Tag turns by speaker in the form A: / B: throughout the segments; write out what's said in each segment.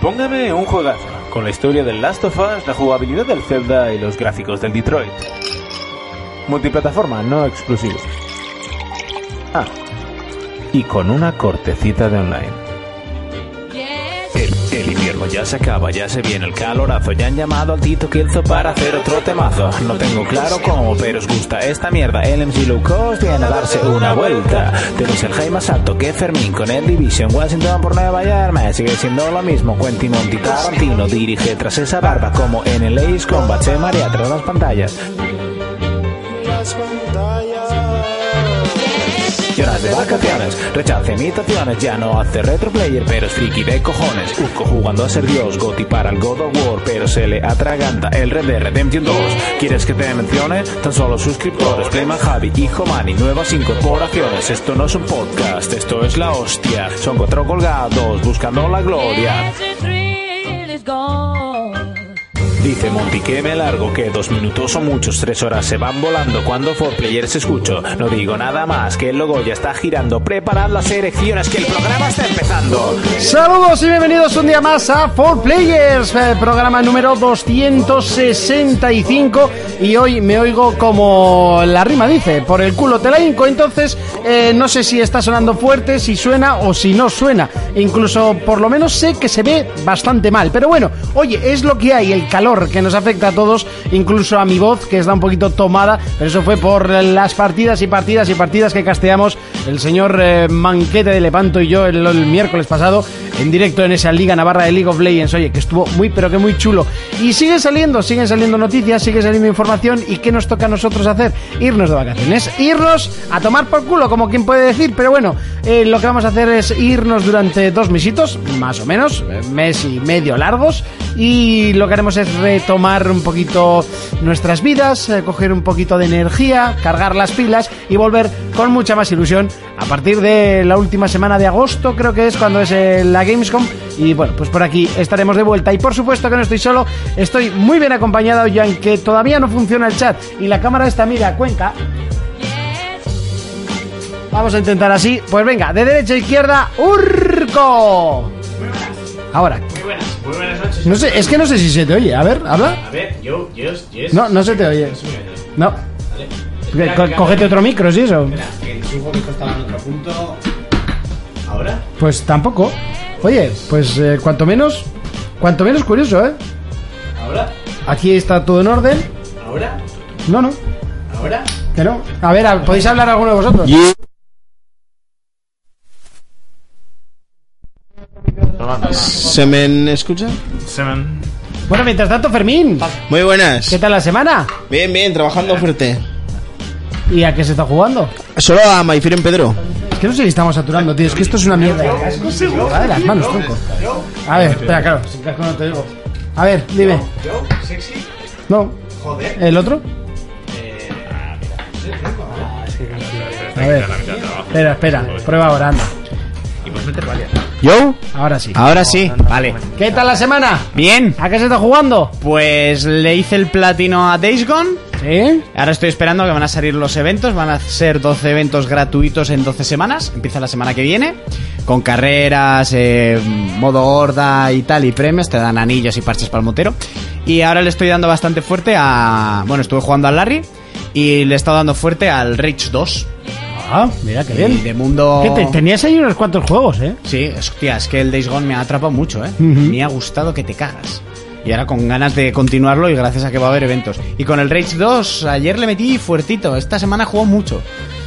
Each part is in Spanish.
A: Póngame un juegazo, con la historia del Last of Us, la jugabilidad del Zelda y los gráficos del Detroit. Multiplataforma, no exclusivo. Ah, y con una cortecita de online.
B: El, el invierno ya se acaba, ya se viene el calorazo. Ya han llamado al Tito Kilzo para hacer otro temazo. No tengo claro cómo, pero os gusta esta mierda. El MC Low Cost viene a darse una vuelta. Tenemos el Jaime más alto que Fermín con el Division. Washington por Nueva York, me sigue siendo lo mismo. Quentin Monti Tarantino dirige tras esa barba, como en el Ace Combat. Se marea tras las pantallas. Lloras de vacaciones, rechaza imitaciones, ya no hace retroplayer, pero es friki de cojones. Urco jugando a ser Dios, Goti para el God of War, pero se le atraganta el Red Dead Redemption 2. ¿Quieres que te mencione? Tan solo suscriptores, Playman Javi, Hijo Mani, nuevas incorporaciones. Esto no es un podcast, esto es la hostia. Son cuatro colgados buscando la gloria. Dice Monty que me largo, que dos minutos son muchos, tres horas se van volando cuando for players escucho. No digo nada más, que el logo ya está girando. Preparad las erecciones, que el programa está empezando.
C: Saludos y bienvenidos un día más a 4 Players, eh, programa número 265 y hoy me oigo como la rima dice, por el culo te la hinco, entonces eh, no sé si está sonando fuerte, si suena o si no suena, incluso por lo menos sé que se ve bastante mal, pero bueno, oye, es lo que hay, el calor que nos afecta a todos, incluso a mi voz que está un poquito tomada, pero eso fue por las partidas y partidas y partidas que casteamos el señor eh, Manquete de Lepanto y yo el, el miércoles pasado en directo en esa Liga Navarra de League of Legends. Oye, que estuvo muy, pero que muy chulo. Y sigue saliendo, siguen saliendo noticias, sigue saliendo información. ¿Y qué nos toca a nosotros hacer? Irnos de vacaciones, irnos a tomar por culo, como quien puede decir. Pero bueno, eh, lo que vamos a hacer es irnos durante dos misitos, más o menos, eh, mes y medio largos. Y lo que haremos es retomar un poquito nuestras vidas, eh, coger un poquito de energía, cargar las pilas y volver con mucha más ilusión a partir de la última semana de agosto, creo que es cuando es eh, la Gamescom. Y bueno, pues por aquí estaremos de vuelta. Y por supuesto que no estoy solo, estoy muy bien acompañado, ya en que todavía no funciona el chat y la cámara está, mira, cuenca. Vamos a intentar así. Pues venga, de derecha a izquierda, Urco. Ahora,
D: Muy buenas, muy buenas noches.
C: no sé, es que no sé si se te oye. A ver, habla.
D: A ver, yo, yo, yo.
C: No, no se te oye.
D: No se me oye,
C: No,
D: ¿vale?
C: Co-
D: Espera, que
C: cógete
D: cambio.
C: otro micro, ¿sí eso?
D: Espera, que supongo que esto estaba en otro punto. ¿Ahora?
C: Pues tampoco. Oye, pues eh, cuanto menos, cuanto menos curioso, ¿eh?
D: ¿Ahora?
C: Aquí está todo en orden.
D: ¿Ahora?
C: No, no,
D: ¿Ahora?
C: que no. A ver, a- ¿podéis hablar alguno de vosotros?
E: ¿Se me escucha?
C: Bueno, mientras tanto, Fermín,
E: Muy buenas.
C: ¿qué tal la semana?
E: Bien, bien, trabajando fuerte.
C: ¿Y a qué se está jugando?
E: Solo a Mayfir en Pedro.
C: Es que no sé si estamos saturando, tío. Es que esto es una mierda. Va de las manos, tronco. A ver, espera, claro. Sin casco no te digo. A ver, dime.
D: ¿Yo? ¿Sexy?
C: No.
D: Joder.
C: ¿El otro? A ver. Espera, espera. Prueba ahora, anda.
E: ¿Yo?
C: Ahora
F: Ah.
C: sí.
E: Ahora sí.
F: Vale.
C: ¿Qué tal la semana?
F: Bien,
C: ¿A qué se está jugando?
F: pues le hice el platino a Days Gone.
C: ¿Sí?
F: Ahora estoy esperando que van a salir los eventos. Van a ser 12 eventos gratuitos en 12 semanas. Empieza la semana que viene. Con carreras, eh, modo horda y tal, y premios. Te dan anillos y parches para el motero. Y ahora le estoy dando bastante fuerte a. Bueno, estuve jugando al Larry. Y le he estado dando fuerte al Rage 2.
C: Ah, mira, qué
F: Y
C: bien.
F: de mundo.
C: Que te- tenías ahí unos cuantos juegos, ¿eh?
F: Sí, hostia, es que el Days Gone me ha atrapado mucho, ¿eh? Me ha gustado que te cagas. Y ahora con ganas de continuarlo y gracias a que va a haber eventos. Y con el Rage 2, ayer le metí fuertito. Esta semana jugó mucho.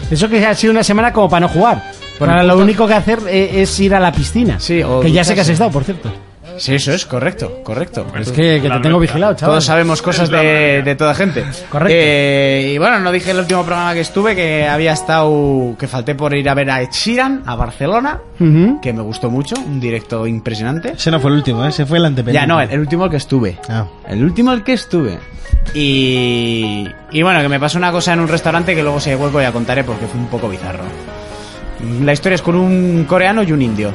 C: Eso que ha sido una semana como para no jugar. Por ahora lo único que hacer eh, es ir a la piscina.
F: Sí, o
C: que ya sé que has
F: ducharse.
C: estado, por cierto.
F: Sí, eso es, correcto, correcto.
C: Es que, que te tengo vigilado, chaval.
F: Pues Todos sabemos cosas de, de toda gente.
C: Correcto.
F: Eh, y bueno, no dije el último programa que estuve que había estado. que falté por ir a ver a Ed Sheeran a Barcelona.
C: Ujú.
F: Que me gustó mucho, un directo impresionante.
E: Ese no fue el último, ¿eh? Ese fue el antepenúltimo.
F: Ya, no, el, el último al que estuve.
E: Ah.
F: El último al que estuve. Y, y bueno, que me pasó una cosa en un restaurante que luego se vuelvo y la contaré porque fue un poco bizarro. La historia es con un coreano y un indio.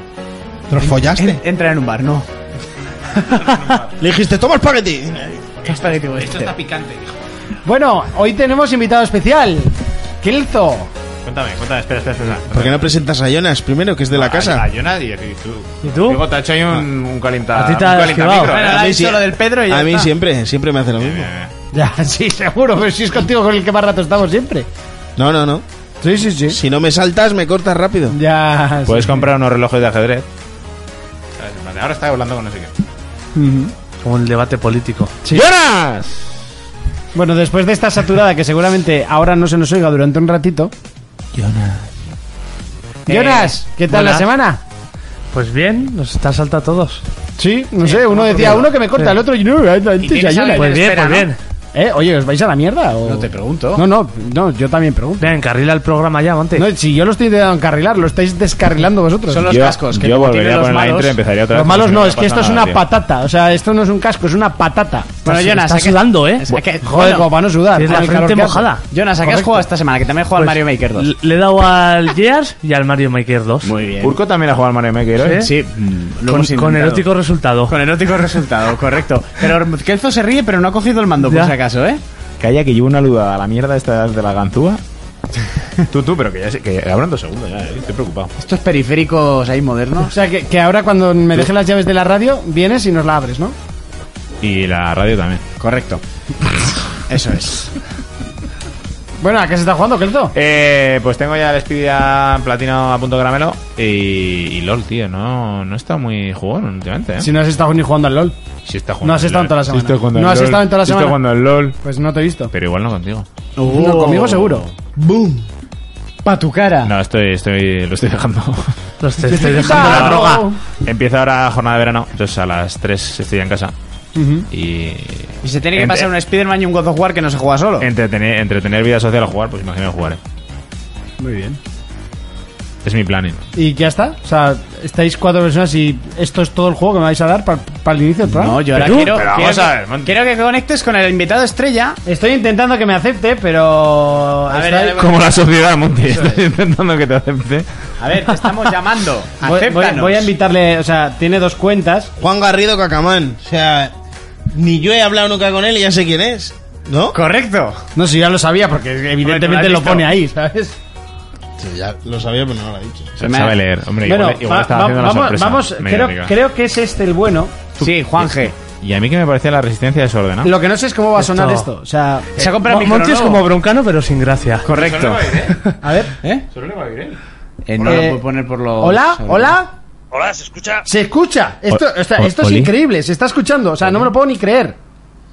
E: ¿Te los follaste?
F: Entran en un bar, no.
E: Le dijiste, toma espagueti.
F: Hasta que digo, este.
C: Bueno, hoy tenemos invitado especial. Kelzo.
G: Cuéntame, cuéntame, espera, espera, espera. Ah,
E: ¿Por qué no presentas a Jonas primero, que es de
F: Ah,
E: la casa?
G: A Jonah y, y tú.
H: ¿Y tú?
G: Luego te ha hecho ahí un, un
H: A
G: calienta.
H: ti te
G: un
H: ha
G: calienta
H: esquivado.
G: micro,
F: Bueno,
G: ¿eh?
F: ahora ha
E: mí
F: dicho
E: sí.
F: lo del Pedro y ya
E: A mí
F: está.
E: siempre, siempre me hace lo mismo.
C: Ya, sí, seguro, pero si es contigo con el que más rato estamos siempre.
E: No, no, no.
C: Sí, sí, sí.
E: Si no me saltas, me cortas rápido.
C: Ya. sí.
G: Puedes comprar unos relojes de ajedrez. ¿Sabes? Vale, Ahora está hablando con no sé qué.
H: Como el debate político.
E: ¡Jonas!
C: Bueno, después de esta saturada que seguramente ahora no se nos oiga durante un ratito. Jonas. Jonas,
F: Eh,
C: ¿qué tal la
H: buenas.
C: semana?
H: Pues bien, nos está salta a todos.
C: Sí, no sé, uno decía uno que me corta, el otro no, antes a Jonas.
H: Pues bien, pues bien.
C: Eh, oye, ¿os vais a la mierda? o-
F: No te pregunto.
C: No, no, no, yo también pregunto.
H: Venga, encarrila el programa ya, Monte.
C: No, si yo lo estoy intentando encarrilar, lo estáis descarrilando vosotros.
F: Son los
B: yo,
F: cascos que
B: yo
F: como
B: volvería
F: tienen
B: a
F: los
B: poner la
F: malos-
B: intro y empezaría otra
C: Los
B: vez.
C: malos
B: como
C: no,
B: si
C: es que esto
B: pasa
C: es
B: nada,
C: una
B: tío.
C: patata. O sea, esto no es un casco, es una patata.
H: Bueno,
C: Está-
H: Jonas,
C: está
H: hay que-
C: sudando, ¿eh?
F: Es que-
C: Joder,
F: bueno,
C: como para no sudar.
H: tienes
C: con
H: la
C: el calor
H: frente
C: que hace.
H: mojada.
F: Jonas, ¿a qué has
C: Correcto.
F: jugado esta semana? Que también juega al
H: Pues,
F: Mario Maker 2.
H: l- Le he dado al Gears y al Mario Maker 2.
F: Muy bien.
B: Urco también ha jugado al Mario Maker
G: ¿eh?
B: hoy.
H: Sí.
F: Sí, mm, lo
H: Con,
F: hemos
H: con
F: intentado.
H: erótico resultado.
F: Con erótico resultado, correcto. Pero Kelzo se ríe, pero no ha cogido el mando,
H: Ya.
F: por si acaso, ¿eh?
B: Calla que llevo una duda a la mierda esta de la ganzúa. tú, tú, pero que ya sé- que abran dos segundos, ya, eh, estoy preocupado.
F: Estos periféricos ahí
C: O
F: modernos.
C: sea, que, que ahora cuando me dejes las llaves de la radio, vienes y nos la abres, ¿no?
B: Y la radio también.
F: Correcto. Eso es.
C: Bueno, ¿a qué se está jugando, Kelzo?
B: Eh, pues tengo ya el Speedy a platino a punto caramelo. Y, y LOL, tío, no, no está muy jugón últimamente, ¿eh?
C: Si no has estado ni jugando al Lol.
B: Sí está jugando
C: No has
B: al
C: estado en
B: LOL.
C: toda la
B: Sí
C: semana.
B: estoy jugando
C: No
B: al
C: has
B: LOL.
C: estado en toda la
B: Sí estoy
C: semana.
B: jugando al LOL,
C: Pues no te he visto.
B: pero igual no contigo.
C: No, conmigo seguro.
F: Pa' tu cara.
B: No, estoy, estoy, lo estoy dejando.
H: Los te estoy dejando
C: Ah,
H: la droga.
B: Empieza ahora jornada de verano, entonces a las 3 estoy ya en casa. Y
F: Y se tiene que
C: Em,
B: Ente-
C: eh,
F: pasar un Spider-Man y un God of War que no se juega solo.
B: entretener, entretener vida social a jugar, pues imagino jugar, ¿eh?
C: Muy bien.
B: Es mi planning.
C: ¿Y ya está? O sea, estáis cuatro personas y esto es todo el juego que me vais a dar para el inicio del programa.
F: No, yo ahora
C: Perú.
F: quiero,
B: pero
F: quiero
B: vamos
F: que,
B: a ver, Monty.
F: quiero que conectes con el invitado estrella.
C: Estoy intentando que me acepte, pero.
F: A ver,
C: estáis-
F: dale,
B: Como la sociedad, Monty. Estás intentando que te acepte.
F: A ver, te estamos llamando.
C: Voy- voy-
F: Acéptanos.
C: voy a invitarle, o sea, tiene dos cuentas.
E: Juan Garrido Cacamán. O sea, ni yo he hablado nunca con él y ya sé quién es. ¿No?
F: Correcto.
C: No, si ya lo sabía, porque evidentemente
F: has
C: lo
F: visto.
C: pone ahí, ¿sabes?
E: Sí, ya lo sabía, pero no lo he dicho.
B: Se sabe leer. Hombre, igual,
C: bueno,
B: igual
C: va-
B: estaba
C: va-
B: haciendo
C: vamos,
B: la sorpresa.
C: vamos, creo,
B: mediática.
C: creo que es este el bueno.
F: Sí, Juanje.
B: Y a mí que me parecía la resistencia desordenada.
C: Lo que no sé es cómo va a sonar
H: Esto-
C: esto. O sea,
F: Se ha comprado el
H: Mo- Monty es
F: micro nuevo.
H: como broncano, pero sin gracia.
F: Correcto.
C: a ver.
F: ¿Eh?
B: Solo le va a ir él.
F: Eh, no
C: Eh,
F: lo puedo poner por los.
C: Hola,
F: sobre-
C: hola.
I: Hola, ¿se escucha?
C: Se escucha. Esto,
B: O-
C: o sea,
B: o-
C: esto es
B: Oli.
C: increíble. Se está escuchando. O sea, no me lo puedo ni creer.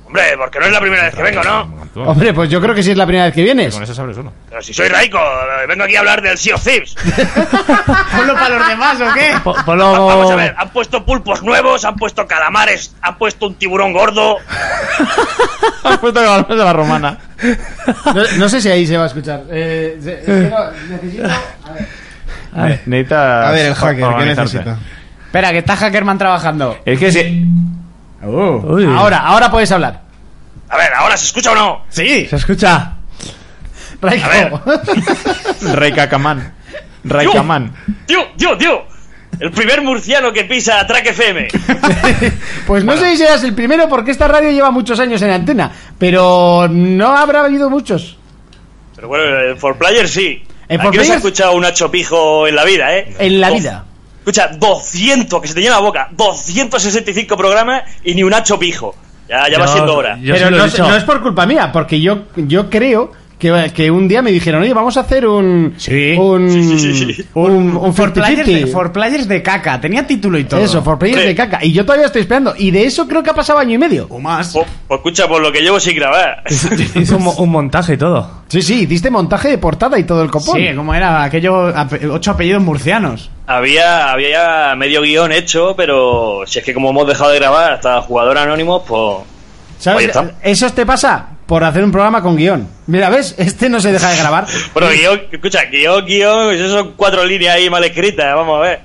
I: Hombre, porque no es la primera vez que vengo, ¿no?
C: Hombre, pues yo creo que sí es la primera vez que vienes.
B: Con eso se abre solo.
I: Pero si soy Raico, eh, vengo aquí a hablar del Sea of Thieves.
F: ¿Ponlo para los demás o qué?
H: Po-
I: Va-
H: Polo-
I: Ah, Vamos a ver, han puesto pulpos nuevos, han puesto calamares, han puesto un tiburón gordo.
B: Has puesto que hablamos de la romana.
C: No, no sé si ahí se va a escuchar. Eh, se- es que no, necesito. a ver.
B: Necesitas.
E: A ver, el hacker, ¿qué
B: organizarte.
E: necesita?
F: Espera, que está Hackerman trabajando.
B: Es que si.
H: Uy,
C: Ahora, ahora puedes hablar.
I: A ver, ¿ahora se escucha o no?
F: Sí.
H: se escucha.
C: Raico.
I: A ver.
B: Rey Cacamán. Rey
I: Yo.
B: Camán.
I: ¡Tío, tío, tío! El primer murciano que pisa a Track FM.
C: Pues no sé si serás el primero porque esta radio lleva muchos años en antena, pero no habrá habido muchos.
I: Pero bueno, el For Player sí.
C: El For
I: Aquí no se
C: Player-
I: ha escuchado un achopijo en la vida, ¿eh?
C: En la
I: Do-
C: vida.
I: Escucha, 200, que se te llena la boca. 265 programas y ni un achopijo. Ya, ya va
H: Yo-
I: siendo hora.
H: Yo
C: pero
H: se lo he
C: no,
H: dicho.
C: no es por culpa mía, porque yo, yo creo que, que un día me dijeron, oye, vamos a hacer un.
F: Sí.
C: Un.
I: Sí, sí, sí, sí.
C: Un, un 50-50.
F: For players, de, for players de caca. Tenía título y todo.
C: Eso, for players
I: Sí.
C: de caca. Y yo todavía estoy esperando. Y de eso creo que ha pasado año y medio.
F: O más.
I: Pues pues escucha, por lo que llevo sin grabar.
H: Hizo un, mo- un montaje y todo.
C: Sí, sí, hiciste montaje de portada y todo el copón.
F: Sí, como era aquello. ape- ocho apellidos murcianos.
I: Había, había ya medio guión hecho, pero si es que como hemos dejado de grabar hasta jugador anónimos, pues. Ahí
C: ¿Sabes?
I: está.
C: Eso te pasa por hacer un programa con guión. Mira, ¿ves? Este no se deja de grabar.
I: Bueno,
H: Mm.
I: guión, escucha, guión, guión, eso son cuatro líneas ahí mal escritas, vamos a ver.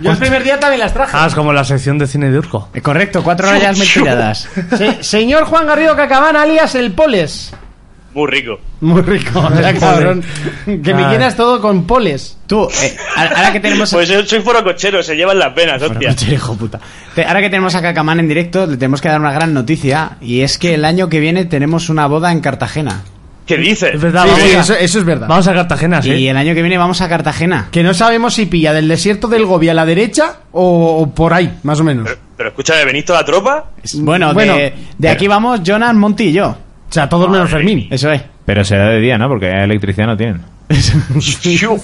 C: Yo el primer día también las traje.
H: Ah, es como la sección de cine de Urco.
F: Eh, correcto, cuatro rayas mentiradas.
C: Se- señor Juan Garrido Cacabán, alias El Poles.
I: Muy rico.
C: Muy rico, o sea, cabrón. Que me
H: Ay.
C: llenas todo con poles.
F: Ah. Tú, eh, a- ahora que tenemos.
I: Pues yo soy forocochero, se llevan las venas, hostia.
F: Coche, hijo puta. Te- Ahora que tenemos a Cacamán en directo, le tenemos que dar una gran noticia. Y es que el año que viene tenemos una boda en Cartagena.
I: ¿Qué dices?
H: Es verdad,
C: Sí,
H: vamos,
C: sí,
H: a,
C: eso, eso es verdad.
H: vamos a Cartagena, sí.
F: Y el año que viene vamos a Cartagena.
C: Que no sabemos si pilla del desierto del Gobi a la derecha o, o por ahí, más o menos.
F: Eh,
I: Pero, pero escúchame, ¿venís toda la tropa?
F: Mm, Bueno,
C: Bueno,
F: de, de aquí vamos Jonas, Monti y yo.
C: O sea, todos menos Fermín.
F: Eso es.
G: Pero será de día, ¿no? Porque electricidad no tienen.
I: Yo-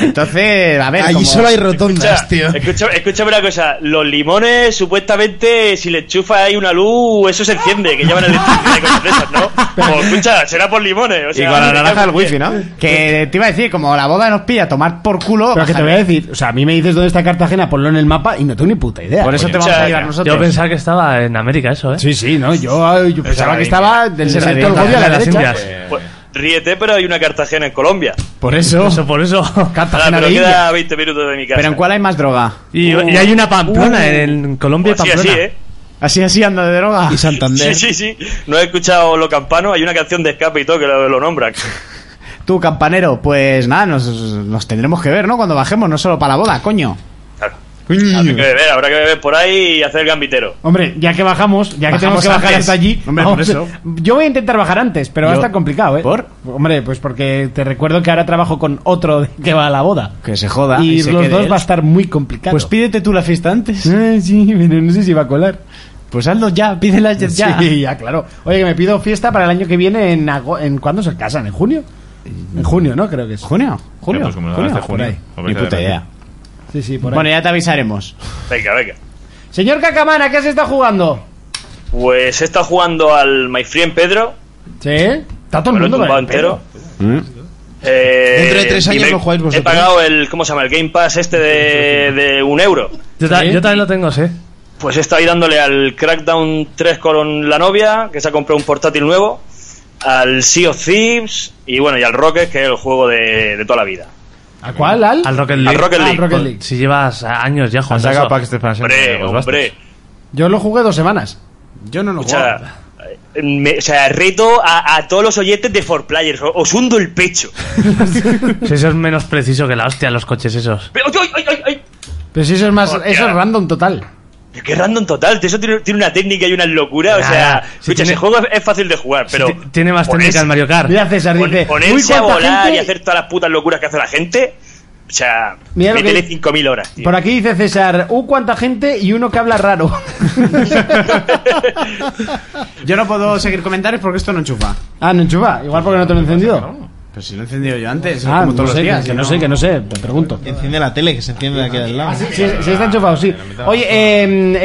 F: Entonces, a ver.
E: Allí
F: como-
E: solo hay rotondas,
I: Escucha,
E: tío.
I: Escúchame, escúchame una cosa. Los limones, supuestamente, si le enchufa ahí una luz, eso se enciende, que llevan electricidad y cosas de esas, ¿no? Pues, escucha, será por limones. O
G: Y
I: sea,
G: con la
I: me
G: naranja
I: cago
G: el
I: en
G: wifi,
I: diez.
G: ¿no?
F: Que te iba a decir, como la boda nos pilla, tomar por culo.
C: Pero que te voy a
F: bajaré.
C: decir, o sea, a mí me dices dónde está Cartagena, ponlo en el mapa y no tengo ni puta idea.
F: Por eso te
I: Coño,
F: vamos
I: o sea,
F: a ayudar
I: yo
F: nosotros.
H: Yo pensaba que estaba en América eso, ¿eh?
C: Sí, sí, no, yo, ah, yo pensaba que estaba del
F: Esa es la
C: desierto del
F: de-
C: Gobi a la
H: de las
C: derecha.
H: Indias.
I: Pues, ríete, pero hay una Cartagena en Colombia.
C: Por eso.
H: Eso, por eso.
I: Nada,
C: Cartagena de
I: pero
C: India.
I: queda 20 minutos de mi casa.
F: Pero en cuál hay más droga.
H: Y, y hay una Pamplona en Colombia y
I: Pues sí, así,
H: Pamplona.
I: ¿eh?
F: Así, así anda de droga.
E: Y Santander.
I: Sí, sí, sí. No he escuchado Lo Campano. Hay una canción de escape y todo que lo, lo nombran.
F: Tú, campanero, pues nada, nos, nos tendremos que ver, ¿no? Cuando bajemos, no solo para la boda, coño.
I: Claro.
E: Mm.
I: Habrá que beber, habrá que beber por ahí y hacer el gambitero.
E: Oh.
C: Hombre, ya que bajamos, ya que
F: Bajamos
C: tenemos que bajar
F: antes.
C: hasta allí,
F: Hombre,
C: vamos
F: por eso.
C: a- yo voy a intentar bajar antes, pero va a
F: Yo-
C: estar complicado, ¿eh?
F: ¿Por?
C: Hombre, pues porque te recuerdo que ahora trabajo con otro que va a la boda.
F: Ah, Que se joda.
C: y
F: se
C: los
F: quede
C: dos
F: él.
C: va a estar muy complicado.
F: Pues pídete tú la fiesta antes.
C: Eh, sí, pero no sé si va a colar.
F: Pues hazlo ya, pídela ya. ya.
C: Sí, ya, claro. Oye, que me pido fiesta para el año que viene en, ago- en ¿cuándo se casan? ¿En junio?
F: Eh,
C: En junio, ¿no? Creo que es.
F: ¿Junio? ¿Junio?
G: Pues como lo
F: ¿Junio?
G: hagas de
F: Por ahí.
G: junio.
F: Ni puta idea.
C: Sí, sí, por ahí.
F: Bueno, ya te avisaremos.
I: Venga, venga.
C: Señor Cacamana, ¿qué se está jugando?
I: Pues he estado jugando al My Friend Pedro.
C: ¿Sí? Está todo
I: Me
C: el
I: lo
C: mundo
I: he tumbado
C: con el pelo.
I: entero. Eh,
E: Dentro de tres
I: y
E: años
I: me-
E: lo jugáis
I: He
E: vosotros.
I: pagado el, ¿cómo se llama? El Game Pass este de, de un euro.
H: Yo, ta-
C: ¿Sí?
H: yo también lo tengo, sí.
I: Pues he estado ahí dándole al Crackdown 3 con la novia, que se ha comprado un portátil nuevo, al Sea of Thieves y bueno, y al Rocket, que es el juego de, de toda la vida.
C: ¿A cuál? ¿Al?
H: Al Rocket
I: Al
H: League.
I: Rocket
C: Ah,
I: League.
C: Rocket League.
H: Si llevas eh, años ya
G: Han
H: jugando.
G: sacado
H: eso.
G: packs de expansión. de
I: Hombre,
G: los
H: Pues
I: hombre.
C: Yo lo jugué dos semanas.
F: Yo no lo
I: O sea, me- o sea, reto a, a todos los oyentes de 4Players. o- Os hundo el pecho.
H: Si eso es menos preciso que la hostia, los coches esos.
I: Pero, ¡ay, ay, ay, ay!
C: Pero si eso es más,
I: Hostia.
C: eso es random total.
I: Pero Qué random total, eso tiene, tiene una técnica y una locura. O sea,
H: Nada, si
I: escucha,
H: tiene-
I: ese juego es, es fácil de jugar, pero.
H: Ti- Tiene más
I: ponerse-
H: técnica el Mario Kart.
C: Mira César,
I: pon-
C: dice, "Uy,
I: ponerse a
C: cuánta
I: volar
C: gente".
I: y hacer todas las putas locuras que hace la gente. O sea,
C: Mira lo que-
I: métele 5.000 horas, tío.
C: Por aquí dice César, uh, cuánta gente y uno que habla raro.
F: Yo no puedo seguir comentarios porque esto no enchufa.
C: ah, no enchufa, igual porque no te lo he encendido.
F: Pero si lo he encendido yo antes,
C: Ah,
F: como
C: no
F: todos
C: sé,
F: los días.
C: que no sé, que no sé, te pregunto. Ah,
E: Enciende la tele, que se enciende de aquí del
F: Ah,
E: lado.
C: Sí, sí, sí está enchufado, sí. Oye, eh,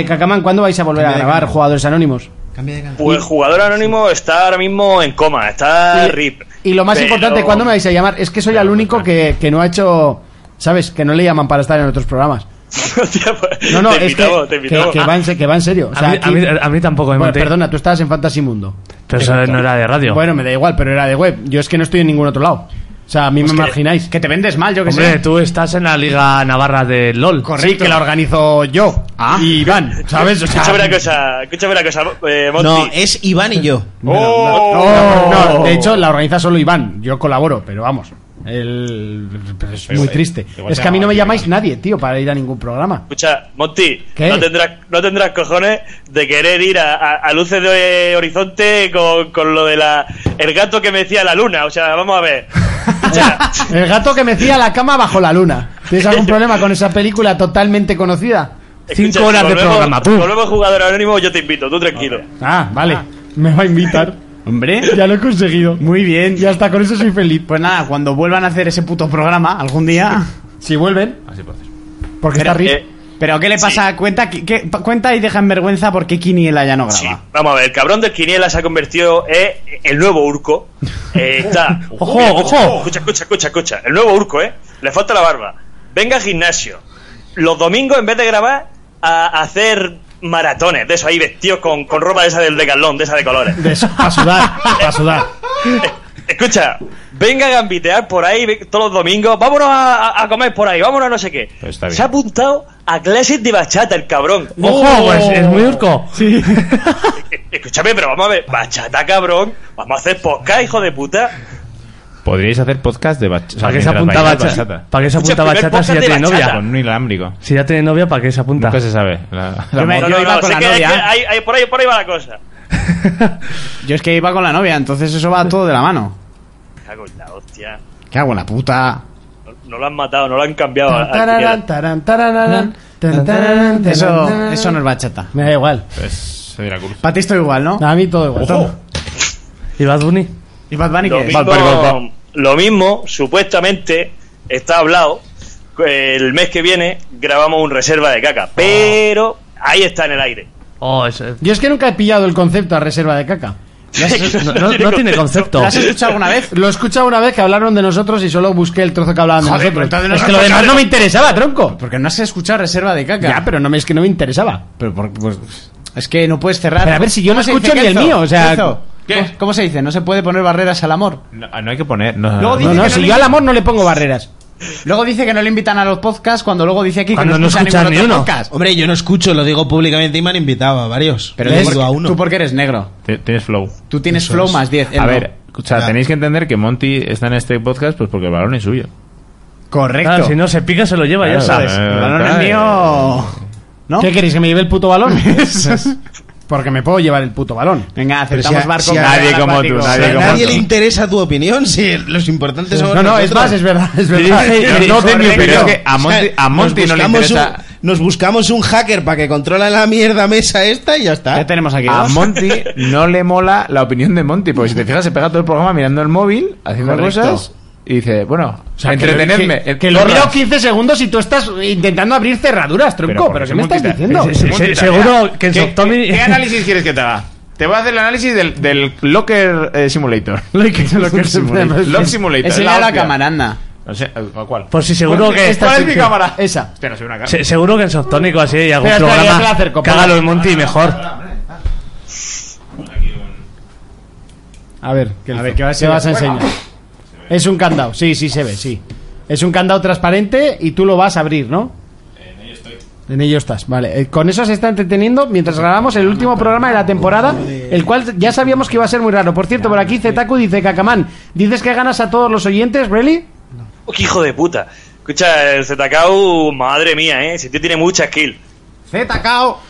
C: eh, Cacamán, ¿cuándo vais a volver a grabar Jugadores Anónimos?
E: Cambia de canal.
I: Pues jugador anónimo está ahora mismo en coma, está
C: Y-
I: Ah, RIP.
C: Y lo más
I: Pero-
C: importante, ¿cuándo me vais a llamar? Es que soy el único que, que no ha hecho... ¿Sabes? Que no le llaman para estar en otros programas.
I: Hostia, pues,
C: No, no,
I: te
C: es que,
I: invitamos,
C: que,
I: te invitamos.
C: que va en, se- que va en serio. O sea,
H: a, mí, eh,
C: aquí-
H: a mí- a mí tampoco me
C: Bueno,
H: monté.
C: perdona, tú estabas en Fantasy Mundo.
H: Pero eso no era de radio.
C: Bueno, me da igual, pero era de web. Yo es que no estoy en ningún otro lado. O sea, a mí me imagináis.
F: Pues Que te vendes mal, yo que
H: Hombre,
F: sé.
H: tú estás en la Liga Navarra de LOL.
C: Sí, que la organizo yo.
F: Ah.
C: Y Iván, ¿sabes? O sea,
I: Escúchame una cosa, escúchame una cosa, eh, Monty.
E: No, es Iván y yo.
C: Oh. No, de hecho, la organiza solo Iván. Yo colaboro, pero vamos. El- pero es muy triste.
G: igual
C: Es
G: te
C: que a mí no me
G: llama a ti,
C: llamáis nadie, tío, para ir a ningún programa.
I: Escucha, Monty,
C: ¿Qué?
I: no tendrás, no tendrás cojones de querer ir a, a- a luces de horizonte con, con lo de la el gato que me decía la luna. O sea, vamos a ver. O sea,
C: El gato que mecía la cama bajo la luna. ¿Tienes algún problema con esa película totalmente conocida?
I: escucha,
H: Cinco horas de
I: volvemos-
H: programa, pum.
I: Volvemos jugador anónimo, yo te invito, tú tranquilo.
C: Ah, vale. Me va a invitar.
F: Hombre,
C: Ya lo he conseguido.
F: muy bien.
C: Y hasta con eso soy feliz.
F: Pues nada, cuando vuelvan a hacer ese puto programa, algún día.
C: Si vuelven,
G: Así puedes.
C: porque está rico.
I: Eh,
F: Pero ¿qué le pasa? Cuenta, que- que- cuenta y deja en vergüenza porque Quiniela ya no graba.
I: Sí, vamos a ver, el cabrón del Quiniela se ha convertido en el nuevo Urco. Eh, está.
H: Ojo,
I: escucha,
H: ojo.
I: Escucha, escucha, escucha, escucha. El nuevo Urco, ¿eh? Le falta la barba. Venga al gimnasio. Los domingos, en vez de grabar, a hacer maratones. De eso ahí vestidos con, con ropa de esa del decalón, de esa de colores.
C: Para sudar, para sudar.
I: Escucha, venga a gambitear por ahí ve- todos los domingos. Vámonos a, a- a comer por ahí, vámonos a no sé qué.
G: Pues está bien.
I: Se ha apuntado a clases de bachata el cabrón.
H: ¡Ojo! pues es muy urco. Sí.
I: Eh, Escúchame, pero vamos a ver, bachata cabrón, vamos a hacer podcast, hijo de puta.
G: Podríais hacer podcast de bachata.
H: ¿Para qué se apunta bachata?
G: bachata?
H: ¿Para qué se
I: Escucha,
H: apunta
I: primer
H: bachata si ya
I: podcast de
H: tiene novia?
I: bachata.
G: Con un inalámbrico.
H: Si
G: Pues
H: ya tiene novia, ¿para qué se apunta?
G: Nunca se sabe. La-
F: Yo me-
I: No,
F: yo
I: no,
F: iba
I: no,
F: con
I: sé
F: la
I: que-
F: novia.
I: que hay- hay- por ahí por ahí va la cosa.
F: Yo es que iba con la novia, entonces eso va todo de la mano.
I: Me cago en la hostia.
F: ¿Qué hago en la puta?
I: No, no lo han matado, no lo han cambiado. al- al
C: Tararán,
I: final.
C: tarán, tararán, tararán, tararán,
F: Eso,
C: tararán.
F: eso no es bachata.
C: Me da igual.
G: Pues se dirá curso.
F: Para ti estoy igual, ¿no?
C: A mí todo igual.
H: ¿Y Bad Bunny?
F: ¿Y Bad Bunny
I: Lo
F: qué?
I: mismo, lo mismo, supuestamente, está hablado. El mes que viene grabamos un reserva de caca, pero ahí está en el aire.
H: Oh, ese-
C: Yo es que nunca he pillado el concepto a reserva de caca.
H: no, no- no tiene concepto.
F: ¿La has escuchado alguna vez?
C: Lo he escuchado una vez que hablaron de nosotros y solo busqué el trozo que hablaban de
F: Joder, pero
C: nosotros.
F: entonces no
C: es que
F: son
C: lo demás no me interesaba, tronco.
F: Porque no has escuchado reserva de caca.
C: Ya, pero no me, es que no me interesaba.
F: Pero por- pues, es que no puedes cerrar.
C: Pero a ver, si yo no
F: ¿Cómo se dice,
C: escucho ni el
F: Kenzo?
C: mío, o sea-
F: Kenzo,
G: ¿Qué?
F: ¿Cómo, cómo se dice? No se puede poner barreras al amor.
G: No, no hay que poner. No,
F: Luego
C: No,
F: Dice
C: no,
F: que no
C: si
F: le-
C: yo al amor no le pongo barreras.
F: Luego dice que no le invitan a los podcasts cuando luego dice aquí que
H: Cuando no
F: no escucha
H: escuchan
F: ningún
H: ni
F: otro
H: uno.
F: podcast.
E: Hombre, yo no escucho, lo digo públicamente y me han invitado a varios.
F: Pero
E: Le
F: tú
E: digo
F: porque,
E: a uno.
F: tú porque eres negro.
G: Te- Tienes flow.
F: Tú tienes flow más 10. él
G: A
F: no.
G: ver, o sea,
E: Ya.
G: tenéis que entender que Monty está en este podcast pues porque el balón es suyo.
F: Correcto.
H: Claro, si no se pica, se lo lleva, ya
G: Claro,
H: sabes.
G: eh,
F: El balón es
G: eh,
F: mío. ¿No?
C: ¿Qué queréis que me lleve el puto balón? Porque me puedo llevar el puto balón.
F: Venga,
E: Pero
F: aceptamos
E: si a-
F: barco.
E: si a-
F: con
G: Nadie
F: el
G: como
F: acuático.
G: tú,
E: Si
G: nadie
E: a
G: como
E: nadie
G: tú.
E: le interesa tu opinión, si los importantes son
C: No, no, es
E: nosotros.
C: más, es verdad, es verdad.
G: dije-
C: Pero
G: yo
C: no
G: dije-
C: de mi
G: Pero es
C: opinión.
G: que a
E: O sea,
G: Monty, a
E: nos
G: Monty no le
E: buscamos un-
G: interesa.
E: nos buscamos un hacker para que controla la mierda mesa esta y ya está.
F: Ya tenemos
C: Ah,
F: aquí
G: A
F: dos.
G: Monty no le mola la opinión de Monty, porque si te fijas, se pega todo el programa mirando el móvil, haciendo
F: Correcto.
G: cosas, y dice, bueno,
C: sea, que lo-
G: entretenedme.
C: Que,
G: eh,
C: que lo
G: porras.
C: miro 15 segundos y tú estás intentando abrir cerraduras, tronco.
G: porque
C: ¿Pero, qué
G: soy
C: me estás
G: multita-
C: diciendo?
G: Sí, sí, sí,
H: Se-
G: multita-
H: seguro que en
G: ¿Qué,
H: Softomi-
G: qué- qué análisis quieres que te haga? Te voy a hacer el análisis del, del Locker eh, Simulator. Pues
C: Locker Simulator.
G: Lock Simulator.
F: Ese
G: es la
F: era la
G: hostia.
F: cámara, anda.
G: No sé, ¿a ¿cuál?
H: Pues sí, seguro
G: ¿Cuál-
H: que-
G: ¿Cuál es mi
C: sección.
G: cámara?
C: Esa.
G: Hostia, no soy una cámara.
H: se- seguro que en Softónico así hay algún
C: Espera, espera, ya te la
H: programa
C: acerco,
H: que
C: ponla.
H: haga los Monty mejor.
C: A ver, ¿qué,
F: A ver, ¿qué vas a
C: vas a
F: enseñar?
C: enseñar? Es un candado, sí, sí se ve, sí. Es un candado transparente y tú lo vas a abrir, ¿no? En ello estás, vale. Eh, Con eso se está entreteniendo mientras grabamos el último programa de la temporada, el cual ya sabíamos que iba a ser muy raro. Por cierto, por aquí Zetaku dice, Cacamán, ¿dices que ganas a todos los oyentes, really?
I: Oh, ¡Qué hijo de puta! Escucha, el ZKU, madre mía, ¿eh? Si tío tiene mucha skill.
F: ZKO.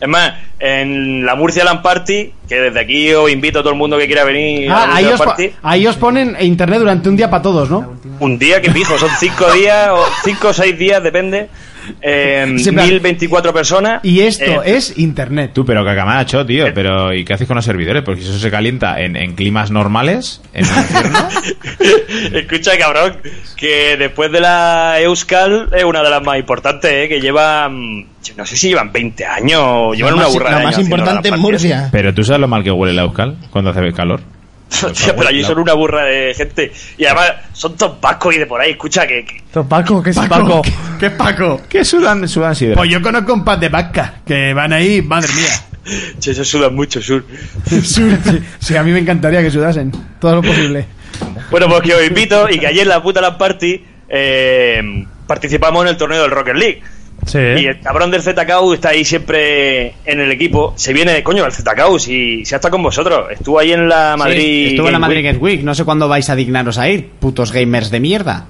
I: Es más, en la Murcia Land Party, que desde aquí os invito a todo el mundo que quiera venir a
C: Ah,
I: la
C: ahí,
I: Murcia
C: os
I: Land
C: po-
I: Party,
C: ahí os ponen internet durante un día para todos, ¿no?
I: un día que fijo, son cinco días, o cinco o seis días, depende. Eh,
C: Sí, en plan-
I: 1024 personas.
C: Y esto
I: Eh,
C: es internet.
G: Tú, pero Cacamaracho, tío, pero ¿y qué haces con los servidores? Porque si eso se calienta en, en climas normales, en un infierno,
I: Escucha, cabrón, que después de la Euskal es una de las más importantes, ¿eh? que llevan, no sé si llevan 20 años, o llevan
E: Lo
I: una
E: más-
I: burra de
E: Lo
I: años
E: más
I: haciendo eh.
E: importante
I: las
E: en
I: partidas.
E: Murcia.
G: pero tú sabes lo mal que huele la Euskal cuando hace calor.
I: Hostia, pero allí son una burra de gente. Y además son todos vascos y de por ahí. Escucha, que, que-
H: Paco, ¿qué es Paco?
F: ¿Qué es Paco?
G: ¿Qué sudan, sudan sidra?
C: Pues yo conozco un pan de vaca, que van ahí, madre mía.
I: che, se sudan mucho, sur.
C: sí, a mí me encantaría que sudasen, todo lo posible.
I: Bueno, pues que os invito y que ayer en la puta la party eh, participamos en el torneo del Rocket League.
H: Sí.
I: Y el cabrón del ZKU está ahí siempre en el equipo. Se viene, coño, al ZKU, si, si hasta con vosotros. Estuvo ahí en la Madrid.
F: estuvo en la Madrid
I: Game Week.
F: Games Week. No sé cuándo vais a dignaros a ir, putos gamers de mierda.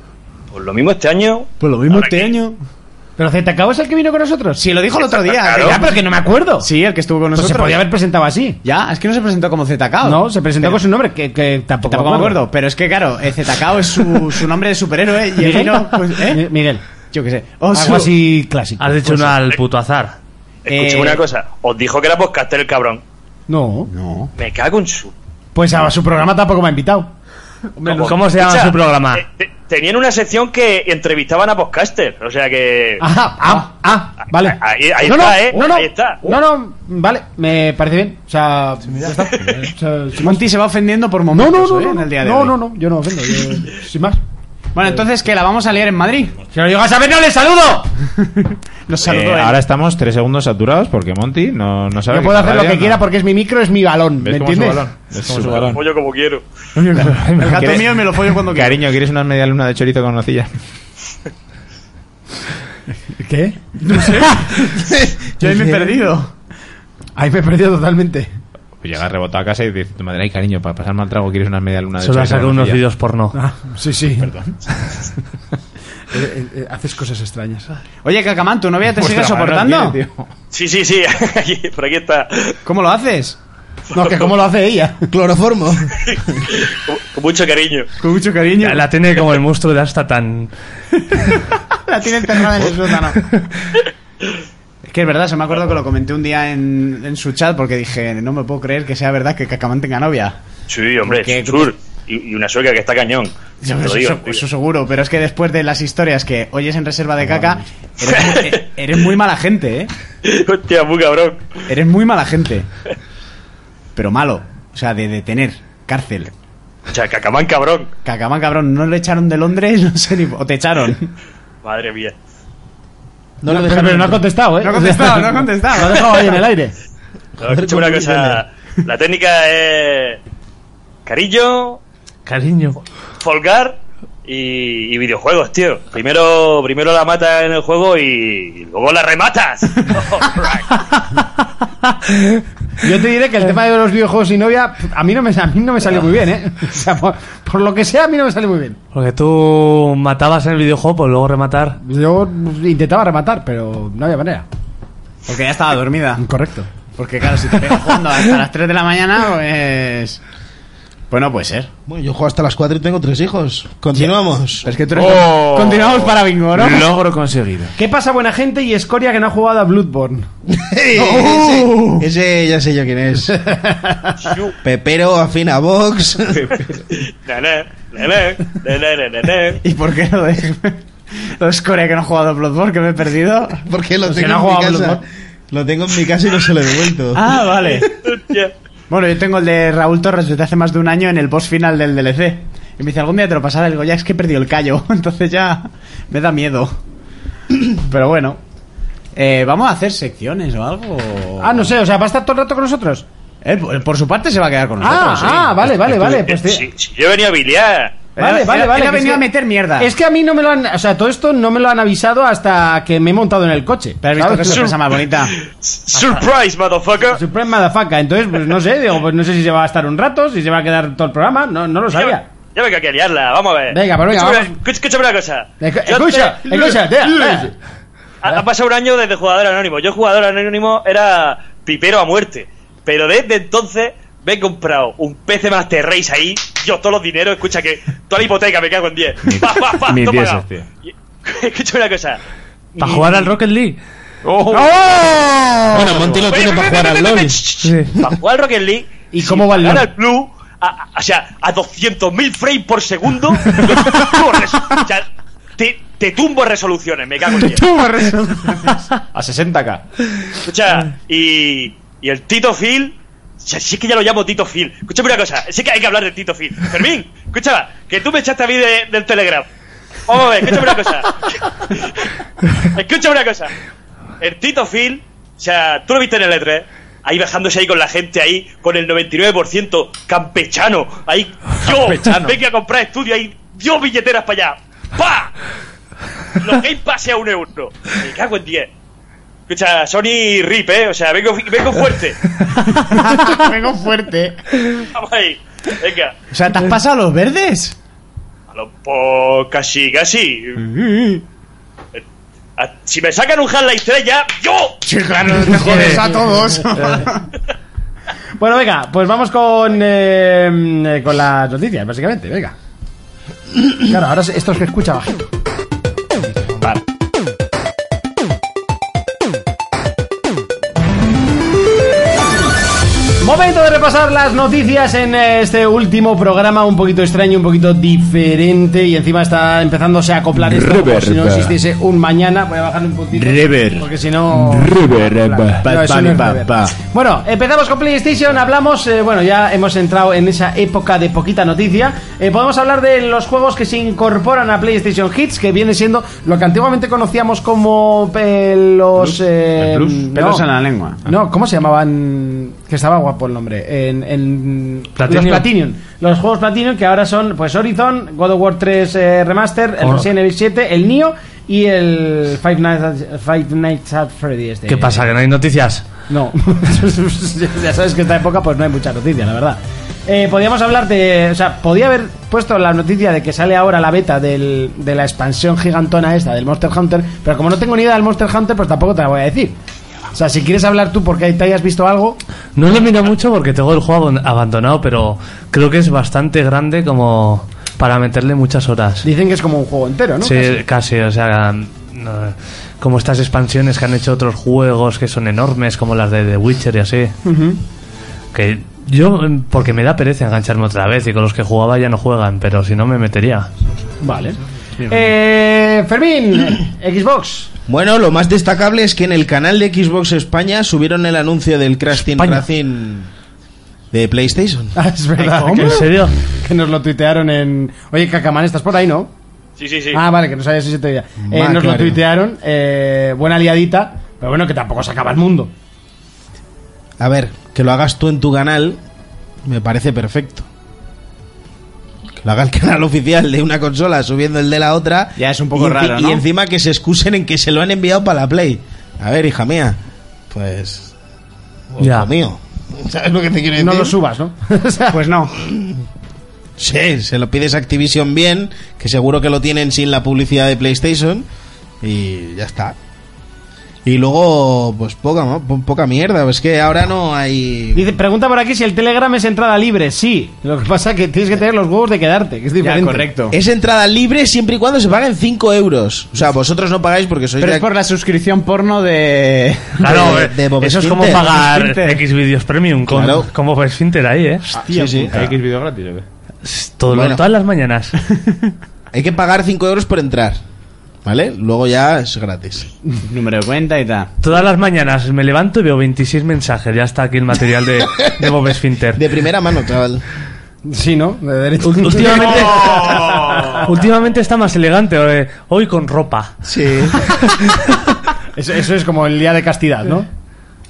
I: Pues lo mismo este año.
F: Pues lo
I: mismo este año.
C: ¿Pero ZKO es el que vino con nosotros?
F: Sí, lo dijo el otro día.
I: Claro.
C: Ah, pero que no me acuerdo.
F: Sí, el que estuvo con
C: Pues
F: nosotros.
C: se podía haber presentado así.
F: Ya, es que no se presentó como ZKO.
C: No, se presentó
F: Pero-
C: con su nombre, que, que tampoco,
F: Tampoco me acuerdo, pero es que claro, eh, ZKO es su, su nombre de superhéroe y el
C: Miguel,
F: vino, pues,
C: Mi-
F: ¿eh?
C: Miguel.
F: Yo qué sé. O su-
C: Algo así clásico.
H: Has dicho
C: Pues-
H: una al puto azar.
I: Escuché
F: Eh,
I: una cosa. Os dijo que era podcaster el cabrón.
C: No.
F: No.
I: Me cago en su.
C: Pues a su programa tampoco me ha invitado.
H: ¿Cómo se llama
I: Escucha,
H: su programa?
I: eh, te- tenían una sección que entrevistaban a podcaster. O sea que.
C: Ajá, ah, ah, vale.
I: Ahí- ahí
C: no,
I: está,
C: no,
I: ¿eh?
C: No, no,
I: Ahí está.
C: No, no, vale, me parece bien. O sea, ya está. O sea, sin más.
F: Monty se va ofendiendo por
C: no,
F: momentos
C: no, no,
F: eh,
C: no,
F: en el día de
C: no,
F: hoy.
C: no, no, yo no ofendo, yo- sin más.
F: Bueno, entonces que la vamos a liar en Madrid.
C: Si lo llegas a ver, no le saludo.
F: Nos
G: Eh,
F: saludó él.
G: ahora estamos tres segundos saturados porque Monty no, no sabe.
C: Yo puedo hacer lo que quiera
G: por
C: porque es mi micro, es mi balón, ¿me
G: ¿Ves cómo es su
C: entiendes?
G: balón? ¿Ves cómo es su balón?
I: Pollo como quiero.
F: El gato mío me lo follo cuando quiera.
G: Cariño, ¿quieres unas media luna de chorizo con nocilla?
C: ¿Qué?
F: Yo ahí me he perdido.
C: Ahí me he perdido totalmente.
G: Pues llega rebotado a casa y dice, tu madre, ay, cariño, para pasar mal trago, ¿quieres unas media luna de
H: Solo ha
G: chorizo
H: sacado
G: con
H: unos
G: nocilla?".
H: vídeos porno.
C: Ah, sí, sí. Perdón. Eh, haces cosas extrañas.
F: Oye, Cacamán, ¿tu novia te sigue
G: Vuestra madre
C: Pues
F: soportando?
G: no tiene, tío.
I: Sí, sí, sí. Aquí- por aquí está.
F: ¿Cómo lo haces?
C: No, que cómo lo hace ella.
E: Cloroformo.
I: Con, con mucho cariño.
F: Con mucho cariño.
H: Ya La tiene como el monstruo de hasta tan.
F: La tiene enterrada en el sótano. Es que es verdad, se me acuerdo que lo comenté un día en, en su chat porque dije, no me puedo creer que sea verdad que Cacamán tenga novia.
I: Sí, hombre,
F: Porque-
I: sur. Y, y una sueca que está cañón. Te lo
F: eso,
I: digo,
F: eso- eso seguro, pero es que después de las historias que oyes en reserva de caca, eres muy, e- eres muy mala gente, ¿eh?
I: Hostia, muy cabrón.
F: Eres muy mala gente. Pero malo, o sea, de detener, cárcel.
I: O sea, cacamán cabrón.
F: Cacamán, cabrón, no le echaron de Londres, no sé ni... O te echaron.
I: Madre mía.
E: No lo
C: Pero,
E: dejaron.
C: pero no ha contestado, ¿eh?
F: No ha contestado, no ha contestado.
C: Lo ha dejado ahí en el aire.
I: No, escúchame una cosa. La técnica es. Carillo,
H: Cariño.
I: folgar y, y videojuegos, tío. Primero, primero la mata en el juego y luego la rematas. Alright.
C: Yo te diré que el
E: Eh.
C: tema de los videojuegos y novia, a mí no me, a mí no me salió muy bien, ¿eh? O sea, por, por lo que sea, a mí no me salió muy bien.
H: Porque tú matabas en el videojuego por luego rematar.
C: Yo intentaba rematar, pero no había manera.
F: Porque ya estaba dormida.
C: Correcto.
F: Porque claro, si te pego jugando hasta las 3 de la mañana, pues... Pues no puede ser.
E: Bueno, yo juego hasta las 4 y tengo tres hijos. Continuamos.
F: Pero es que tú eres-
G: Oh.
C: Continuamos para bingo, ¿no?
G: Logro conseguido.
C: ¿Qué pasa, buena gente y escoria que no ha jugado a Bloodborne? ¡Oh!
E: ese, ese ya sé yo quién es. Pepero, afina Vox.
I: Na, na, na, na, na, na, na, na.
F: ¿Y por qué lo de... Los Corea que no han jugado a Bloodborne, que me he perdido?
E: Porque lo
C: Pues
E: tengo
C: que no ha
E: en mi
C: jugado
E: casa.
C: Bloodborne.
E: Lo tengo en mi casa y no se lo he devuelto.
F: Ah, vale.
I: Hostia.
F: Bueno, yo tengo el de Raúl Torres desde hace más de un año en el boss final del DLC. Y me dice, algún día te lo pasaré. Le digo, ya es que he perdido el callo. Entonces ya me da miedo. Pero bueno. Eh, ¿Vamos a hacer secciones o algo?
C: Ah, no sé, o sea, ¿va a estar todo el rato con nosotros?
F: Él, por- por su parte se va a quedar con
C: Ah,
F: nosotros.
C: ah, vale, vale, vale.
I: Eh,
C: Pues te-
I: si, si yo venía a biliar.
C: Vale,
F: Él-
C: vale,
F: él
C: vale.
F: ha
C: que
F: venido
C: es que-
F: a meter mierda.
C: Es que a mí no me lo han. O sea, todo esto no me lo han avisado hasta que me he montado en el coche.
F: Pero has visto
C: ¿sabes?
F: qué sorpresa más bonita.
I: Surprise, motherfucker.
C: Supreme motherfucker. Entonces, pues no sé, digo, pues no sé si se va a estar un rato, si se va a quedar todo el programa, no, no lo
I: Ya,
C: sabía.
I: me- ya me caqué a liarla, vamos a ver.
C: Venga, pero venga,
I: Escúchame,
C: vamos.
I: escucha- escúchame una cosa.
C: Escu-
I: Yo
C: Escucha,
I: te-
C: escucha, tía, tía.
I: Ha, ha pasado un año desde jugador anónimo. Yo jugador anónimo era pipero a muerte. Pero desde entonces me he comprado un PC Master Race ahí. Yo todos los dineros, escucha que toda la hipoteca me cago en 10. Pa, pa, pa,
G: mis
I: todo
G: dieces,
I: pagado.
G: tío.
I: Y- Escúchame una cosa.
H: Para jugar al Rocket League.
E: Bueno, Monty lo tiene para jugar al LOL.
I: Para jugar al Rocket League.
C: ¿Y cómo va el
I: Ahora
C: LOL?
I: el Blue, a- a- o sea, a 200.000 frames por segundo, yo te tumbo res- o sea, te, te tumbo resoluciones, me cago en diez.
G: A 60k.
I: Escucha, y, y el Tito Phil. o sea, Si es que ya lo llamo Tito Phil. Escúchame una cosa, sí que hay que hablar de Tito Phil. Fermín, escucha, que tú me echaste a mí de- del Telegram. Vamos a ver, escúchame una cosa. escúchame una cosa. El Tito Phil, o sea, tú lo viste en el E3, ahí bajándose ahí con la gente ahí, con el 99% campechano. Ahí, yo, venga a comprar estudio ahí, yo billeteras para allá. ¡Pa! Los Game Pass a un euro. Me cago en 10. Escucha, Sony Rip, ¿eh? O sea, vengo, vengo fuerte.
F: Vengo fuerte.
I: Vamos ahí. Venga.
F: O sea, ¿te has pasado a los verdes?
I: A lo po... casi, casi. A- Si me sacan un Half-Life 3 ya... ¡Yo!
F: Te jodes a todos.
C: Bueno, venga, pues vamos con, eh, eh, con las noticias, básicamente, venga. Claro, ahora esto es que escucha bajito. Momento de repasar las noticias en eh, este último programa, un poquito extraño, un poquito diferente y encima está empezándose a acoplar esto como si no
G: Reverba.
C: existiese un mañana. Voy a bajar un puntito.
G: Rever.
C: Porque si no...
G: Reverba.
C: No, eso
G: Bad
C: no es
G: Bunny,
C: rever.
G: bad, bad.
C: Bueno, empezamos con PlayStation, hablamos, eh, bueno, ya hemos entrado en esa época de poquita noticia. Eh, podemos hablar de los juegos que se incorporan a PlayStation Hits, que viene siendo lo que antiguamente conocíamos como pelos... eh,
G: ¿El plus?
C: no.
F: Pelos en la lengua.
C: No, ¿cómo se llamaban? Que estaba guapo el nombre. En, en-
H: Platinum.
C: Los Platinum. Los juegos Platinum que ahora son pues Horizon, God of War 3 eh, Remaster, el
H: Oh.
C: Resident Evil 7, el Nio y el Five Nights at, Five Nights at Freddy's. de-
H: ¿Qué pasa? ¿Que no hay noticias?
C: no, ya sabes que esta época pues no hay mucha noticia, la verdad. Eh, podíamos hablar de, o sea, podía haber puesto la noticia de que sale ahora la beta del- de la expansión gigantona esta del Monster Hunter, pero como no tengo ni idea del Monster Hunter, pues tampoco te la voy a decir. O sea, si quieres hablar tú porque te hayas visto algo,
H: No lo miro mucho porque tengo el juego abon- abandonado, pero creo que es bastante grande como para meterle muchas horas.
C: dicen que es como un juego entero, ¿no?
H: sí, casi. o sea, mm, no, como estas expansiones que han hecho otros juegos que son enormes, como las de The Witcher y así.
C: Ujú.
H: Que yo, mm, porque me da pereza engancharme otra vez y con los que jugaba ya no juegan, pero si no me metería.
C: Vale. Eh, Fermín, Xbox.
E: Bueno, lo más destacable es que en el canal de Xbox España subieron el anuncio del Crash Team
C: España.
E: Racing de PlayStation.
C: Ah, es verdad.
H: ¿Cómo? ¿En serio?
C: Que nos lo tuitearon en. Oye, Cacamán, estás por ahí, ¿no?
I: Sí, sí, sí.
C: Ah, vale, que no sabía si se te veía.
F: Mm,
C: Eh,
E: Va,
C: nos lo
E: claro.
C: tuitearon. eh, buena liadita. Pero bueno, que tampoco se acaba el mundo.
E: A ver, que lo hagas tú en tu canal me parece perfecto. Que lo haga el canal oficial de una consola subiendo el de la otra.
F: Ya es un poco
E: y enci-
F: raro, ¿no?
E: Y encima que se excusen en que se lo han enviado para la Play. A ver, hija mía, pues... ojo
H: Ya.
E: mío. ¿Sabes lo que te quiero decir?
C: No lo subas, ¿no? O sea,
F: Eh, Pues no.
E: Sí, se lo pides a Activision bien, que seguro que lo tienen sin la publicidad de PlayStation y ya está. Y luego, pues poca, ¿no? Po- poca mierda, es que ahora no hay...
C: Dice, pregunta por aquí si el Telegram es entrada libre. Sí. Lo que pasa es que tienes que tener los huevos de quedarte, que es diferente.
F: correcto.
E: Es entrada libre siempre y cuando se paguen 5 euros. O sea, vosotros no pagáis porque sois...
F: Pero
E: de-
F: es por la suscripción porno de.
H: Claro,
E: De-
H: eh,
E: de Bob
H: eso es como
E: Esfinter.
H: pagar
F: Bob Esfinter. Ah.
H: X Videos Premium, con,
E: Claro.
H: como Bob Esfinter ahí, ¿eh?
E: Sí, sí.
G: ¿Hay X video gratis o qué?
H: Todo lo-
E: Bueno.
H: Todas las mañanas.
E: Hay que pagar 5 euros por entrar. ¿Vale? Luego ya es gratis.
F: Número de cuenta y tal.
H: Todas las mañanas me levanto y veo 26 mensajes. Ya está aquí el material de, de Bob Esfinter.
E: De primera mano, chaval.
C: Sí, ¿no? De derecho.
H: Últimamente, últimamente está más elegante. eh, hoy con ropa.
E: Sí.
C: Eso, eso es como el día de castidad, ¿no?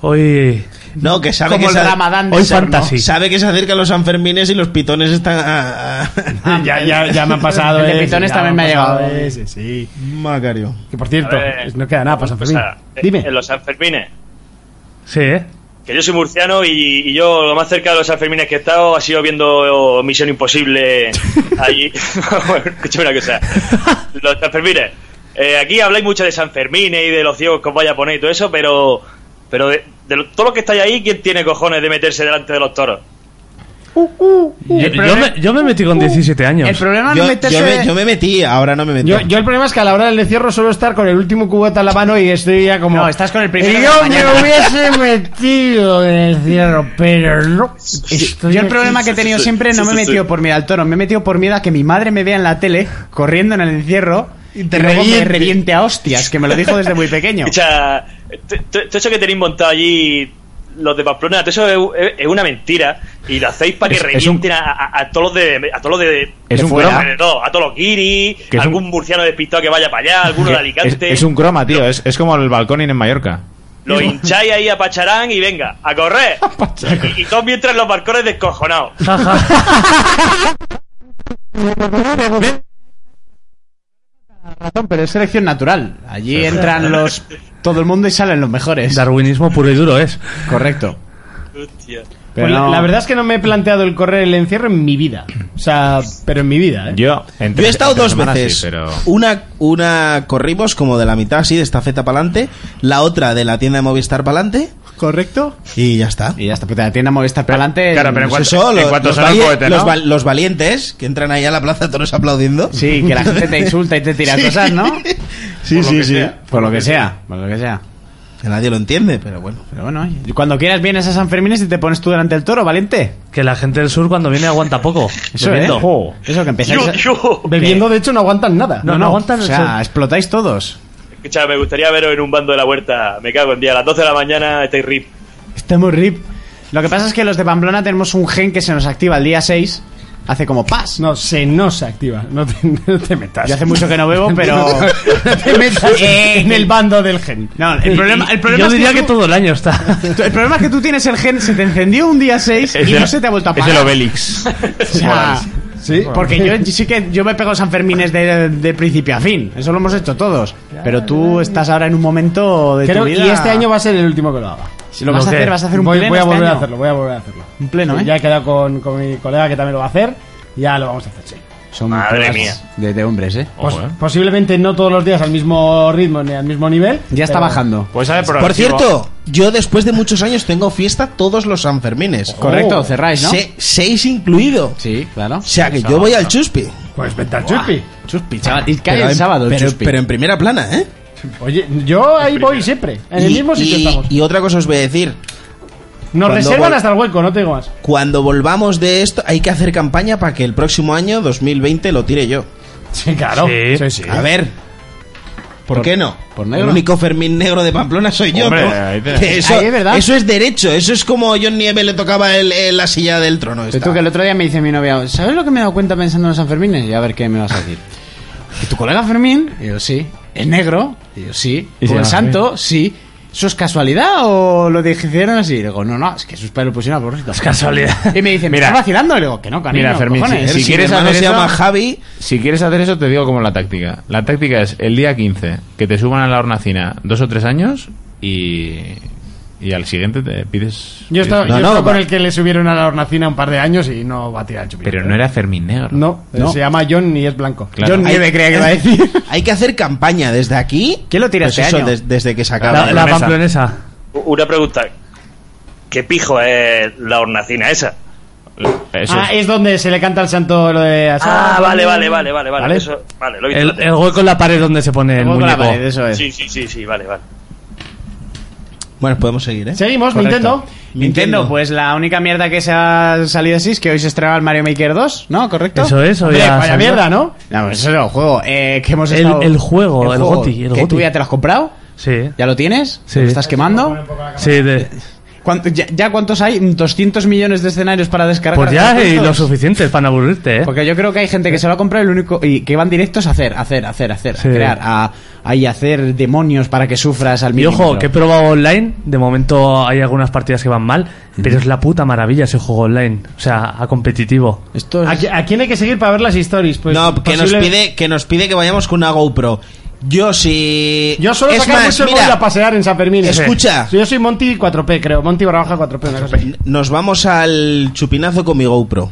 H: Hoy.
E: No, que sabe
F: Como
E: que
F: el
E: se-
F: Ramadán de
H: Hoy
F: Sarno.
H: fantasy.
E: Sabe que se acercan los Sanfermines y los pitones están... ah, ah, ah.
C: ya, ya, ya me han pasado.
F: El de
C: ese,
F: Pitones
C: ya
F: también me ha
C: han pasado
F: llegado. eh.
C: ese, sí.
E: Macario.
C: Que por cierto,
I: A ver,
C: no queda nada para San
I: o
C: Fermín.
I: sea, eh,
C: Dime.
I: En los Sanfermines.
H: Sí, ¿eh?
I: Que yo soy murciano y, y yo lo más cerca de los Sanfermines que he estado ha sido viendo Misión Imposible allí. Bueno, Escúchame una cosa. Los Sanfermines. Eh, aquí habláis mucho de Sanfermines y de los ciegos que os vaya a poner y todo eso, pero pero de, de lo- todo lo que estáis ahí, ¿quién tiene cojones de meterse delante de los toros?
F: Uh,
H: Yo, yo me, yo me metí con 17 años.
F: El problema no
E: Yo,
F: es meterse.
E: yo me, yo me metí, ahora no me metí.
C: Yo, yo el problema es que a la hora del encierro suelo estar con el último cubata en la mano y estoy ya como...
F: No, estás con el primero de
C: Yo
F: la
C: me
F: mañana.
C: hubiese metido en el encierro, pero no. Estoy
F: Yo el
C: aquí.
F: problema que he tenido siempre no me he metido por miedo al toro, me he metido por miedo a que mi madre me vea en la tele corriendo en el encierro y,
E: te
F: luego me
E: reviente.
F: reviente a hostias, que me lo dijo desde muy pequeño.
I: O sea, t- t- todo eso que tenéis montado allí, los de Pamplona, todo eso es, es una mentira y lo hacéis para que
G: Es- es
I: revienten a, a- a todos los de a todos los de,
G: Es
I: de
G: un
I: fuera,
G: croma.
I: alrededor, a todos los guiris,
G: Que es un-
I: algún murciano despistado que vaya para allá, alguno de Alicante.
G: Es, es un croma, tío. Es, es como el balcón en Mallorca.
I: Lo hincháis ahí a Pacharán y venga, a correr. y, y todos mientras los balcones descojonados.
F: Razón, pero es selección natural. Allí entran los todo el mundo y salen los mejores.
H: Darwinismo puro y duro es.
F: Correcto.
I: Hostia.
F: Pero
C: Pues la-
F: no.
C: la, verdad es que no me he planteado el correr el encierro en mi vida. O sea, pero en mi vida, ¿eh?
G: Yo, en
E: Yo
G: tres-
E: he estado
G: en tres
E: dos
G: semanas sí,
E: veces.
G: pero...
E: Una, una corrimos como de la mitad, así, de estafeta para adelante. La otra de la tienda de Movistar para adelante.
F: ¿Correcto?
E: Y ya está.
F: Y ya está, puta, la tienda Movistar para adelante.
G: Claro, pero en
E: Pues
G: cuanto-
E: eso,
G: en
E: los,
G: cuanto
E: los
G: suena el
E: valie-
G: cohete, ¿no?
E: los val- los valientes que entran ahí a la plaza todos aplaudiendo.
F: Sí, que la gente te insulta y te tira cosas, ¿no?
E: sí, sí. sí.
F: Por lo que sea, por lo que sea.
E: Que nadie lo entiende, pero bueno.
F: Pero bueno, oye, cuando quieras vienes a San Fermín y te pones tú delante del toro, valiente.
H: Que la gente del sur cuando viene aguanta poco.
F: Eso, ¿eh?
H: Bebiendo.
F: Eso que empezáis
I: Yo,
F: a...
I: yo.
C: Bebiendo, de hecho, no aguantan nada.
H: No, no, aguantan.
F: O sea, explotáis todos.
I: Escucha, me gustaría veros en un bando de la huerta. Me cago en día. A las 12 de la mañana estáis rip.
F: Estamos rip. Lo que pasa es que los de Pamplona tenemos un gen que se nos activa el día 6. Hace como paz.
C: No, se nos activa. No te, no te metas.
F: Yo hace mucho que no bebo, pero...
C: No te metas en el bando del gen.
F: No, el problema, el problema
H: yo
F: es
H: diría que,
F: tú-
H: todo el año está.
F: tú- El problema es que tú tienes el gen, se te encendió un día 6 y no se te ha vuelto a
G: Es
F: apagar.
G: el Obelix.
F: O sea,
C: Sí,
F: porque yo sí que yo me pego San Fermines de, de principio a fin. Eso lo hemos hecho todos. Pero tú estás ahora en un momento de
C: Creo-
F: tu vida.
C: y este año va a ser el último que lo haga.
F: Si lo vas
H: ¿Lo
F: a
H: qué?
F: hacer, vas a hacer un
C: voy,
F: pleno
C: voy a
F: este
C: volver a
F: año.
C: hacerlo, voy a volver a hacerlo.
F: Un pleno, ¿eh?
C: Ya he quedado con, con mi colega que también lo va a hacer. Ya lo vamos a hacer, sí.
F: Son
I: Madre
F: pruebas
I: mía.
F: De, de hombres, ¿eh?
G: Ojo,
C: Pos-
G: eh.
C: Posiblemente no todos los días al mismo ritmo ni al mismo nivel.
F: Ya está
C: pero-
F: bajando.
G: Pues sabe
E: Por cierto, yo después de muchos años tengo fiesta todos los Sanfermines.
F: Correcto, cerráis, ¿no?
E: Se- seis incluido.
F: Sí, claro.
E: O sea que yo voy al Chuspi.
D: Pues vente al Chuspi.
F: Chuspi, chaval. Y cae
E: Pero
F: el
E: en-
F: sábado el
E: pero,
F: chuspi.
E: pero en primera plana, ¿eh?
C: Oye, yo ahí voy siempre. En el mismo sitio estamos.
E: y otra cosa os voy a decir.
C: Nos
E: cuando
C: reservan
E: vol-
C: hasta el hueco, no te digo más.
E: Cuando volvamos de esto, hay que hacer campaña para que el próximo año, 2020, lo tire yo.
C: Sí, claro.
H: Sí.
C: Sí, sí.
E: A ver. ¿Por, qué no?
F: por negro.
E: El único Fermín negro de Pamplona soy yo.
G: Hombre,
E: ¿no?
G: ahí tenés.
E: Que eso,
F: Ahí es verdad.
E: eso es derecho. Eso es como John Nieve le tocaba el- el- la silla del trono. esta.
F: Pero tú que el otro día me dice mi novia, ¿sabes lo que me he dado cuenta pensando en los Sanfermines? Y a ver qué me vas a decir. ¿Que tu colega Fermín? Y yo, sí. ¿Es negro? Y yo, sí.
H: Y se
F: ¿Como el
H: llama
F: santo? Sí. ¿Eso es casualidad o lo dijeron así? Y digo, no, no, es que sus padres lo pusieron a propósito.
H: Es casualidad.
F: Y me dicen, ¿me
G: Mira.
F: estás vacilando? Y le digo, que no, cariño.
G: Mira, Fermín,
F: cojones".
G: si
E: Si
G: quieres
E: mi hermano
G: hacer
E: se
G: eso-
E: llama Javi,
G: Si quieres hacer eso, te digo como la táctica. La táctica es el día 15, que te suban a la hornacina dos o tres años y. Y al siguiente te pides.
C: Yo estaba,
G: pides-
C: yo
E: no,
C: estaba con
E: va.
C: el que le subieron a la hornacina un par de años y no va a tirar el chupito.
G: Pero no era Fermín Negro.
C: No, se llama John y es blanco.
G: Claro.
F: John
E: Ahí-
F: Nieve creía que iba a decir.
E: hay que hacer campaña desde aquí.
F: ¿Quién lo tira
E: Pues
F: este
E: eso,
F: año?
E: des- desde que se acaba.
H: La, la
G: Pamplonesa.
H: pamplonesa.
I: Una pregunta. ¿Qué pijo es la hornacina esa?
G: Eso
C: Ah,
G: es.
C: es donde se le canta al santo lo de...
I: Ah, vale, vale, vale, vale, vale. Eso, vale, lo he
H: El,
I: visto.
H: el hueco en la pared donde se pone el
F: Pongo la
H: muñeco.
F: pared, eso es.
I: Sí, sí, sí, sí, vale, vale.
E: Bueno, podemos seguir, ¿eh?
C: Seguimos,
H: Correcto.
C: Nintendo.
F: Nintendo, pues la única mierda que se ha salido así es que hoy se estrenaba el Mario Maker 2, ¿no? ¿Correcto?
H: Eso es, hoy
F: Hombre,
H: ha
F: vaya
H: salido.
F: mierda, ¿no? No, pues eso es el juego. Eh, que hemos
H: El-
F: estado-
H: el juego, el goti, el
F: ¿Que
H: goti.
F: tú ya te lo has comprado?
H: Sí.
F: ¿Ya lo tienes?
H: Sí.
F: ¿Lo estás quemando?
H: Sí, de-
F: ¿Cuánto- ya, ya cuántos hay? 200 millones de escenarios para descargar.
H: pues ya
F: ¿Cuántos?
H: y lo suficiente para no aburrirte, ¿eh?
F: Porque yo creo que hay gente que se lo ha comprado y, lo único, y que van directos a hacer, a hacer, a hacer, a hacer,
H: Sí.
F: a crear, a, a- y hacer demonios para que sufras al
H: Y
F: mismo
H: ojo, que he probado online, de momento hay algunas partidas que van mal, pero es la puta maravilla ese juego online, o sea, a competitivo.
F: Esto es-
C: ¿A, qui- a quién hay que seguir para ver las stories? Pues
E: no, que nos,
C: posible-
E: pide, que nos pide que vayamos con una GoPro. Yo si...
C: Yo solo
E: es
C: sacar
E: más,
C: mucho el
E: mira,
C: móvil a pasear en San Fermín. eh.
E: Escucha.
C: Yo soy Monty 4P, creo. Monty barra baja 4P, una cosa así.
E: Nos vamos al chupinazo con mi GoPro.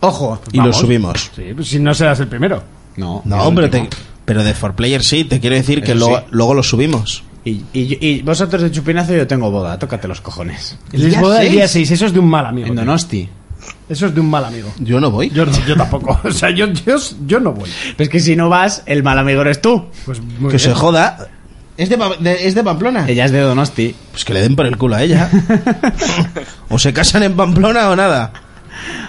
F: ojo.
E: Y lo subimos.
C: Sí, pues si no serás el primero.
F: No,
E: No, hombre, te- pero de For Player sí, te quiero decir que
F: Eso
E: luego,
F: sí.
E: luego lo subimos.
F: Y, y- y vosotros de chupinazo yo tengo boda, tócate los cojones.
C: El día,
E: seis?
C: el día 6, eso es de un mal amigo.
F: En Donosti.
C: Eso es de un mal amigo.
E: Yo no voy.
C: Yo, no- yo tampoco. O sea, yo, yo, yo no voy.
F: Pero es que si no vas, el mal amigo eres tú.
C: Pues muy
E: que
C: bien.
F: ¿eh?
E: se joda. ¿Es de, Pa- de- es de Pamplona?
F: Ella es de Donosti.
E: Pues que le den por el culo a ella. o se casan en Pamplona o nada.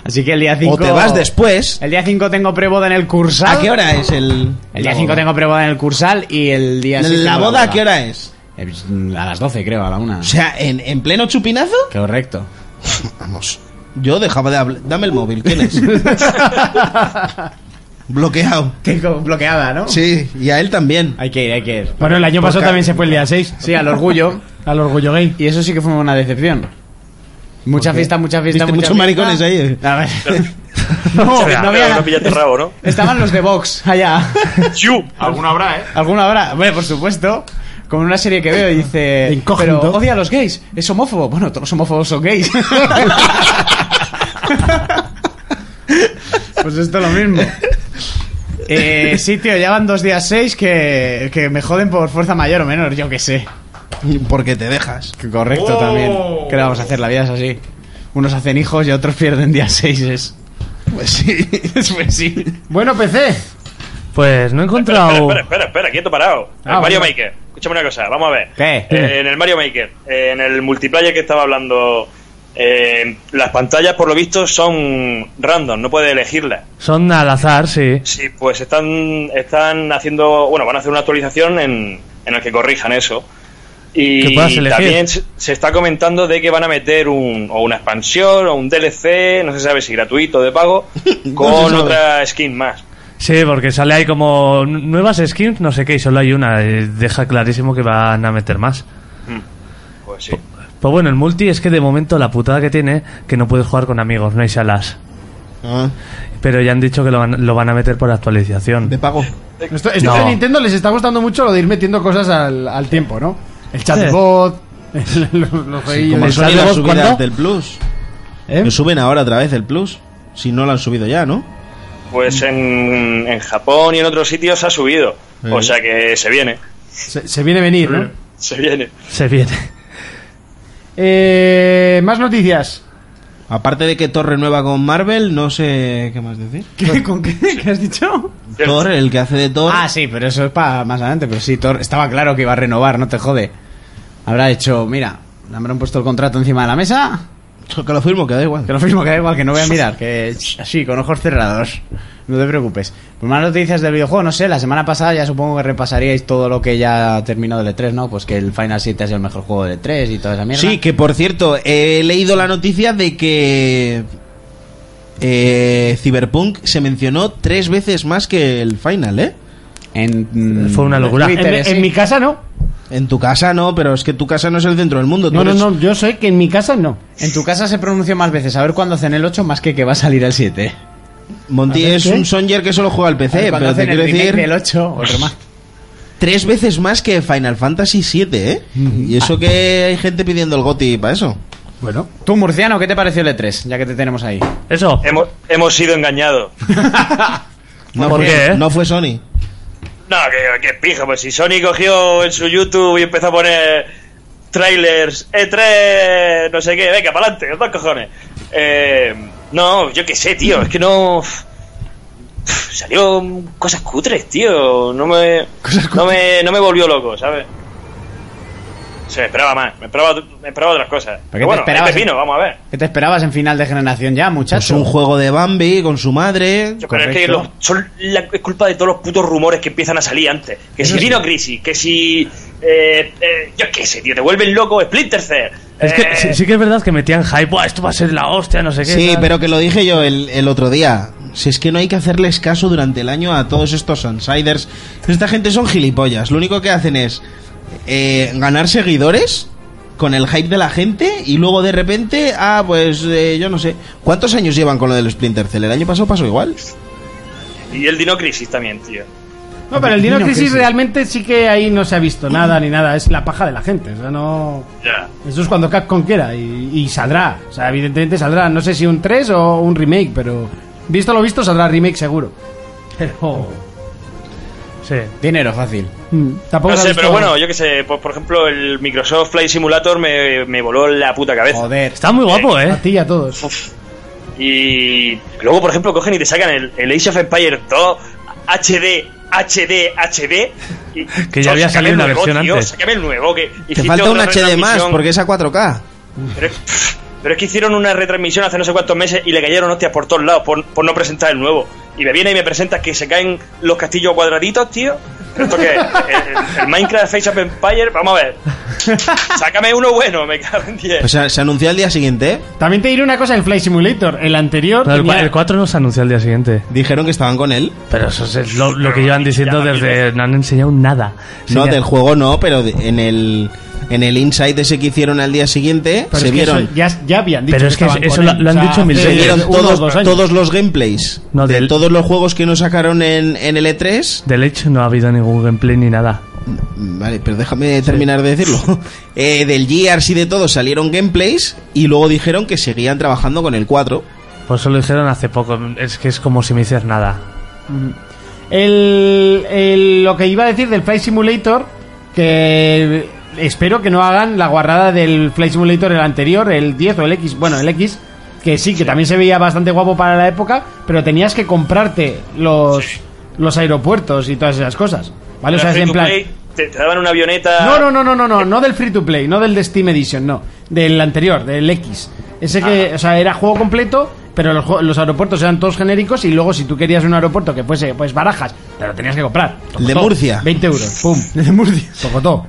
F: Así que el día 5...
E: O te vas después.
F: El día 5 tengo preboda en el cursal.
E: ¿A qué hora es el...?
F: El día 5 tengo preboda en el cursal y el día 6...
E: ¿La boda a qué hora es?
F: Eh, pues, A las 12 creo, a la 1.
E: O sea, ¿en, en pleno chupinazo?
F: Correcto.
E: Vamos. Yo dejaba de hablar. Dame el móvil, ¿quién es? Bloqueado.
F: Que co- bloqueada, ¿no?
E: Sí, y a él también.
F: Hay que ir, hay que ir.
C: Bueno, el año pasado también se fue el día 6.
F: Sí, al orgullo.
C: Al orgullo gay.
F: Y eso sí que fue una decepción. Mucha fiesta, mucha fiesta,
E: Viste
F: mucha
E: muchos
F: fiesta.
E: maricones ahí, eh.
F: A ver. no, no había...
I: no pillate rabo, ¿no?
F: Estaban los de Vox allá.
I: Yu.
G: Alguno habrá, ¿eh?
F: ¿Alguna habrá? Hombre, por supuesto. Como en una serie que veo y dice...
C: Incógnito.
F: Pero odia a los gays. Es homófobo. Bueno, todos los homófobos son gays. pues esto es lo mismo. Eh, sí, tío, ya van dos días seis que, que me joden por fuerza mayor o menor, yo que sé.
E: Porque te dejas.
F: Que Correcto también. ¿Qué le vamos a hacer? La vida es así. Unos hacen hijos y otros pierden día seis. Es... Pues sí. pues sí.
C: Bueno, PC.
H: Pues no he
I: Espera,
H: encontrado...
I: espera, espera, espera, quieto parado.
C: Ah,
I: el Mario
C: bueno.
I: Maker. Escúchame una cosa, vamos a ver.
F: ¿Qué?
I: Eh, en el Mario Maker, eh, en el multiplayer que estaba hablando, eh, las pantallas por lo visto son random, no puedes elegirlas.
H: Son al azar, sí.
I: Sí, pues están, están haciendo, bueno, van a hacer una actualización en, en el que corrijan eso.
H: Que
I: Y
H: puedas elegir.
I: también se se está comentando de que van a meter un, o una expansión o un DLC, no se sabe si gratuito o de pago, con
E: sabe.
I: otra skin más.
H: Sí, porque sale ahí como n- nuevas skins, no sé qué, y solo hay una. eh, Deja clarísimo que van a meter más.
I: Pues sí.
H: Pues bueno, el multi es que de momento la putada que tiene que no puedes jugar con amigos, no hay salas.
E: Ah,
H: Pero ya han dicho que lo van, lo van a meter por actualización.
E: de pago.
C: Esto, esto
H: No.
C: de Nintendo les está gustando mucho lo de ir metiendo cosas al, al tiempo, ¿no? El chatbot, el- los, los jueguillos.
E: Como
H: ¿El
E: son
H: saldo
E: las
H: vos
E: subidas
H: cuándo?
E: del Plus.
C: ¿Eh?
E: Lo suben ahora otra vez el Plus. Si no lo han subido ya, ¿no?
I: Pues en, en Japón y en otros sitios ha subido. O sea que se viene.
C: Se, se viene a venir, ¿no?
I: Se viene.
H: Se viene.
C: Eh, más noticias.
E: Aparte de que Thor renueva con Marvel, no sé qué más decir.
F: ¿Qué, ¿Con qué? ¿Qué has dicho?
E: Thor, el que hace de Thor.
F: Ah, sí, pero eso es para más adelante. Pero sí, Thor estaba claro que iba a renovar, no te jode. Habrá hecho, mira, le habrán puesto el contrato encima de la mesa.
E: Que lo firmo, que da igual.
F: Que lo firmo, que da igual, que no voy a mirar, que ch, así, con ojos cerrados. No te preocupes. Pues más noticias del videojuego, no sé, la semana pasada ya supongo que repasaríais todo lo que ya terminó del E3, ¿no? Pues que el Final 7 ha sido el mejor juego del E3 y toda esa mierda.
E: Sí, que por cierto, eh, he leído la noticia de que eh, Cyberpunk se mencionó tres veces más que el Final, ¿eh?
F: En,
H: Fue una locura.
C: En,
H: Twitter,
C: en mi casa no.
E: En tu casa no, pero es que tu casa no es el centro del mundo. tú
C: No, no,
E: eres-
C: no, yo sé que en mi casa no.
F: En tu casa se pronunció más veces, a ver cuándo hacen el 8 más que que va a salir el 7.
E: Monty
C: A ver,
E: es
C: ¿qué?
E: un Songer que solo juega al
F: A ver
E: PC,
F: cuándo
E: pero te
F: hacen el
E: quiero
F: remake
E: decir
F: del 8 otro más.
E: tres veces más que Final Fantasy VII, ¿eh? Y eso que hay gente pidiendo el GOTI para eso.
C: Bueno,
F: Tú, Murciano, ¿qué te pareció el E3? Ya que te tenemos ahí.
H: Eso.
I: Hemos, hemos sido engañados.
E: No,
H: ¿Por
E: fue,
H: qué, eh?
E: no fue Sony.
I: No, que, que pija, pues si Sony cogió en su YouTube y empezó a poner trailers E3, no sé qué, venga, para adelante, los dos cojones. Eh, no, yo qué sé, tío, es que no. Salió cosas cutres, tío. No me, No me, no me volvió loco, ¿sabes? Se me esperaba más, me esperaba, me esperaba otras cosas.
F: ¿Pero qué te
I: Pero bueno,
F: esperabas?
I: este vino, vamos a ver.
F: ¿Qué te esperabas en final de generación
E: Es
F: ya,
C: Pues
F: muchacho?
E: un juego de Bambi con su madre.
I: Yo creo que los- son la, es culpa de todos los putos rumores que empiezan a salir antes. Que si Dino Crisis, que si. eh, eh, yo qué sé, tío, te vuelven loco Splinter Cell.
H: Es
I: eh,
H: que sí, sí que es verdad que metían hype. Buah, esto va a ser la hostia, no sé qué.
E: Sí,
H: tal.
E: pero que lo dije yo el, el otro día. Si es que no hay que hacerles caso durante el año a todos estos outsiders. Esta gente son gilipollas. Lo único que hacen es eh, ganar seguidores con el hype de la gente y luego de repente, ah, pues eh, yo no sé. ¿Cuántos años llevan con lo del Splinter Cell? ¿El año pasado pasó igual?
I: Y el Dino Crisis también, tío.
C: No, pero el Dino
F: Dino
C: Crisis
F: Crisis.
C: realmente sí que ahí no se ha visto nada ni nada. Es la paja de la gente. O sea, no.
I: Ya.
C: Eso es cuando Capcom quiera y, y saldrá. O sea, evidentemente saldrá. No sé si un 3 o un remake, pero visto lo visto saldrá remake seguro. Pero.
H: Sí.
F: Dinero fácil.
C: mm, tampoco
I: No
C: se ha
I: sé,
C: visto-
I: pero bueno, yo qué sé, pues, por ejemplo, el Microsoft Flight Simulator me, me voló la puta cabeza.
F: Joder.
H: Está muy guapo,
C: A
H: ¿eh?
C: ti y a todos.
I: Y luego, por ejemplo, cogen y te sacan el, el Age of Empires 2 HD, HD, HD. y-
H: Que ya
I: Oh,
H: había salido
I: sácame el
H: una
I: nuevo,
H: versión
I: tío,
H: antes.
I: sácame el nuevo. Que
E: Te
I: hiciste
E: falta un
I: otra
E: HD más
I: retransmisión.
E: porque es a 4K.
I: Pero, es- pero es que hicieron una retransmisión hace no sé cuántos meses y le cayeron hostias por todos lados por, por no presentar el nuevo. Y me viene y me presentas que se caen los castillos cuadraditos, tío. ¿Pero esto qué es? ¿El, el- el Minecraft Face of Empire? Vamos a ver. Sácame uno bueno, me cago en 10.
E: Pues se, se anunció al día siguiente. ¿eh?
C: También te diré una cosa: el Flight Simulator, el anterior.
H: Pero el, cua-
C: tenía-
H: el 4 no se anunció al día siguente.
E: Dijeron que estaban con él.
H: Pero eso es lo, lo que llevan diciendo
I: Ya,
H: desde. No han enseñado nada.
E: No,
H: Enseñan-
E: del juego no, pero de- en el en el insight ese que hicieron al día siguiente
C: pero
E: se
C: es que
E: vieron
C: eso ya, ya habían dicho.
H: Pero es que
C: estaban
H: eso
C: con
H: lo-
C: él.
H: lo han
C: O sea,
H: dicho mil
C: hace
E: Se
H: veces.
E: vieron
C: uno o
E: todos,
C: dos años.
E: todos los gameplays
H: No,
E: de
H: del-
E: todos los juegos que nos sacaron en, en el E E3.
H: Del hecho no ha habido ningún gameplay ni nada.
E: Vale, pero déjame terminar de decirlo. Eh, del Gears y de todos salieron gameplays y luego dijeron que seguían trabajando con el 4.
H: Por eso lo dijeron hace poco. Es que es como si me hicieras nada.
C: El, el- lo que iba a decir del Flight Simulator, que espero que no hagan la guarrada del Flight Simulator el anterior, el 10 o el X, bueno, el X, que sí, que también se veía bastante guapo para la época, pero tenías que comprarte los, los aeropuertos y todas esas cosas. ¿Vale? O sea, es en plan...
I: te, te daban una avioneta.
C: No, no, no, no, no, no, no del free to play, no del de Steam Edition, no, del anterior, del X. Ese que, o sea, era juego completo, pero los, jue- los aeropuertos eran todos genéricos y luego si tú querías un aeropuerto que fuese, pues barajas, te lo tenías que comprar.
E: El de
C: Tocotó,
E: Murcia.
C: 20 euros, pum. De Murcia. Tocotó.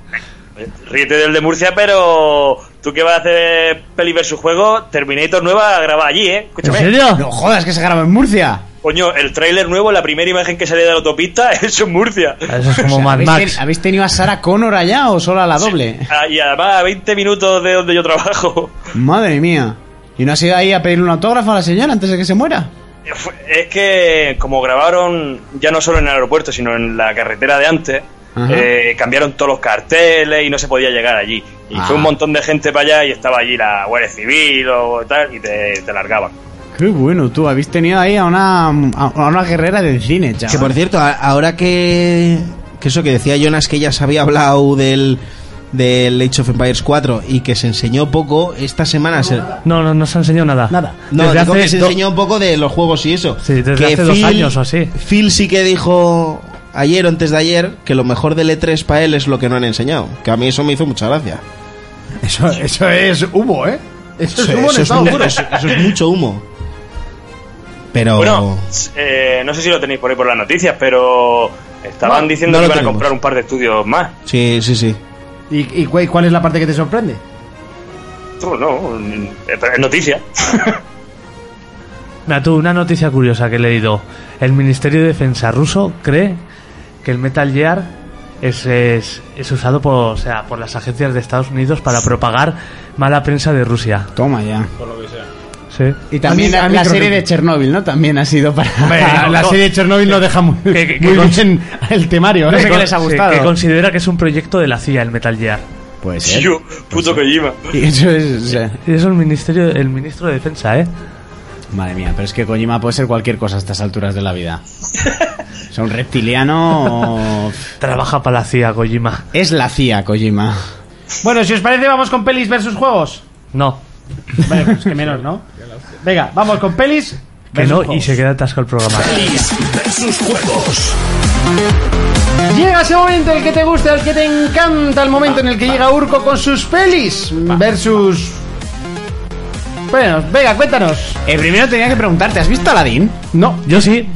I: Ríete del de Murcia, pero tú que vas a hacer peli versus juego, Terminator nueva a grabar allí, ¿eh?
H: ¿En
I: Escúchame.
H: serio?
F: No jodas que se graba en Murcia.
H: Pues
I: Coño, el tráiler nuevo, la primera imagen que sale de la autopista es en Murcia.
H: Eso es como
F: O sea,
H: Mad
F: ¿habéis,
H: Max.
F: ten- ¿habéis tenido a Sara Connor allá o solo a la doble?
I: Ah, Y además a 20 minutos de donde yo trabajo.
F: Madre mía. ¿Y no has ido ahí a pedirle un autógrafo a la señora antes de que se muera?
I: Es que como grabaron ya no solo en el aeropuerto, sino en la carretera de antes,
F: Ajá.
I: eh, cambiaron todos los carteles y no se podía llegar allí. Y
F: Ah.
I: fue un montón de gente para allá y estaba allí la Guardia Civil o tal y te, te largaban.
F: Qué bueno, tú. Habéis tenido ahí a una, a una guerrera del cine, chaval.
E: Que por cierto, a- ahora que, que eso que decía Jonas que ya se había hablado del del Age of Empires 4 y que se enseñó poco, esta semana se...
H: No, no, no se ha enseñado nada.
C: Nada.
E: No,
H: Desde
E: digo
H: hace
E: que se
H: do-
E: enseñó un poco de los juegos y eso.
H: Sí, desde
E: Que
H: hace dos años o así.
E: Phil sí que dijo ayer o antes de ayer que lo mejor del E3 para él es lo que no han enseñado. Que a mí eso me hizo mucha gracia.
C: Eso, eso es humo, ¿eh? Eso es
E: Eso,
C: humo en
E: eso es,
C: estado
E: mu-
C: puro.
E: eso- eso es mucho humo. Pero...
I: Bueno, eh, no sé si lo tenéis por ahí por las noticias, pero estaban
E: No,
I: diciendo
E: no lo
I: que iban a
E: tenemos.
I: comprar un par de estudios más.
E: Sí, sí, sí.
C: ¿Y, y cuál cuál es la parte que te sorprende?
I: No, no, eh, pero es noticia.
H: Mira, tú, una noticia curiosa que he leído. El Ministerio de Defensa ruso cree que el Metal Gear es, es- es usado por, o sea, por las agencias de Estados Unidos para propagar mala prensa de Rusia.
F: Toma ya.
H: Sí.
F: Y también
C: A mí- a
F: la,
C: mí
F: la
C: creo
F: serie
C: que-
F: de Chernobyl, ¿no? También ha sido para...
C: la la serie de Chernobyl no deja muy,
H: que- que-
C: muy
H: que-
C: bien el temario,
H: Que
C: ¿eh?
F: sé qué
H: con-
F: les ha
H: sí,
F: gustado.
H: que considera que es un proyecto de la CIA el Metal Gear.
F: Puede ser.
I: Tío, puto Kojima.
F: Y eso es... o sea,
H: Y eso el ministerio, el ministro de defensa, ¿eh?
F: Madre mía, pero es que Kojima puede ser cualquier cosa a estas alturas de la vida. O sea, un reptiliano... o-
H: Trabaja para la CIA, Kojima.
F: Es la CIA, Kojima.
C: Bueno, si os parece, vamos con pelis versus juegos.
H: No,
C: Vale, pues que menos, ¿no? Venga, vamos con pelis.
H: que
C: versus
H: no, y
C: juegos.
H: se queda atascado el programa.
C: Llega ese momento, el que te gusta, el que te encanta, el momento en el que llega Urco con sus pelis versus... Bueno, venga, cuéntanos.
F: Eh, primero tenía que preguntarte, ¿has visto Aladdin?
C: No,
H: Yo sí,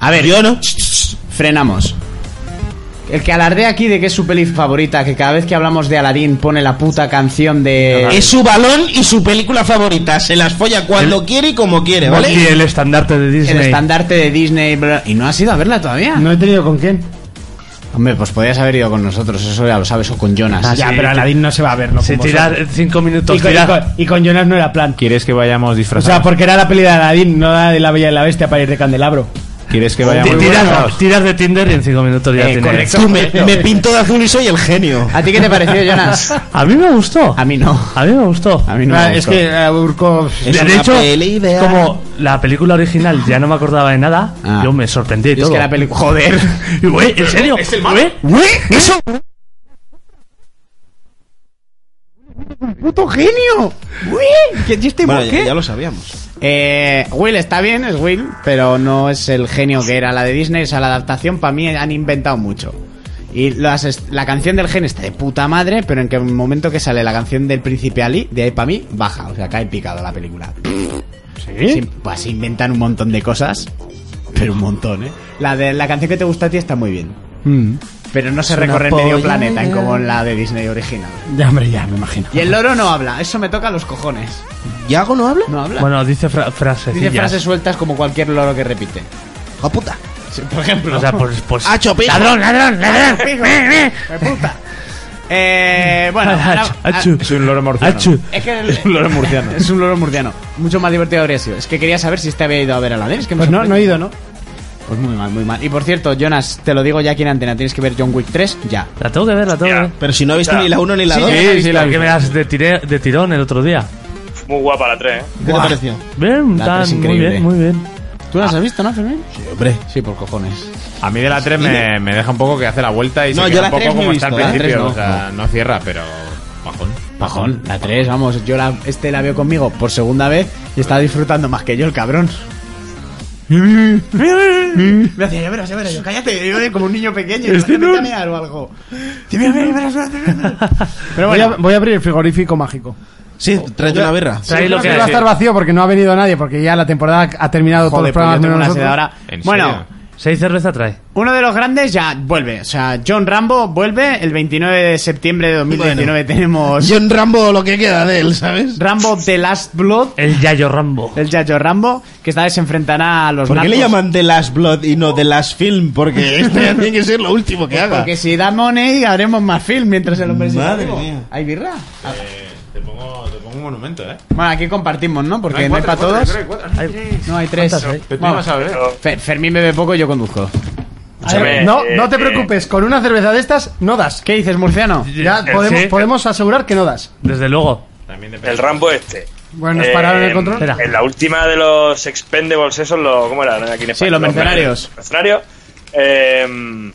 F: A ver, yo no. Frenamos. El que alardea aquí de que es su peli favorita, que cada vez que hablamos de Aladdin pone la puta canción de...
E: Es su balón y su película favorita. Se las folla cuando quiere y como quiere, ¿vale?
H: y el estandarte de
F: El
H: Disney.
F: estandarte de Disney bla- y no has ido a verla todavía.
C: no he tenido con quién.
F: Hombre, pues podrías haber ido con nosotros, eso ya lo sabes, o con Jonas.
H: Ya, pero
C: Aladdin no se va a ver, ¿no?
H: Si tirar cinco minutos,
C: Ah, Y con, y
H: tirar-
C: con- y con Jonas no era plan.
G: ¿Quieres que vayamos
C: O sea,
G: disfrazados?
C: porque era la peli de Aladdin, no la de la Bella y la Bestia para ir de candelabro.
G: ¿Quieres que
H: Ti-
G: vayamos
H: tiras,
G: disfrazados?
H: tiras de Tinder y en cinco minutos ya
F: Eh,
H: tienes.
F: correcto.
E: Tú me, me pinto de azul y soy el genio.
F: ¿A ti qué te pareció, Jonas?
H: A mí me gustó.
F: A mí no.
H: A mí me gustó.
F: A mí no. me
C: Ah, es
F: gustó.
C: que eh, Urco...
E: Es
H: de
E: una
H: hecho,
E: peli ideal.
H: como la película original ya no me acordaba de nada,
F: Ah.
H: yo me sorprendí y
F: Es
H: todo.
F: que la película... Joder.
H: Y, güey, ¿En serio?
F: ¿Eh?
H: Güey,
E: ¿Eh? ¡Eso!
F: ¡Puto genio! ¡Qué chiste
E: Bueno, ya, ya lo sabíamos.
F: Eh, Will está bien, es Will, pero no es el genio que era la de Disney. O sea, la adaptación para mí han inventado mucho. Y las est- la canción del genio está de puta madre, pero en que el momento que sale la canción del príncipe Ali, de ahí para mí, baja. O sea, cae picado la película. Se, pues, se inventan un montón de cosas, pero un montón, ¿eh? La, de, la canción que te gusta a ti está muy bien. Pero no se recorre el medio planeta en como en la de Disney original.
C: Ya, hombre, ya, me imagino.
F: Y el loro no habla, eso me toca los cojones.
E: ¿Yago no habla?
F: No habla.
H: Bueno, dice fra- frases.
F: Dice frases sueltas como cualquier loro que repite.
E: ¡Hijo Ah, puta!
F: por ejemplo.
H: O sea, pues. pues-
E: ¡Hacho, pijo!
H: ladrón, ladrón!
F: Eh, bueno, ahora-
H: Achu, achu.
G: Es un loro morciano.
H: Achu.
F: es que es un loro murciano. Es un loro murciano. Mucho más divertido habría sido. Es que quería saber si este había ido a ver a la Es que me
C: Pues no, no
F: sorprende.
C: he ido, ¿no?
F: Pues muy mal, muy mal. Y por cierto, Jonas, te lo digo ya aquí en antena. Tienes que ver John Wick 3 ya.
H: La tengo que ver, la tengo que ver.
E: Pero si no he visto ni la 1 ni la 2.
H: Sí, sí, la que me das de, tiré- de tirón el otro día.
I: Muy guapa la 3, ¿eh?
E: ¿Qué te pareció?
H: Bien,
F: La
H: tan-
F: tres
H: muy
F: increíble.
H: bien, muy bien.
F: ¿Tú las has visto, no, Fermín?
E: Hombre.
F: Sí, por cojones.
G: A mí de la 3 me, me deja un poco que hace la vuelta y
E: No,
G: se
E: yo
G: queda
E: la
G: un poco
E: tres no he
G: como está al
E: visto, la
G: principio.
F: tres no.
G: o sea, no. cierra, pero... Bajón.
F: Pajón, la 3, vamos. Yo la, este la veo conmigo por segunda vez y está disfrutando más que yo el cabrón. Me hacía, ya verás, ya verás, yo cállate, yo, eh, como un niño pequeño, este no... o algo. Sí, mira, mira, mira, mira, mira, mira.
C: Pero voy, a, voy a abrir el frigorífico mágico.
E: Sí, tráete una birra.
H: Trae
C: Yo
H: lo
C: creo
H: que
C: va a estar vacío porque no ha venido nadie, porque ya la temporada ha terminado todos
F: Joder, pues
C: los
F: yo tengo
C: programas.
F: una
C: menos
F: sed
C: nosotros.
F: ahora.
G: ¿En
F: Bueno,
G: serio?
H: ¿Seis cerveza trae?
F: uno de los grandes ya vuelve. O sea, John Rambo vuelve el 29 de septiembre de 2019. Tenemos
E: John Rambo, lo que queda de él, ¿sabes?
F: Rambo The Last Blood,
H: El Yayo Rambo.
F: el Yayo Rambo, que esta vez se enfrentará a los
E: ¿Por qué le
F: blancos.
E: llaman The Last Blood y no The Last Film? Porque este tiene que ser lo último que haga.
F: Porque si da money, haremos más film mientras el hombre siga
E: Madre
F: vivo.
E: mía.
F: ¿Hay birra? Ah,
G: Te pongo, te pongo un monumento, ¿eh?
F: Bueno, aquí compartimos, ¿no? Porque no hay, para todos. no, hay tres. Vamos. Fer- Fermín bebe poco y yo conduzco.
C: A ver,
I: Escúchame,
C: no,
I: eh,
C: no te
I: eh,
C: preocupes, con una cerveza de estas no das.
F: ¿Qué dices, murciano?
C: Ya
H: Eh,
C: podemos,
H: sí.
C: podemos asegurar que no das.
H: Desde luego.
I: El Rambo este.
C: Bueno, nos pararon el control.
H: espera.
I: En la última de los Expendables, esos, lo, ¿cómo eran aquí en España?
F: los mercenarios.
I: Em, Los mercenarios. eh,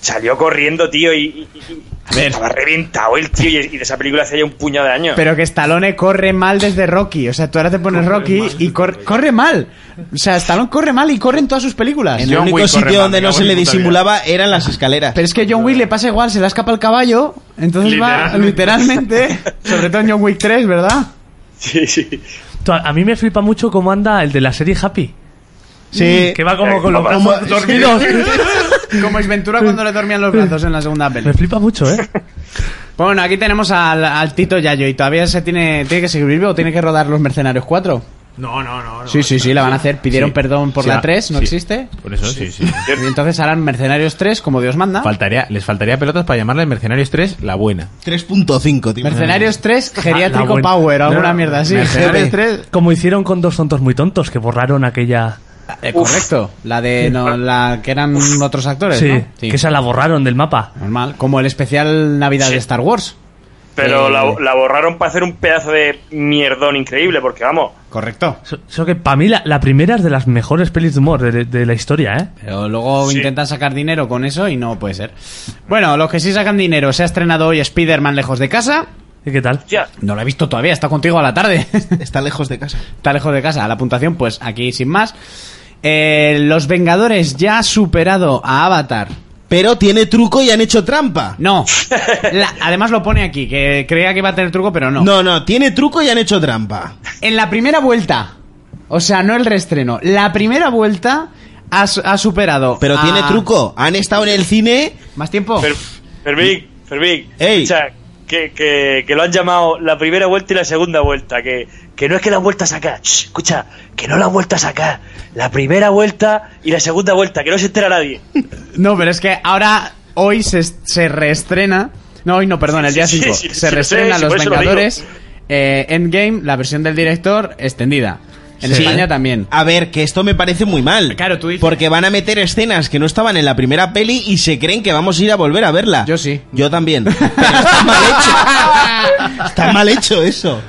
I: salió corriendo, tío, y, y- y- Estaba reventado el tío y, y de esa película hace ya un puñado de años.
F: Pero que Stallone corre mal desde Rocky. O sea, tú ahora te pones Rocky y cor- corre mal. O sea, Stallone corre mal y corre en todas sus películas.
E: En el
G: John
E: único
G: Wick corre
E: sitio
G: más,
E: donde
G: me
E: no
G: cago
E: se
G: en
E: le
G: mi puta
E: disimulaba eran las escaleras.
F: Pero es que John Wick le pasa igual, se le escapa el caballo, entonces va literalmente, sobre todo en John Wick 3, ¿verdad?
I: Sí, sí.
H: Tú, A a mí me flipa mucho cómo anda el de la serie Happy.
E: sí,
H: Que va como con los
I: Como-
H: brazos dormidos.
F: Como es Ventura cuando le dormían los brazos en la segunda
H: Me
F: peli.
H: flipa mucho, ¿eh?
F: Bueno, aquí tenemos al, al Tito Yayo y todavía se tiene, tiene que seguir vivo o tiene que rodar Los Mercenarios 4.
H: No, no, no.
F: Sí, sí, sí, la van a hacer. Pidieron
G: Sí.
F: perdón por
G: Sí,
F: la
G: va.
F: 3, no
G: Sí.
F: existe.
G: Por eso, sí, sí.
F: Y entonces harán Mercenarios 3 como Dios manda.
G: Faltaría, les faltaría pelotas para llamarle Mercenarios 3 la buena.
E: 3.5, tío.
F: Mercenarios 3,
H: La
F: Geriátrico
H: buena.
F: Power o alguna
H: No,
F: mierda así.
E: Mercenarios
F: 3,
H: Como hicieron con dos tontos muy tontos que borraron aquella.
F: Eh, correcto. La de no, la que eran otros actores,
H: Sí,
F: ¿no? Sí.
H: que esa la borraron del mapa.
F: Normal, como el especial Navidad de Star Wars.
I: Pero
F: Eh,
I: la, la borraron para hacer un pedazo de mierdón increíble, porque vamos,
F: Correcto.
H: Eso, eso que para mí la, la primera es de las mejores pelis de humor de, de- de la historia, ¿eh?
F: Pero luego
I: Sí.
F: intentan sacar dinero con eso y no puede ser. Bueno, los que sí sacan dinero, se ha estrenado hoy Spider-Man lejos de casa.
H: ¿Y qué tal?
I: ya.
F: No lo he visto todavía, está contigo a la tarde.
E: Está lejos de casa.
F: está lejos de casa. La puntuación, pues aquí sin más. Eh, los Vengadores ya ha superado a Avatar.
E: Pero tiene truco y han hecho trampa.
F: No. La- además lo pone aquí, que creía que iba a tener truco, pero no.
E: No, no, tiene truco y han hecho trampa.
F: En la primera vuelta, o sea, no el reestreno, la primera vuelta ha, su- ha superado.
E: Pero
F: a-
E: tiene truco. Han estado en el cine.
F: ¿Más tiempo?
I: Fer- Fermín, Fermín,
E: Ey.
I: escucha, que, que, que lo han llamado la primera vuelta y la segunda vuelta, que, que no es que la han vuelto a sacar, Shh, escucha, que no la han vuelto a sacar, la primera vuelta y la segunda vuelta, que no se entera nadie.
F: No, pero es que ahora, hoy se, se reestrena. No, hoy no, perdón, el
I: Sí,
F: día
I: sí,
F: 5.
I: sí,
F: se
I: sí, sí, lo sé,
F: reestrena
I: sí,
F: Los
I: por eso lo
F: Vengadores,
I: digo.
F: eh, Endgame, la versión del director, extendida. En
E: Sí.
F: España también.
E: A ver, que esto me parece muy mal.
F: Claro, tú dices.
E: Porque van a meter escenas que no estaban en la primera peli y se creen que vamos a ir a volver a verla.
F: Yo sí.
E: Yo también. Pero está mal hecho. Está mal hecho eso.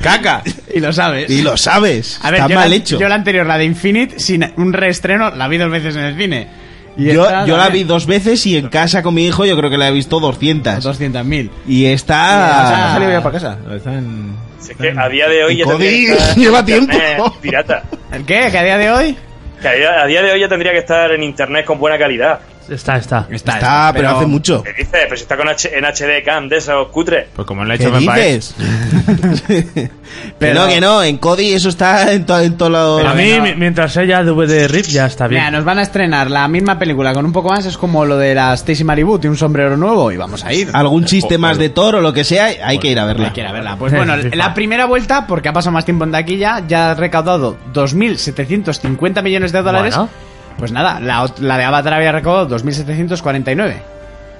E: Caca.
F: Y lo sabes.
E: Y lo sabes.
F: A ver,
E: está
F: yo
E: mal
F: la,
E: hecho.
F: Yo la anterior, la de Infinite, sin un reestreno, la vi dos veces en el cine. Y
E: Yo-
F: esta
E: yo la vi
F: también.
E: dos veces y en casa con mi hijo yo creo que la he visto 200.
F: 200.000.
E: Y
F: ha
E: está...
F: salido ya para
G: casa. Está en...
I: Si es que a día de hoy ya
E: Cody,
I: tendría que estar
E: lleva
I: en internet
E: tiempo.
I: pirata,
F: ¿El qué? ¿Que a día de hoy?
I: que a día, a día de hoy ya tendría que estar en internet con buena calidad.
H: Está, está.
E: Está, pero, hace mucho.
I: ¿Qué dices? Pero si está con H- en HD cam de esos cutres.
G: Pues como lo ha
E: ¿Qué
G: hecho Pepa, es-
E: dices? que no, que no, en Cody eso está en, todo en todos lados.
H: a mí, mi- mientras ella DVD RIP, ya está bien.
F: Mira, nos van a estrenar la misma película con un poco más. Es como lo de la Stacy Malibu, tiene un sombrero nuevo y vamos a ir.
E: algún chiste más de Thor o lo que sea, hay que ir a verla.
F: Hay que ir a verla. Pues bueno, la primera vuelta, porque ha pasado más tiempo en taquilla, ya ha recaudado 2.750 millones de dólares.
H: Bueno.
F: Pues nada, la, ot- la de Avatar había recaudado 2.749.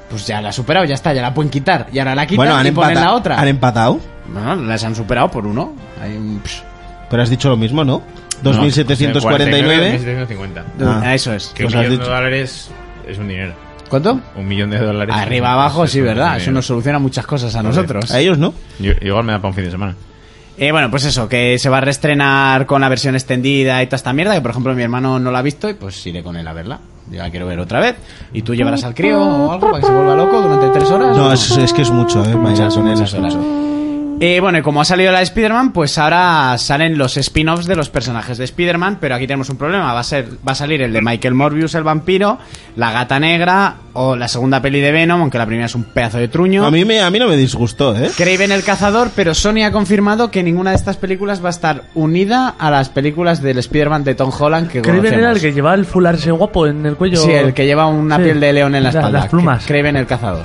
F: Pues ya la ha superado, ya está, ya la pueden quitar. Y ahora la quitan
E: Bueno, han
F: y ponen
E: empatado.
F: la otra.
E: Han em- empatado.
F: Bueno, las han superado por uno. Hay un- psh.
E: Pero has dicho lo mismo, ¿no?
G: No,
E: 2749.
G: 1750.
E: Ah.
F: Ah, Eso es.
G: Que
E: Pues
G: un
E: has
G: millón de
E: dicho.
G: dólares es un dinero.
F: ¿Cuánto?
G: Un millón de dólares. es
F: Arriba,
G: un-
F: abajo,
G: es
F: sí,
G: un
F: ¿verdad?
G: dinero.
F: Eso nos soluciona muchas cosas a nosotros.
E: A ellos no.
G: Yo- igual me da para un fin de semana.
F: Eh, bueno, pues eso, que se va a reestrenar con la versión extendida y toda esta mierda, que por ejemplo mi hermano no la ha visto y pues iré con él a verla. Yo la quiero ver otra vez. Y tú llevarás al crío o algo para que se vuelva loco durante tres horas.
E: No, es, es que es mucho, ¿eh? Vaya,
F: muchas,
E: son
F: muchas
E: esas.
F: horas. Eh, bueno, y como ha salido la de Spider-Man, pues ahora salen los spin-offs de los personajes de Spider-Man, pero aquí tenemos un problema. Va a, ser, va a salir el de Michael Morbius, el vampiro, la gata negra o la segunda peli de Venom, aunque la primera es un pedazo de truño.
E: A mí, me, a mí no me disgustó, ¿eh?
F: Craven el cazador, pero Sony ha confirmado que ninguna de estas películas va a estar unida a las películas del Spider-Man de Tom Holland que
H: Craven
F: conocemos.
H: era el que llevaba el fular ese guapo en el cuello.
F: Sí, el que lleva una
H: Sí.
F: piel de león en la
H: Las-
F: espalda.
H: las plumas.
F: Craven el cazador.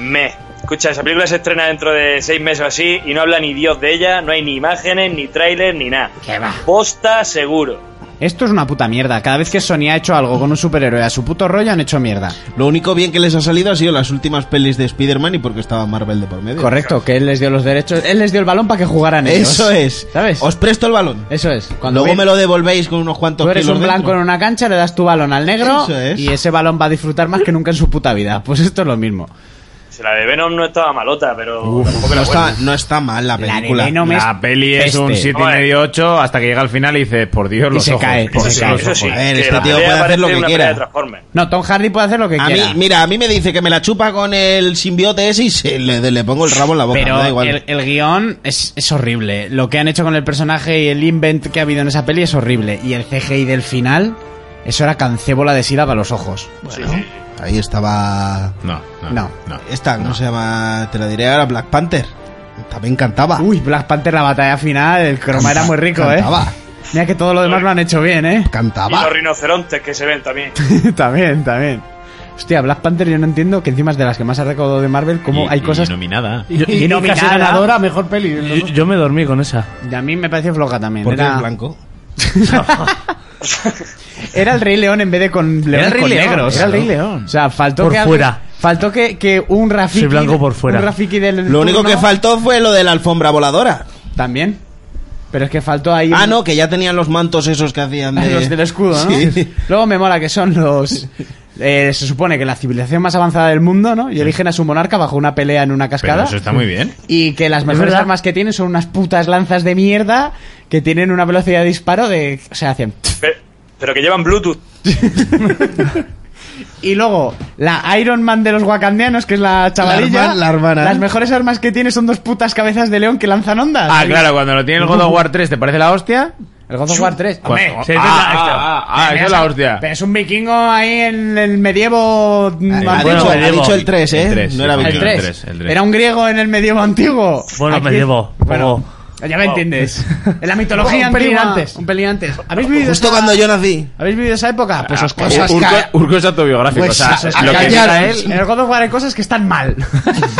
I: Me. Escucha, esa película se estrena dentro de seis meses o así y no habla ni Dios de ella, no hay ni imágenes, ni trailers, ni nada.
F: ¿Qué va?
I: Posta seguro.
F: Esto es una puta mierda. Cada vez que Sony ha hecho algo con un superhéroe a su puto rollo han hecho mierda.
E: Lo único bien que les ha salido ha sido las últimas pelis de Spider-Man y porque estaba Marvel de por medio.
F: Correcto, que él les dio los derechos, él les dio el balón para que jugaran ellos.
E: Eso es.
F: ¿Sabes?
E: Os presto el balón.
F: Eso es. Cuando
E: Luego
F: ves-
E: me lo devolvéis con unos cuantos
F: Tú eres
E: kilos
F: un blanco
E: dentro.
F: en una cancha, le das tu balón al negro
E: Eso es.
F: y ese balón va a disfrutar más que nunca en su puta vida. Pues esto es lo mismo.
I: Si la de Venom no estaba malota, pero. tampoco
E: no,
I: era buena.
E: está, no está mal la
F: La de
E: película.
F: Venom es
G: La peli es un
F: peste.
G: 7 y medio 8 hasta que llega al final y dices, por Dios, los
F: se
G: ojos,
F: cae,
G: por
F: se
G: Dios,
F: cae.
G: los
I: Eso sí,
G: ojos.
E: A ver,
I: que
E: este
I: la
E: tío
I: pelea
E: puede hacer lo
I: parece
E: que
I: una
E: quiera.
I: pelea de Transformers.
F: No, Tom Hardy puede hacer lo que
E: A mí,
F: quiera.
E: mira, a mí me dice que me la chupa con el simbiote ese y se le, le pongo el rabo en la boca. me da
F: Pero
E: igual.
F: el, el guión es, es horrible. Lo que han hecho con el personaje y el invent que ha habido en esa peli es horrible. Y el CGI del final, eso era cancébola de sida para los ojos.
E: Ahí estaba.
G: No,
E: Ah.
G: no,
F: No.
G: no.
E: Esta, ¿cómo se llama? Te la diré ahora, Black Panther. También cantaba.
F: Uy, Black Panther, la batalla final, el croma Uh, era muy rico, ¿eh?
E: cantaba,
F: Mira que todo lo demás lo han hecho bien, ¿eh?
I: Y los
E: Cantaba.
I: rinocerontes que se ven también.
F: también, también. Hostia, Black Panther yo no entiendo que encima es de las que más ha recaudado de Marvel, como
G: Y-
F: hay
G: y
F: cosas...
G: nominada.
F: Y- y
C: Y, no
F: nominada.
C: casi ganadora, mejor peli. en los
H: Yo, yo me dormí con esa.
F: Y a mí me pareció floja también.
E: Porque es
F: Era,
E: blanco.
F: era el Rey León en vez de con leones
G: el Rey
F: con
G: León,
F: negros.
G: era el Rey León.
F: O sea, faltó
H: Por
F: que alguien-
H: fuera.
F: faltó que, que un Rafiki...
H: Soy blanco por fuera.
F: Un Rafiki del
E: Lo único
F: turno
E: que faltó fue lo de la alfombra voladora.
F: También. Pero es que faltó ahí...
E: Ah,
F: un-
E: no, que ya tenían los mantos esos que hacían de...
F: Los del escudo, ¿no?
E: Sí.
F: Luego me mola que son los... eh, se supone que la civilización más avanzada del mundo, ¿no? Y eligen a su monarca bajo una pelea en una
G: Pero
F: cascada.
G: eso está muy bien.
F: Y que las mejores
H: verdad.
F: armas que tienen son unas putas lanzas de mierda que tienen una velocidad de disparo de... O sea, hacen...
I: Pero, pero que llevan Bluetooth.
F: Y luego, la Iron Man de los wakandianos, que es la chavalilla.
E: herma- la hermana.
F: Las mejores armas que tiene son dos putas cabezas de león que lanzan ondas.
G: Ah, claro, cuando lo tiene el God of War 3, ¿te parece la hostia?
F: El God of War 3.
G: Cuando-
H: sí, es
G: ah,
H: verdad,
G: ah,
H: esto.
G: ah, ah, eso es la hostia.
F: Pero es un vikingo ahí en el medievo.
E: Ha,
H: Bueno,
E: dicho, ha
H: medievo.
E: dicho el 3, ¿eh?
G: El tres,
E: no era
G: sí.
E: Vicky.
F: el, 3.
G: el tres, el tres.
F: Era un griego en el medievo antiguo.
H: Bueno,
F: Aquí-
H: medievo,
F: Bueno, ya me
I: Wow.
F: entiendes. En la mitología
C: Un pelín
F: antigua,
C: antes.
F: Un pelín antes. ¿Habéis vivido,
E: Justo
F: esa,
E: cuando yo nací.
F: ¿Habéis vivido esa época? Pues os
G: Ah,
F: cosas
G: Urco,
F: ca-
G: Urco es autobiográfico.
F: Pues
G: o sea,
F: a- a
G: lo que
F: callar.
G: diga él-
F: En el God of War hay cosas que están mal.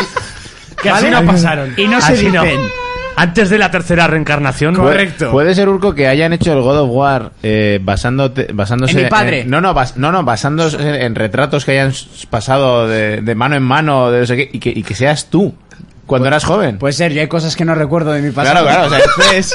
C: Que así no pasaron.
F: Y no se
H: Así no.
F: dicen.
H: Antes de la tercera reencarnación.
G: Puede- Puede ser, Urco, que hayan hecho el God of War eh, basándote- basándose...
F: En mi padre.
G: no, no, bas- no, no, basándose en, en retratos que hayan s- pasado de, de mano en mano, de no sé qué, y que, y que seas tú, cuando eras joven.
F: Puede ser, yo hay cosas que no recuerdo de mi pasado.
G: Claro, claro, o sea,
F: Entonces,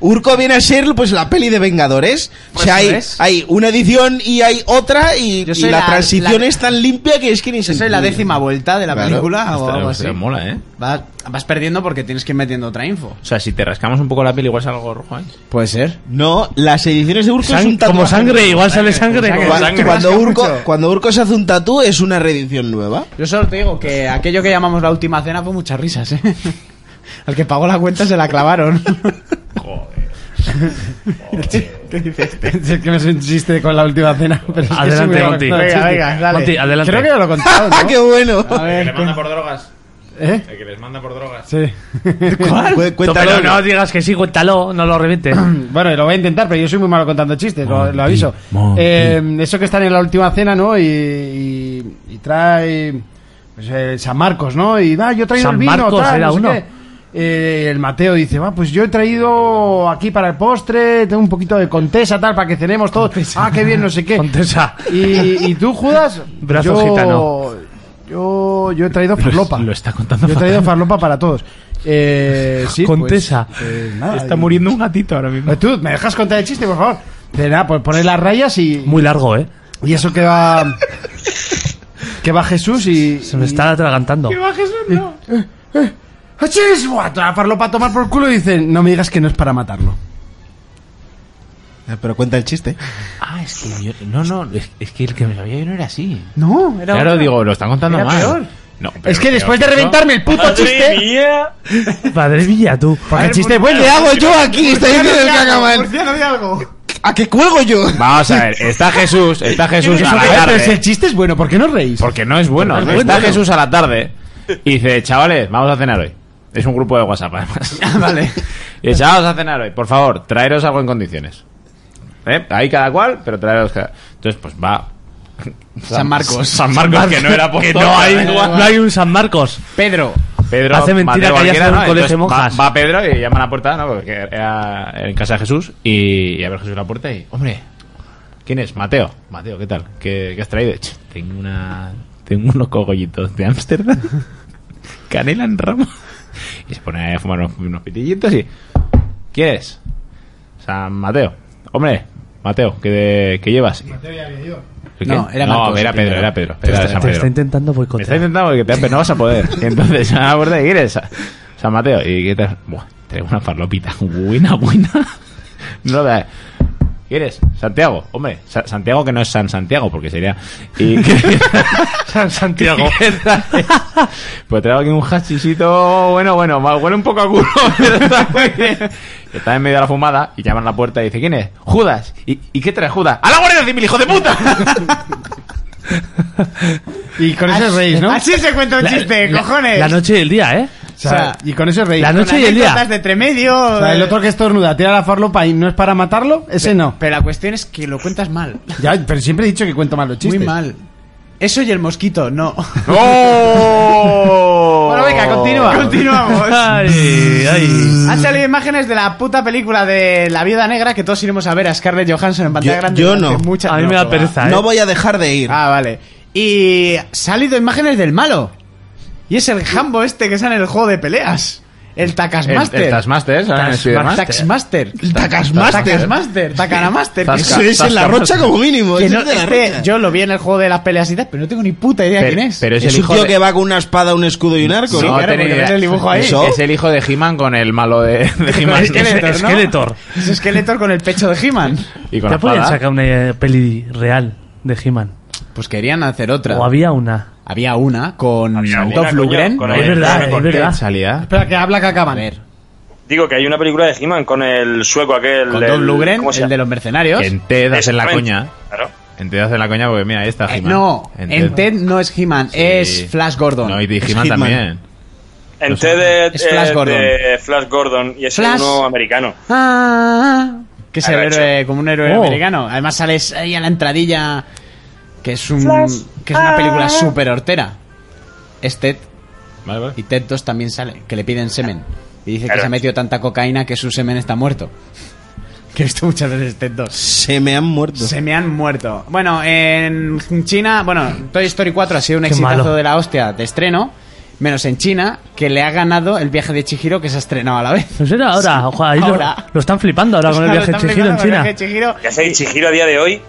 E: Urco viene a ser pues la peli de Vengadores. o sea,
F: Pues eso
E: hay,
F: es.
E: hay una edición y hay otra y,
F: Yo
E: y
F: soy
E: la,
F: la-
E: transición
F: la-
E: es tan limpia que es que ni
F: yo
E: se
F: soy la décima vuelta de la
E: Claro.
F: película o
G: Hostia,
F: algo así.
G: hostia, mola, ¿eh?
F: Vas, vas perdiendo porque tienes que ir metiendo otra info.
G: O sea, si te rascamos un poco la piel, igual es algo rojo, ¿eh?
F: Puede ser.
E: No, las ediciones de Urco es
H: Sang-
E: un tatuaje.
H: como sangre, igual sale sangre.
E: Cua-
H: como-
E: Cuando, Urco, cuando Urco se hace un tatú es una reedición nueva.
F: Yo solo te digo que aquello que llamamos la última cena fue muchas risas, ¿eh? Al que pagó la cuenta se la clavaron.
C: ¿Qué dices? Es que me insiste con la última cena. Pero es que
H: Adelante,
C: sí me lo-
H: Monty.
C: no,
H: Venga,
C: sí, sí.
H: venga, dale. Monty, adelante.
C: Creo que ya lo he contado,
E: ¡Ah,
C: ¿no?
E: qué bueno!
C: A ver,
G: por drogas.
C: ¿eh?
G: El que les manda por drogas.
C: Sí.
E: Cu-
H: Pero
E: Cuéntalo.
H: no digas que sí, cuéntalo, no lo revientes.
C: Bueno, lo voy a intentar, pero yo soy muy malo contando chistes, lo, lo aviso. Eh, eso que están en la última cena, ¿no? Y, y- y trae pues, eh, San Marcos, ¿no? Y ah, yo he traído
H: San
C: el vino,
H: Marcos
C: tal,
H: era
C: no sé
H: uno.
C: qué. Eh, el Mateo dice, va, pues yo he traído aquí para el postre, tengo un poquito de contesa, tal, para que cenemos todos. Ah, qué bien, no sé qué.
H: Contesa.
C: ¿Y, y tú, Judas?
H: Brazo
C: yo,
H: gitano.
C: Yo, yo he traído farlopa.
G: lo está contando
C: Yo he traído farlopa para todos. Eh, sí, pues,
H: Contesa.
C: eh, nada, y-
G: muriendo un gatito ahora mismo.
C: eh, Tú, ¿me dejas contar el chiste, por favor? De nada, pues poner las rayas y.
H: Muy largo, ¿eh?
C: Y eso que va. que va Jesús y.
H: Se me está atragantando.
C: y- ¡Achis! Buah, Atraparlo para tomar por culo y dicen, no me digas que no es para matarlo.
E: Eh, Pero cuenta el chiste.
G: Ah, es que yo... No, no, es, es que el que me sabía yo no era así.
C: No, era.
G: Claro, digo, lo están contando
C: Era
G: mal.
C: peor.
G: No, pero
C: es que
G: peor
C: después de
G: eso-
C: reventarme el puto
I: ¡Madre
C: chiste.
I: mía!
H: Madre mía, tú.
C: Porque el chiste es bueno.
E: ¿Qué hago yo aquí? Está diciendo el
C: ¿Por
E: cacamal.
C: qué no di algo?
E: ¿A qué cuelgo yo?
G: Vamos a ver, está Jesús, está Jesús a
C: Eso
G: la
C: que- Pero si
G: tarde.
C: el chiste es bueno, ¿por qué no os reís?
G: Porque no es bueno.
E: Porque no es
G: Está
E: bueno.
G: Jesús a la tarde y dice, chavales, vamos a cenar hoy. Es un grupo de WhatsApp, además.
F: vale.
G: Y dice, vamos a cenar hoy. Por favor, traeros algo en condiciones. ¿Eh? Ahí cada cual, pero traeros cada... Entonces, pues va...
F: San Marcos.
G: San Marcos, que no era
H: Que
G: apóstol.
H: no hay,
G: ¿eh?
H: no hay un San Marcos.
F: Pedro.
G: Pedro,
H: Hace mentira
G: Mateo,
H: que haya
G: cualquiera,
H: sido
G: ¿no?
H: un colegio de
G: Entonces,
H: monjas.
G: Va, va Pedro y llama a la puerta, ¿no? Porque era en casa de Jesús y, y abre Jesús la puerta y, hombre, ¿quién es? Mateo. Mateo, ¿qué tal? ¿Qué, qué has traído? "Ch, Tengo una, tengo unos cogollitos de Ámsterdam, canela en ramo y se pone a fumar unos, unos pitillitos y, ¿quién es? San Mateo. Hombre, Mateo, ¿qué, qué llevas?
D: Mateo ya había ido.
G: ¿El
F: No,
G: qué?
F: era Marcos
G: era
F: el
G: Pedro,
F: primero.
G: era Pedro.
H: Te
G: Era de
H: está,
G: San
H: te está
G: Pedro. Me
H: intentando
G: está
H: boicotear.
G: intentando que te pero no vas a poder. Y entonces, a por de ir Sa- San Mateo. ¿Y qué tal? Buah, tengo una farlopita. Buena, buena. No la. ¿Quieres? Santiago. Hombre, Sa- Santiago que no es San Santiago, porque sería. ¿Y qué-
H: San Santiago.
G: qué tal? Pues traigo aquí un hachicito. Bueno, bueno, ma- huele un poco a culo, pero está muy bien. Está en medio de la fumada y llaman a la puerta y dice: ¿Quién es? Judas. ¿Y, y qué trae Judas? ¡A la Guardia Civil, hijo de puta!
C: Y con eso reís, ¿no?
F: Así se cuenta un chiste, cojones.
H: La noche y el día, ¿eh?
C: Ah, O sea, y con eso reís.
H: La
F: Con
H: noche y el día.
F: anécdotas de entre medio. eh,
C: O sea, el otro que estornuda, tira la farlopa y no es para matarlo, ese no.
F: Pero la cuestión es que lo cuentas mal.
C: Ya, pero siempre he dicho que cuento mal los chistes.
F: Muy mal. Eso y el mosquito, no.
G: ¡No!
F: Bueno, venga,
C: Ah,
F: continúa.
G: Ah,
F: Continuamos.
H: Ay, ay.
F: Han salido imágenes de la puta película de La Viuda Negra que todos iremos a ver a Scarlett Johansson en pantalla
E: Yo-
F: grande.
E: yo
F: durante
E: no.
F: muchas-
H: A mí me da
F: que va.
H: pereza, ¿eh?
E: No voy a dejar de ir.
F: Ah, vale. Y ha salido imágenes del malo. Y es el jambo este que sale en el juego de peleas. El
G: El, el
F: Takasmaster.
G: Taskmaster, ¿sabes?
H: Taskmaster.
G: Spiderman.
F: Taxmaster.
E: Takasmaster.
F: Takasmaster. Takanamaster. que
E: Eso
G: Tasca-
E: es en la
G: Tasca-
E: rocha como mínimo.
F: Que
E: eso
F: no-
E: Pues es de la
F: este,
E: Rocha.
F: yo lo vi en el juego de las peleas y tal, pero no tengo ni puta idea
G: Pero-
F: quién es.
G: pero es el
E: Es un
G: hijo
E: tío
G: de-
E: que va con una espada, un escudo y un arco,
G: No,
E: ¿no?
F: claro,
G: tenía
F: porque ves
G: idea.
F: el dibujo ahí.
E: Eso.
G: Es el hijo de He-Man con el malo de, de He-Man.
F: Es Skeletor, ¿no?
H: Skeletor.
F: Es Skeletor con el pecho de He-Man.
G: Y con la
H: Ya podían
G: espada.
H: sacar una eh, peli real de He-Man.
F: Pues querían hacer otra.
H: O había una.
F: Había una con
I: Había una,
F: Dolph
I: coño,
F: Lundgren.
I: con
F: No,
I: el-
H: Es verdad, es verdad.
G: Salía.
C: Espera, que habla que
F: A
C: acaban.
F: ver,
I: Digo que hay una película de He-Man con el sueco aquel.
F: con
I: el-
F: Dolph Lundgren,
I: ¿cómo se
F: el de
I: llama?
F: los mercenarios.
G: En Ted hacen la
I: Exactamente.
G: coña.
I: Claro.
G: En Ted hacen la coña porque mira, ahí está
F: Eh,
G: He-Man.
F: no, en Ted no es He-Man,
G: Sí.
F: es Flash Gordon.
G: No, y de
E: Es
G: He-Man
E: Hitman.
G: también.
I: En T de,
F: Es Flash
I: eh,
F: Gordon.
I: de Flash Gordon y es
F: Flash.
I: uno americano.
F: Ah, que es el
I: Arrecho.
F: héroe, como un héroe
H: Oh.
F: americano. Además sales ahí a la entradilla, que es un, que es una película súper hortera. Es Ted,
G: Vale, vale.
F: y Ted 2 también sale, que le piden semen. Y dice que
I: Claro.
F: se ha metido tanta cocaína que su semen está muerto. Que he visto muchas veces Ted 2.
E: Se me han muerto.
F: Se me han muerto. Bueno, en China, bueno, Toy Story 4 ha sido un
H: Qué
F: exitazo
H: malo.
F: de la hostia de estreno, menos en China, que le ha ganado el viaje de Chihiro que se ha estrenado a la vez.
H: Pues era ahora. ojo, ahí lo-
F: Ahora.
H: Lo, están flipando ahora con el
F: Claro,
H: viaje
F: están
H: Chihiro en
F: flipando con
H: China.
F: El viaje de Chihiro.
I: Ya sé, Chihiro a día de hoy.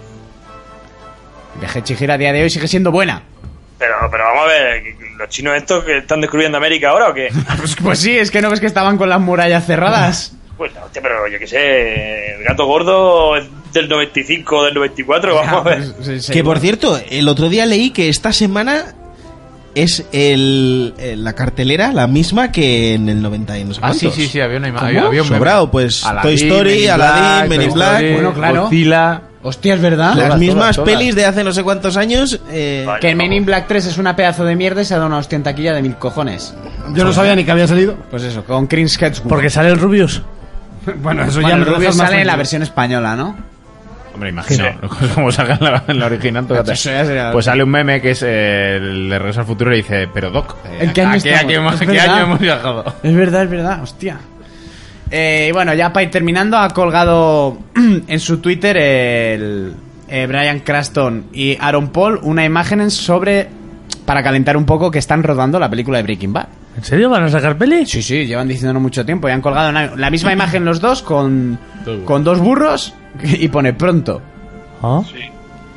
F: El viaje de Chihiro a día de hoy sigue siendo buena.
I: Pero, pero vamos a ver, ¿los chinos estos que están descubriendo América ahora o qué?
F: Pues, pues sí, es que no ves que estaban con las murallas cerradas.
I: Pues no, hostia, pero yo qué sé, el gato gordo es del 95 o del 94, vamos a ver.
F: Ah, pues, sí, sí.
E: Que por cierto, el otro día leí que esta semana es el, eh, la cartelera la misma que en el 90 y no sé
G: Ah, sí,
E: cuántos.
G: sí, sí, había una imagen.
E: ¿Cómo?
G: Había un meme.
E: Sobrado, pues, Toy Story,
G: Men in
E: Aladdin, Men in
G: Toy
E: Black.
G: Story,
F: Bueno, claro.
G: Godzilla.
F: Hostia, es verdad.
E: Las
G: Todas,
E: mismas
G: todas, todas.
E: pelis de hace no sé cuántos años. eh,
I: Vale.
F: Que Men in Black 3 es una pedazo de mierda y se ha dado una hostia en taquilla de mil cojones.
C: Yo no sabía ni que había salido.
F: Pues eso, con Chris Hemsworth.
H: Porque sale el Rubius.
C: Bueno, eso
F: Bueno,
C: ya
F: el
C: me lo
F: Rubio
C: dejas más
F: sale en la
C: tranquilo.
F: versión española, ¿no?
G: Hombre, imagino. Como sacan la, la original, tú fíjate.
F: Eso ya sería-
G: Pues sale un meme que es eh, el de Regreso al Futuro y dice, pero Doc, eh,
F: ¿En qué
G: ¿a
F: año
G: qué, a qué
F: estamos?
G: hemos-
F: Es
G: qué
F: verdad.
G: año hemos viajado?
F: Es verdad, es verdad, hostia. Eh, y bueno, ya para ir terminando, ha colgado en su Twitter el eh, Brian Craston y Aaron Paul una imagen en sobre para calentar un poco que están rodando la película de Breaking Bad.
H: ¿En serio van a sacar peli?
F: Sí, sí, llevan diciéndonos mucho tiempo y han colgado una- la misma imagen los dos con, con dos burros y pone pronto.
H: Ah.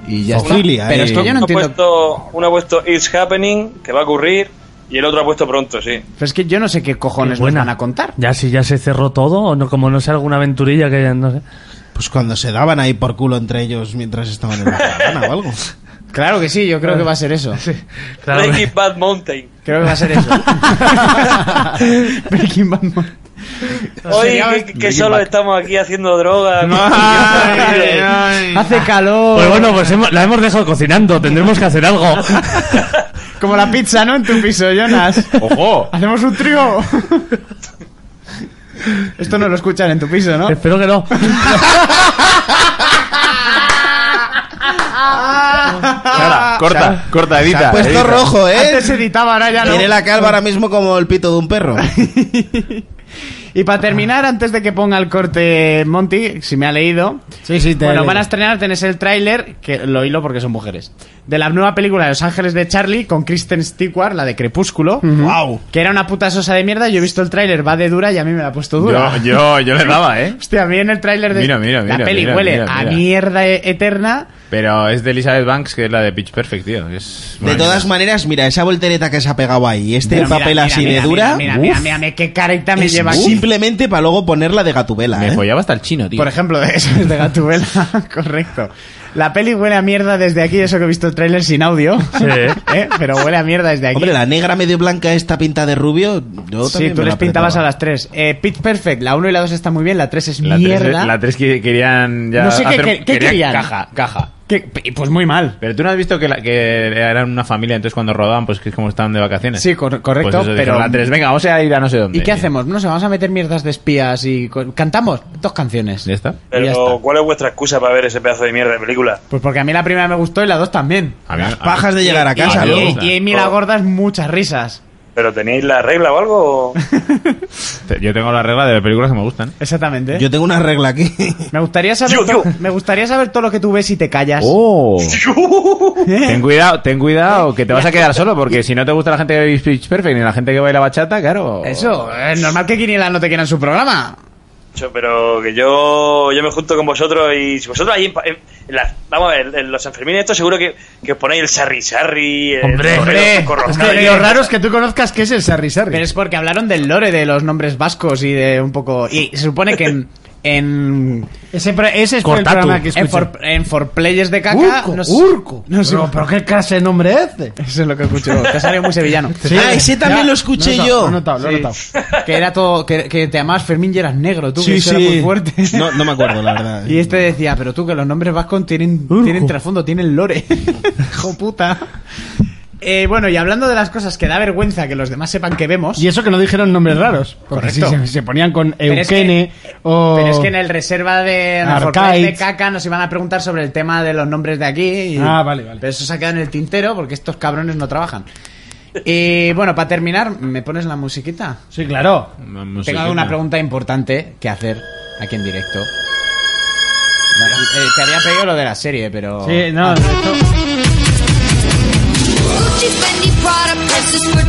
F: Y ya está.
E: Zoofilia,
F: Pero
E: eh.
F: es que yo no
I: Uno ha,
F: entiendo.
I: puesto, uno ha puesto It's Happening, que va a ocurrir, y el otro ha puesto pronto, sí.
F: pero es que yo no sé qué cojones nos
H: Buena.
F: van a contar.
H: Ya si ya se cerró todo, o no, como no sea alguna aventurilla que ya no sé.
E: Pues cuando se daban ahí por culo entre ellos mientras estaban en la caravana o algo.
F: Claro que sí, yo creo que va a ser eso.
H: Claro,
I: Breaking Bad Mountain.
F: Creo que va a ser eso. Breaking Bad Mountain.
I: Hoy
F: Sería-
I: que- que, solo estamos aquí haciendo droga.
F: Hace calor.
H: Pues bueno, pues hemos- la hemos dejado cocinando, tendremos que hacer algo.
F: Como la pizza, ¿no? En tu piso, Jonas.
G: ¡Ojo!
F: Hacemos un trío. Esto no lo escuchan en tu piso, ¿no?
H: Espero que no.
F: Ah,
G: Sara, corta, corta,
E: Se
G: edita.
E: ha puesto
G: edita.
E: rojo, ¿eh?
F: Antes editaba, ahora ya no.
E: Tiene la calva ahora mismo como el pito de un perro.
F: Y para terminar, antes de que ponga el corte Monty, si me ha leído.
C: Sí, sí, te he
F: Bueno,
C: leído.
F: van a estrenar, tenés el tráiler, que lo hilo porque son mujeres. De la nueva película de Los Ángeles de Charlie con Kristen Stewart, la de Crepúsculo.
E: ¡Wow!
F: Que era una puta sosa de mierda. Yo he visto el tráiler, va de dura y a mí me la ha puesto dura.
G: Yo, yo, yo le daba, ¿eh?
F: Hostia, a mí en el tráiler de
G: Mira, mira,
F: la
G: mira,
F: peli
G: mira,
F: huele
G: mira,
F: a
G: mira.
F: mierda e- eterna.
G: Pero es de Elizabeth Banks, que es la de Pitch Perfect, tío. Es
E: De todas maneras, mira, esa voltereta que se ha pegado ahí, este
F: Mira, mira,
E: papel
F: mira,
E: así
F: mira,
E: de dura,
F: Mira,
E: uf,
F: mira, mira, mira, mira, qué carita me
E: es
F: lleva aquí.
E: simplemente para luego ponerla de gatubela.
G: Me
E: ¿eh?
G: follaba hasta el chino, tío.
F: Por ejemplo, eso es de Gatubela, correcto. La peli huele a mierda desde aquí, eso que he visto el tráiler sin audio.
H: Sí.
F: ¿Eh? Pero huele a mierda desde aquí.
E: Hombre, la negra medio blanca esta pinta de rubio, yo
F: sí,
E: también
F: tú
E: me
F: les
E: la
F: pintabas a
E: apretaba.
F: las tres. Eh, Pitch Perfect, la 1 y la 2 están muy bien, la 3 es
G: la tres-
F: mierda.
G: la tres que querían ya
F: No sé qué
G: hacer-
F: que- qué querían.
G: Caja, caja.
F: Que- pues muy mal.
G: Pero tú no has visto que, la- que eran una familia, entonces cuando rodaban, pues que es como estaban de vacaciones.
F: Sí, cor- correcto,
G: Pues eso, dijeron,
F: pero-
G: la tres, venga, vamos a ir a no sé dónde.
F: ¿Y qué hacemos? No sé, vamos a meter mierdas de espías y co- cantamos dos canciones.
G: Ya está.
F: Y ya
I: Pero,
F: está.
I: ¿cuál es vuestra excusa para ver ese pedazo de mierda de película?
F: Pues porque a mí la primera me gustó y la dos también.
G: A mí- a mí-
E: Pajas de llegar a casa,
G: y-
E: luego.
F: Y, y Mila Gordas muchas risas.
I: ¿Pero tenéis la regla o algo?
G: te- Yo tengo la regla de películas que me gustan.
F: Exactamente.
E: Yo tengo una regla aquí.
F: Me gustaría saber,
I: Yo, yo.
F: to- me gustaría saber todo lo que tú ves y te callas.
G: ¡Oh! Ten cuidado, ten cuidado, que te vas a quedar solo, porque si no te gusta la gente que ve Pitch Perfect ni la gente que baila bachata, claro.
F: Eso, es normal que Quiniela no te quiera en su programa.
I: Yo, pero que yo, yo me junto con vosotros y si vosotros ahí en, pa- en- en las- vamos a ver, en los Sanfermines esto seguro que, que os ponéis el sarri sarri, el
H: Hombre,
I: correo
C: Es
I: corroscado.
C: que lo raro es que tú conozcas qué es el Sarri Sarri.
F: Pero es porque hablaron del lore de los nombres vascos y de un poco. Y se supone que en. En,
C: Ese, pro- ese es el
H: Cortatu.
C: programa que
F: en,
C: escuché.
F: for, en For Players de caca.
C: Urco,
F: no sé-
C: Urco.
F: no sé-
C: pero, pero qué clase de nombre es este.
F: Eso es lo que escucho. Te ha salido muy sevillano.
E: Ah, ese también
C: Ya,
E: lo escuché
C: he notado,
E: yo.
C: Lo he notado, lo he notado.
F: Que era todo. Que, que te llamabas Fermín y eras negro, tú. que
E: Sí,
F: eso era
E: sí.
F: muy fuerte.
E: No, no me acuerdo, la verdad.
F: Y este decía, pero tú que los nombres vascos tienen, tienen trasfondo, tienen lore. Hijo puta. Eh, bueno, y hablando de las cosas que da vergüenza que los demás sepan que vemos.
C: Y eso que no dijeron nombres raros. Porque si
F: Correcto.
C: se, se ponían con
F: Pero es que-
C: Eukene o.
F: Pero es que en el reserva de
C: Arcaids.
F: Fortnite de caca nos iban a preguntar sobre el tema de los nombres de aquí. y-
C: Ah, vale, vale.
F: Pero eso se ha quedado en el tintero porque estos cabrones no trabajan. Y bueno, para terminar, ¿me pones la musiquita?
C: Sí, claro.
G: Una musiquita.
F: Tengo una pregunta importante que hacer aquí en directo. La- eh, te había pedido lo de la serie, pero...
C: Sí, Eh, no, esto-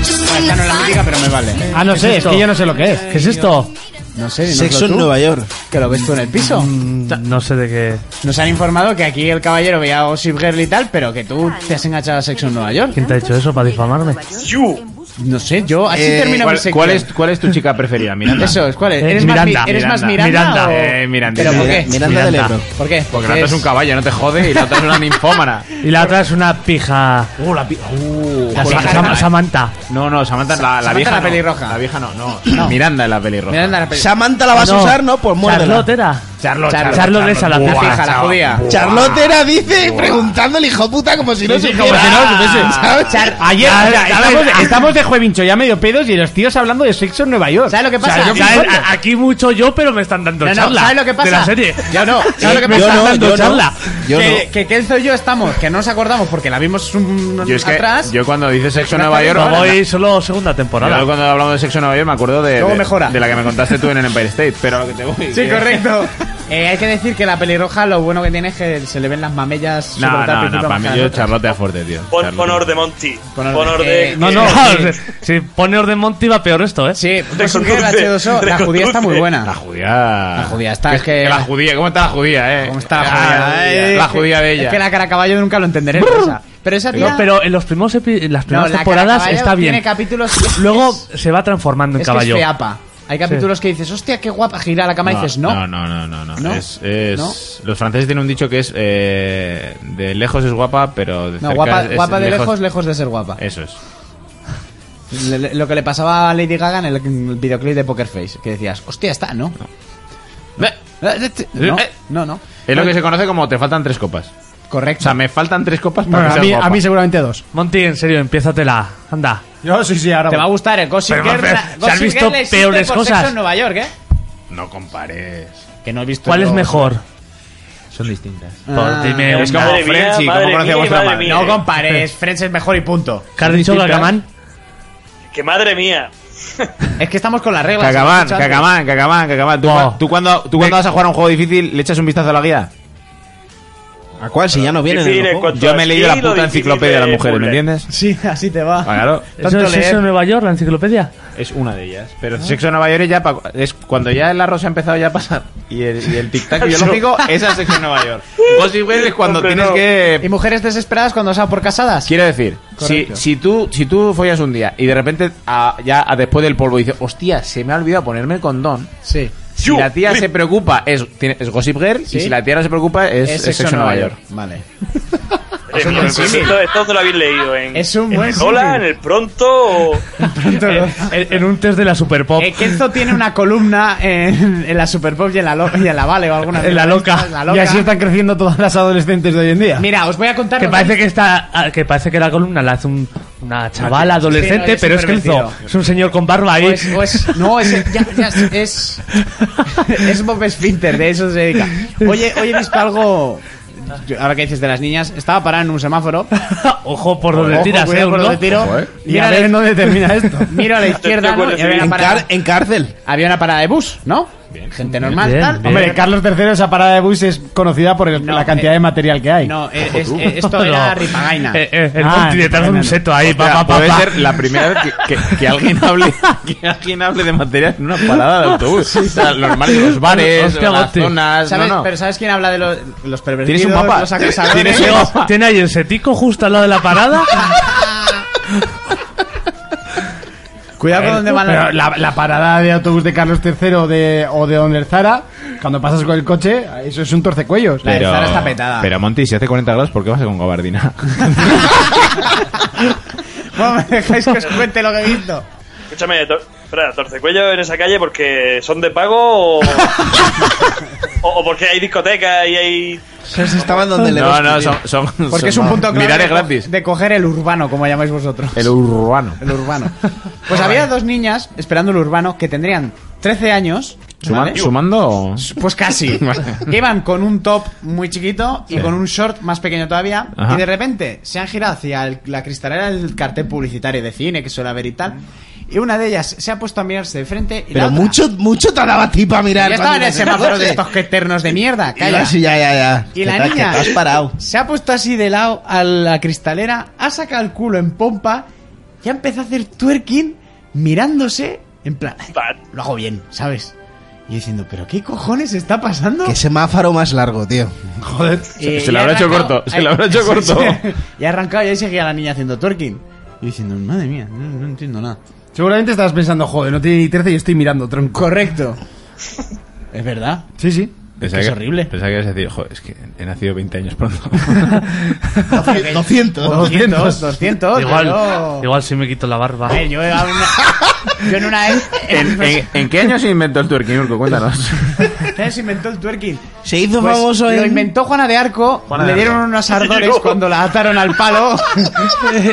F: Esta no es la mítica, pero me vale.
C: Ah, no sé, es que yo no sé lo que es.
H: ¿Qué es esto?
F: No sé, dinoslo
E: Sexo en
F: tú,
E: Nueva York.
F: Que lo ves tú en el piso.
H: Mm. No sé de qué.
F: Nos han informado que aquí el caballero veía a Gossip Girl y tal, pero que tú te has enganchado a sexo en Nueva York.
H: ¿Quién te ha hecho eso para difamarme?
F: No sé, yo así
E: Eh,
F: termino mi
G: ¿Cuál,
F: sección.
G: cuál es, ¿Cuál es tu chica preferida, Miranda?
F: Eso es, ¿cuál es?
H: Eh,
F: ¿Eres, Más,
H: Miranda.
F: mi- ¿Eres más Miranda?
H: Miranda.
F: o-
G: Eh, Miranda.
F: ¿Pero por qué?
E: Miranda, de
H: Miranda.
E: Lebro.
F: ¿por qué?
G: Porque la otra es un caballo, no te jode, y la otra es una ninfómana.
H: Y la otra es una pija.
C: Uh,
H: La
G: Con la
H: Sa-
G: Samantha.
H: Sam- Samantha.
G: No, no, Samantha, la, la
F: Samantha
G: vieja
F: la
G: no.
F: pelirroja.
G: La vieja no, no. Miranda es la pelirroja.
F: Miranda la pe-
E: Samantha la vas
F: Ah,
E: a
H: No.
E: usar, ¿no? Pues muérdela.
H: Charlotte era.
G: Charlotte,
F: Charlotte.
H: Charlotte es a la
F: la
H: pija.
F: fija, la judía.
E: Charlotte era, dice, preguntando el hijo puta como si no Ah, se
C: Como si no supiese.
E: ¿Sabes?
F: Char-
C: Ayer
H: Ah, Ya,
C: o sea,
H: ya,
C: estamos,
H: ya.
C: estamos de juevincho ya medio pedos y los tíos hablando de sexo en Nueva York.
F: ¿Sabes lo que pasa?
H: O sea, a- Aquí mucho yo, pero me están dando
F: No, no,
H: charla.
F: ¿sabes lo que pasa?
H: De la serie.
F: Yo no, ¿sabes lo que
E: Eh, yo
F: pasa?
E: no,
H: dando
E: yo no.
H: charla.
E: Yo
F: que,
E: no.
F: que Kelzo y yo estamos, que no nos acordamos porque la vimos un,
G: Yo es que,
F: atrás.
G: yo cuando dice sexo en
F: Una
G: Nueva York,
H: Me
F: pelirroja.
H: voy solo segunda temporada.
G: yo cuando hablamos de sexo en Nueva York me acuerdo de,
F: Luego
G: de-
F: mejora.
G: de la que me contaste tú en el Empire State, pero a lo que te voy.
F: Sí,
G: que-
F: correcto. Eh, hay que decir que la pelirroja lo bueno que tiene es que se le ven las mamellas
G: No,
F: superdotadas al
G: no, no,
F: principio
G: para
F: más
G: mí
F: que a
G: yo
F: las otras.
G: Charlotte a fuerte, tío.
I: Pon,
G: Charlotte.
I: pon orden, Monty.
F: Pon
I: Pon
F: orden.
I: orden.
F: Eh,
H: No, no. Si pone orden Monty va peor esto, ¿eh?
F: Sí, pues
I: Reconduce,
F: la H2O, la judía está muy
I: reconduce.
F: buena.
G: La judía.
F: La judía está, es que-
G: La judía, ¿cómo está la judía, eh?
F: ¿Cómo está la
G: Ah,
F: judía?
G: eh, La judía de ella.
F: Es que la cara caballo nunca lo entenderé. esa. Pero esa tía.
H: No, pero en los primeros epi- en las
F: No,
H: primeras
F: la
H: temporadas
F: Caracaballo
H: está bien.
F: Tiene capítulos.
H: Luego
F: Es,
H: se va transformando en
F: es que es
H: caballo.
F: feapa. Hay capítulos que dices, hostia, qué guapa. Gira la cámara y dices, no.
G: No, no, no, no. no.
F: ¿No?
G: Es, es-
F: ¿No?
G: Los franceses tienen un dicho que es eh, de lejos es guapa, pero de
F: No,
G: cerca
F: guapa,
G: es
F: guapa de lejos, lejos, de ser guapa.
G: Eso es.
F: Le- le- lo que le pasaba a Lady Gaga en el, en el videoclip de Poker Face. Que decías, hostia, está, ¿no? No,
G: Eh.
F: no, no.
G: Es lo que se conoce como te faltan tres copas. O
F: Correcto.
G: sea, me faltan tres copas para
C: Bueno,
G: que
C: a,
G: seas
C: mí,
G: guapa.
C: a mí seguramente dos.
H: Monty, en serio, empiézatela. Anda.
C: Yo sí, sí, ahora.
F: Te va a gustar el Gossip
H: Pero,
F: Girl.
H: pero,
F: la-
H: ¿se
F: Gossip
H: has visto
F: Girl existe
H: peores
F: por sexo
H: cosas?
F: en Nueva York, ¿eh?
G: No compares.
F: Que no he visto.
H: ¿Cuál es
F: yo-
H: mejor? Ah,
G: Son distintas.
H: Por dime
G: Es
H: una.
G: como
I: Madre mía,
G: Frenzy,
I: madre
G: como conoce a
I: mía,
G: vuestra
I: madre
H: Eh,
G: madre.
I: mía.
F: No compares, Friends es mejor y punto.
H: ¿Qué has dicho, Gargamán?
I: Que madre mía.
F: Es que estamos con las reglas.
G: Cacamán,
F: ¿lo has escuchado?
G: cacamán, cacamán, cacamán. ¿Tú,
H: No.
G: cua- tú cuando, tú cuando vas a jugar a un juego difícil le echas un vistazo a la guía?
E: ¿A cuál? Si ya no viene.
I: Difícil en cuanto
G: Yo
I: a
G: me he leído la
I: estilo,
G: puta
I: difícil
G: enciclopedia de las mujeres, ¿me
I: puzzle.
G: entiendes?
F: Sí, así te va.
G: Ah, Claro,
H: ¿Eso es eso de Nueva York, la enciclopedia?
G: es una de ellas.
C: Ah.
G: Pero sexo en Nueva York ya pa- es cuando ya el arroz ha empezado ya a pasar y el, y el tic tac biológico es a sexo en Nueva York. Gossip Girl es cuando
I: Hombre,
G: tienes
I: no.
G: que
F: ¿Y mujeres desesperadas cuando se van por casadas?
G: Quiero decir, si,
F: Correcto.
G: si, tú, si tú follas un día y de repente a- ya a después del polvo dices, hostia, se me ha olvidado ponerme el condón.
F: Sí.
G: Si la tía se preocupa es, tiene- es Gossip Girl
F: Sí.
G: y si la tía no se preocupa es,
F: Es
G: es Sexo en Nueva York.
F: Vale.
I: Eh, mira, esto, esto te lo habéis leído en.
F: Es un buen
I: en el Hola,
F: sitio.
I: en el pronto. o-
H: Eh, en, en un test de la Super Pop.
F: Eh, Kenzo tiene una columna en, en la Super Pop y en la, lo- y en la Vale o alguna
H: En la loca.
F: En la loca.
C: Y así están creciendo todas las adolescentes de hoy en día.
F: Mira, os voy a contar.
H: Que parece que está, ah, que parece que la columna la hace un- una chavala adolescente,
F: es
H: pero es que
F: supervestido. Pues,
H: es un señor con barba ahí.
F: O es- o es- no, es, ya- ya es, es. es Bob Spinter, de eso se dedica. Oye, oye, he visto algo. yo- Ahora que dices de las niñas, estaba parada en un semáforo.
H: Ojo por donde
F: Ojo,
H: tiras,
F: cuidado
H: eh,
F: por
H: ¿no?
F: donde tiro.
C: Y
F: Mira
C: a
F: la-
C: ver en dónde termina esto.
F: Miro a la izquierda ¿no? y había una,
E: En,
F: parada,
E: car- en cárcel.
F: había una parada de bus, ¿no? Gente normal,
H: bien,
F: tal.
H: bien.
C: Hombre, Carlos III, esa parada de bus es conocida por el-
F: No,
C: la cantidad
F: eh,
C: de material que hay.
F: No, eh, es- eh, esto era
H: Uh. No.
F: Ripagaina.
H: Eh, eh, el
C: Ah,
H: Monty detrás de
C: bueno.
H: un seto ahí,
G: O sea,
H: papá,
G: puede ser la primera vez que, que- que alguien hable que alguien hable de material en una parada de autobús. O sea, lo normal es los bares,
H: Hostia,
G: las
H: Gotti.
G: zonas.
F: ¿Sabes?
G: no, no.
F: Pero ¿sabes quién habla de los, los pervertidos?
G: ¿Tienes un mapa?
F: Los acosadores.
G: ¿Tienes un mapa?
H: Tiene ahí el setico justo al lado de la parada.
F: Cuidado con dónde van
C: Pero
F: las...
C: la, la parada de autobús de Carlos III o de, o de Don Zara, cuando pasas con el coche, eso es un torcecuellos.
F: La de Zara está petada.
G: Pero Monty, si hace 40 grados, ¿por qué vas con gabardina?
F: Bueno, me dejáis que os cuente lo que he visto.
I: Escúchame, tor- espera, torcecuello en esa calle porque son de pago o. o, o porque hay discotecas y hay.
E: Esos estaban donde le
G: no, no, son, son- son-
F: Porque es un punto clave
G: Mirar es
F: de co-
G: gratis.
F: de coger el urbano, como llamáis vosotros.
G: El urbano.
F: El urbano. Pues había dos niñas esperando el urbano que tendrían 13 años.
G: Suma-
F: ¿vale?
G: ¿Sumando o...?
F: Pues casi. Que Iban con un top muy chiquito y con un short más pequeño todavía.
G: Ajá.
F: Y de repente se han girado hacia el- la cristalera del cartel publicitario de cine que suele haber y tal. Y una de ellas se ha puesto a mirarse de frente. Y la
E: Pero
F: otra-
E: mucho, mucho tardaba a ti para mirar.
F: Ya estaba en el semáforo de estos
E: Y
F: eternos de mierda.
E: yo
F: Calla.
E: así, ya, ya, ya.
F: Y
E: Que te-
F: la
E: que
F: niña
E: te has parado.
F: se ha puesto así de lado a la cristalera, ha sacado el culo en pompa y ha empezado a hacer twerking mirándose en plan, "Ay,
I: Pat.
F: lo hago bien, ¿sabes? Y diciendo, ¿pero qué cojones está pasando?
E: Qué semáforo más largo, tío.
G: Joder. Se,
F: Eh,
G: se
F: y
G: lo
F: ha
G: habrá hecho
F: arrancado-
G: corto. Se
F: Ay,
G: lo habrá hecho
F: sí,
G: corto.
F: sí. Y ha arrancado y ahí seguía la niña haciendo twerking. Y diciendo, madre mía, no, no entiendo nada.
C: Seguramente estabas pensando, joder, no tiene ni 13 y estoy mirando, tronco.
F: Correcto. es verdad.
C: Sí, sí.
G: Pensaba
F: Es horrible.
G: Pensaba que ibas a decir, joder, es que he nacido 20 años pronto.
E: 200.
F: 200, 200.
H: igual,
F: yo-
H: igual si me quito la barba.
F: A ver, yo, he dado una- yo en una vez.
G: ¿En, en, en qué año se inventó el twerking, Urco? Cuéntanos.
F: ¿Sabes? Se inventó el twerking.
E: Se hizo
F: Pues,
E: famoso
F: Lo
E: en...
F: inventó Juana de Arco.
H: Juana
F: le
H: de
F: dieron
H: Arco.
F: unos ardores cuando la ataron al palo.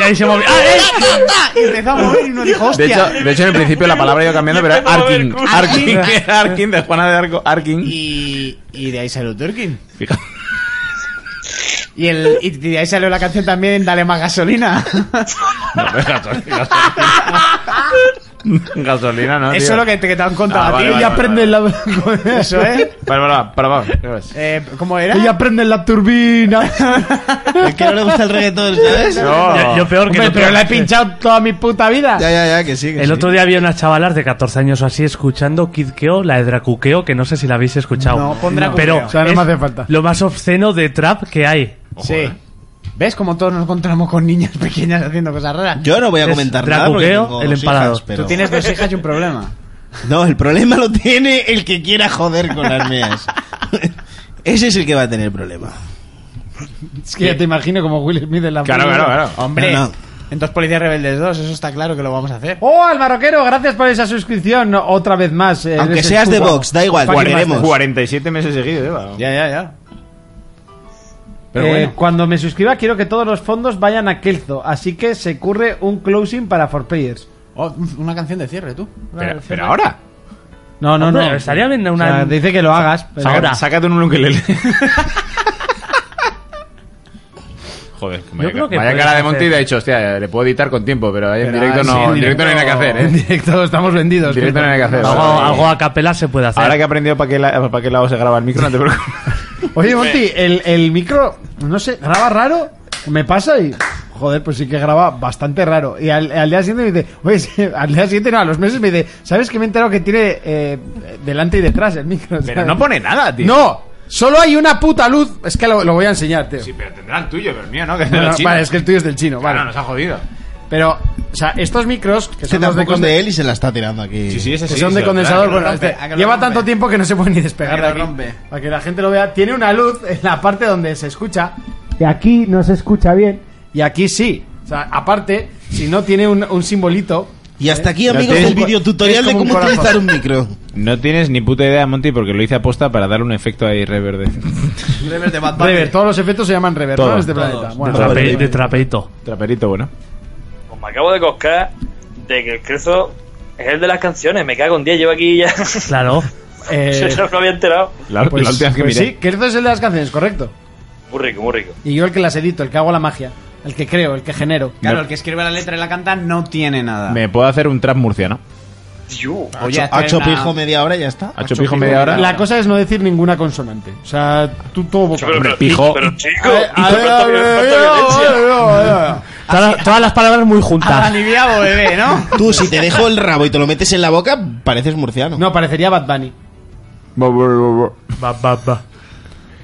H: ahí se movió. ¡Ah, eh!
F: y empezó a mover y uno dijo,
G: De
F: hostia.
G: hecho, de hecho, en el principio la palabra iba cambiando, pero era Arkin. Arkin, Arkin de Juana de Arco. Arkin.
F: y, y de ahí salió el twerking.
G: Fíjate.
F: Y, el, y de ahí salió la canción también, Dale más gasolina.
G: No, pero gasol- gasolina. Gasolina, ¿no?
F: Eso
G: tío?
F: es lo que te, que te han contado
G: Ah,
F: a ti.
G: vale,
F: y
G: vale,
F: ya
G: vale,
F: aprende la- Eso, ¿eh?
G: Vale, vale, vale, para, para.
F: Eh, ¿Cómo era?
C: Ella prende la turbina.
E: El que no le gusta el reggaetón, ¿sabes?
G: No.
H: Yo, yo peor que
F: Hombre,
H: el otro-
F: pero la he pinchado toda mi puta vida.
E: Ya, ya, ya, que sí, que
H: El
E: sí.
H: otro día había unas chavalas de 14 años o así escuchando Kid Keo, la de Dracuqueo, que no sé si la habéis escuchado.
F: No, pon Dracuqueo.
H: Pero
F: O
C: sea, no
H: es
C: me hace falta.
H: Lo más obsceno de trap que hay.
F: sí. ¿Ves cómo todos nos encontramos con niñas pequeñas haciendo cosas raras?
E: Yo no voy a
H: Es
E: comentar nada porque
H: Dracuqueo,
E: tengo
H: el
E: dos
H: empalador.
E: hijas, pero-
F: Tú tienes dos hijas y un problema.
E: No, el problema lo tiene el que quiera joder con las mías. Ese es el que va a tener problema.
C: Es que ya te imagino como Will Smith en la
G: Claro,
C: película.
G: claro, claro.
F: Hombre,
E: No, no.
F: entonces Policías Rebeldes 2, eso está claro que lo vamos a hacer.
C: ¡Oh, al barroquero! Gracias por esa suscripción no, otra vez más. eh,
E: Aunque
C: eres Eh,
E: seas
C: tú,
E: de
C: guapo.
E: Vox, da igual, te queremos.
G: 47 meses seguidos, Eva.
F: Ya, ya, ya.
G: Pero
C: Eh,
G: bueno.
C: Cuando me suscriba quiero que todos los fondos vayan a Kelzo, así que se curre un closing para for players.
F: Oh, una canción de cierre, tú.
G: Pero, pero ahora.
C: No, no,
H: Hombre,
C: no.
H: estaría bien una-
C: O sea, dice que lo hagas. pero-
H: Ahora.
G: Sácate un ukelele. Joder, que
H: Yo
G: vaya,
H: creo que
G: vaya
H: puedes
G: cara de
H: hacer-
G: Monti ha dicho, hostia, le puedo editar con tiempo, pero ahí en
H: Pero
G: directo
H: ahí sí,
G: no,
H: en
G: en directo no hay nada que hacer, ¿eh?
E: En directo estamos vendidos.
G: En directo no hay nada que hacer.
H: Algo,
G: Ahora-
H: algo a capela se puede hacer.
G: Ahora que he aprendido para qué, la- pa' qué lado se graba el micro, no te preocupes.
C: Oye, Monty, el, el micro, no sé, graba raro, me pasa y. Joder, pues sí que graba bastante raro. Y al, al día siguiente me dice, oye, sí, al día siguiente no, a los meses me dice, ¿sabes que me he enterado que tiene eh, delante y detrás el micro?
G: Pero
C: ¿sabes?
G: no pone nada, tío.
C: No, solo hay una puta luz. Es que lo, lo voy a enseñar, tío.
G: Sí, pero tendrá el tuyo, pero el mío, ¿no? Que es de
C: No,
G: los
C: no,
G: chinos.
C: vale, es que el tuyo es del chino,
G: Claro,
C: vale.
G: nos ha jodido.
C: Pero, o sea, estos micros, que
F: Pues
E: Este
C: son los de,
E: tampoco es
C: conde-
E: de él y se la está tirando aquí.
G: Sí, sí, ese
C: que
G: sí,
C: son
G: sí,
C: de
G: lo-
C: condensador,
G: claro,
C: bueno,
G: lo rompe,
C: este
G: ah, que lo
C: lleva
G: rompe.
C: tanto tiempo que no se puede ni despegar
G: Ah,
C: de
G: que lo
C: aquí.
G: rompe.
C: Para que la gente lo vea, tiene una luz en la parte donde se escucha. Y aquí no se escucha bien. Y aquí sí. O sea, aparte, si no tiene un, un simbolito. ¿eh?
E: Y hasta aquí,
G: Ya
E: amigos,
G: te-
E: el video tutorial de
G: es como
E: cómo
G: un corazón.
E: utilizar un micro.
G: No tienes ni puta idea, Monty, porque lo hice aposta para darle un efecto ahí reverde.
C: Rever, todos los efectos se llaman rever, ¿no?
G: Todos,
C: En este planeta. Bueno,
H: Trape- de trapeito.
G: Traperito, bueno.
I: Pues me acabo de coscar de que el Crezo es el de las canciones. Me cago en día, llevo aquí ya.
H: Claro.
C: eh,
I: Yo no me había enterado.
G: La,
C: pues,
G: la última que
C: pues
G: miré.
C: sí, Kerzo es el de las canciones, correcto.
I: Muy rico, muy rico.
C: Y yo el que las edito, el que hago la magia, el que creo, el que genero.
F: Claro, el que escribe la letra y la canta no tiene nada.
G: Me puedo hacer un trap murciano.
I: Tío.
F: Oye, hacer
E: A chopijo
F: una-
E: media hora y ya está.
G: A chopijo media hora.
C: La cosa es no decir ninguna consonante. O sea, tú todo Eh, vocabulario.
G: Hombre, pijo.
I: Pero chico,
C: A ver, a
I: hizo
C: ver,
I: tanta
C: a ver,
I: tanta
C: a ver,
I: violencia.
C: a ver, a ver, a ver.
H: Todas, todas las palabras muy
F: Ah,
H: juntas.
F: Aliviado, bebé, ¿no?
E: Tú, si te dejo el rabo y te lo metes en la boca, pareces murciano.
C: No, parecería Bad Bunny.
H: Va, va, va.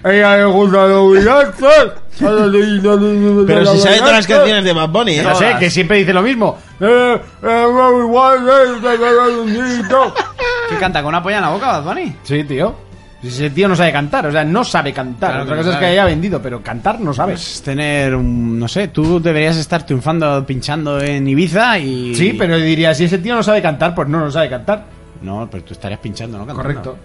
C: Ella le gusta los billetes.
E: Pero si sabe todas las canciones de Bad Bunny, ¿eh?
C: No sé, que siempre dice lo mismo. Eh, eh, muy guay, eh, eh, eh, eh,
F: ¿Qué canta? ¿Con una polla en la boca, Bad Bunny?
C: Sí, tío. Ese tío no sabe cantar, o sea, no sabe cantar.
F: Claro que
C: Otra
F: no
C: cosa es que
F: sabe.
C: haya vendido, pero cantar no sabe.
F: Pues tener un... No sé, tú deberías estar triunfando, pinchando en Ibiza y...
C: Sí, pero diría, si ese tío no sabe cantar, pues no, no sabe cantar.
F: No, pero tú estarías pinchando, ¿no? Cantando.
C: Correcto.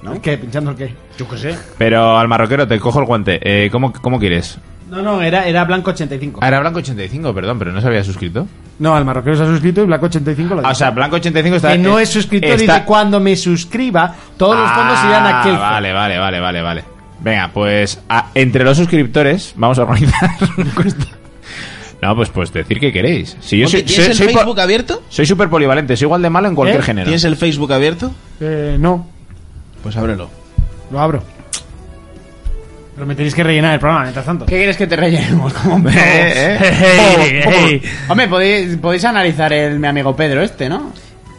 F: ¿No?
C: ¿El ¿Qué? ¿Pinchando el qué? Yo qué sé.
G: Pero al marroquero te cojo el guante. Eh, ¿cómo, ¿Cómo quieres?
C: No, no, era, era Blanco 85.
G: Ah, era Blanco 85, perdón, pero no se había suscrito.
C: No, al marroquero se ha suscrito y Blanco 85 lo
G: Ah, o sea, Blanco 85 está. eh,
C: que no es suscriptor y
G: está-
C: dice cuando me suscriba, todos los fondos irán a
G: Ah,
C: Kelzo.
G: Vale, vale, vale, vale, vale. Venga, pues a- entre los suscriptores vamos a organizar una encuesta. No, pues, pues decir que queréis. Si yo
E: Monty,
G: soy,
E: ¿Tienes
G: soy,
E: el
G: soy po-
E: Facebook abierto?
G: soy súper polivalente, soy igual de malo en cualquier
C: ¿Eh?
G: género.
E: ¿Tienes el Facebook abierto?
C: Eh, no,
E: Pues ábrelo.
C: lo abro. Pero me tenéis que rellenar el programa, mientras tanto.
F: ¿Qué quieres que te rellenemos? Como-
G: Eh, eh.
H: Hey,
F: Como-
H: hey.
F: Hombre, podéis, podéis analizar el mi amigo Pedro este, ¿no?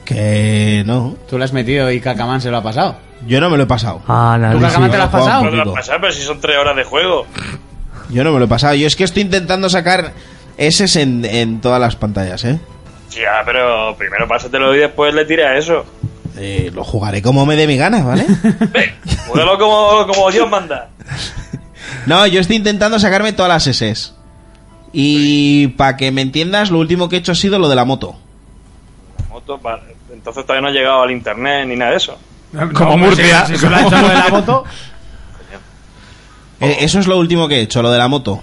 E: Que no.
F: Tú lo has metido y Cacamán se lo ha pasado.
E: Yo no me lo he pasado.
H: Ah, la
F: ¿Tú,
H: lista.
F: Cacamán, te lo has
E: Juan,
F: pasado?
I: No te lo
E: Rico.
I: has pasado, pero si son tres horas de juego.
E: Yo no me lo he pasado. Yo es que estoy intentando sacar S en, en todas las pantallas, ¿eh?
I: Ya, pero primero pásatelo y después le tiras eso.
E: Eh, Lo jugaré como me dé mi gana, ¿vale?
I: Ve, júgalo como, como Dios manda.
E: No, yo estoy intentando sacarme todas las SS. Y para que me entiendas, lo último que he hecho ha sido lo de la moto.
I: Moto, vale. Entonces todavía no ha llegado al internet ni nada de eso.
G: Como Murcia.
C: Si se lo ha hecho lo de la moto,
I: Oh.
E: Eh, eso es lo último que he hecho, lo de la moto.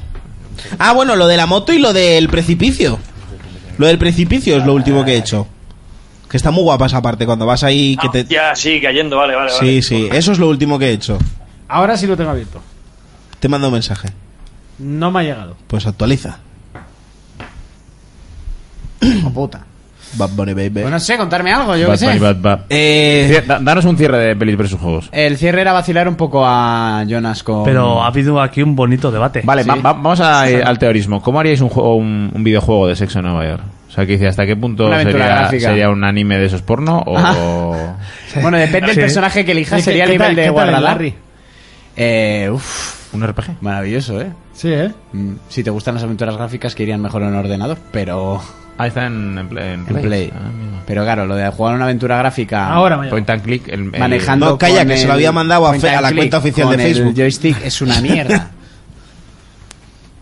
E: Ah, bueno, lo de la moto y lo del precipicio. Lo del precipicio es lo último que he hecho. Que está muy guapa esa parte cuando vas ahí que
I: Ah,
E: te...
I: Ya, sí, cayendo, vale, vale.
E: Sí,
I: vale.
E: sí, eso es lo último que he hecho.
C: ahora sí lo tengo abierto.
E: Te mando un mensaje.
C: No me ha llegado.
E: Pues actualiza.
F: Oh, puta.
E: Bad Bunny, baby.
F: Pues no sé, contarme algo, yo
G: Bad
F: qué sé.
G: Bunny, bad, bad.
E: Eh,
G: Cier- da- Danos un cierre de pelis versus juegos.
F: El cierre era vacilar un poco a Jonas con...
H: Pero ha habido aquí un bonito debate.
G: Vale,
F: Sí.
G: va- va- vamos a- eh, al teorismo. ¿Cómo haríais un, juego, un, un videojuego de sexo en Nueva York? O sea, que dice, ¿hasta qué punto
F: Una aventura
G: sería,
F: gráfica.
G: sería un anime de esos porno? O...
F: Ah. Bueno, depende
H: Sí.
F: del personaje que elijas,
C: Sí,
F: sería el
C: ¿qué
F: nivel
C: tal-
F: de
C: qué tal el
F: Guadalajara.
C: Larry?
F: Eh, uff,
G: ¿Un RPG?
F: maravilloso, ¿eh?
C: Sí, ¿eh?
F: Mm, Si te gustan las aventuras gráficas, que irían mejor en ordenador, pero
G: Ah, está en, en Play. en
F: en Play.
G: Play. Ah, mira.
F: Pero claro, lo de jugar una aventura gráfica
C: Pues, Ahora me ha llegado.
G: Point and click. el- el-
F: manejando.
E: No, calla,
F: con
E: que se lo
F: el
E: había mandado a
F: point
E: Fe- a
F: and
E: la
F: click
E: cuenta oficial
F: con
E: de Facebook.
F: El joystick es una mierda.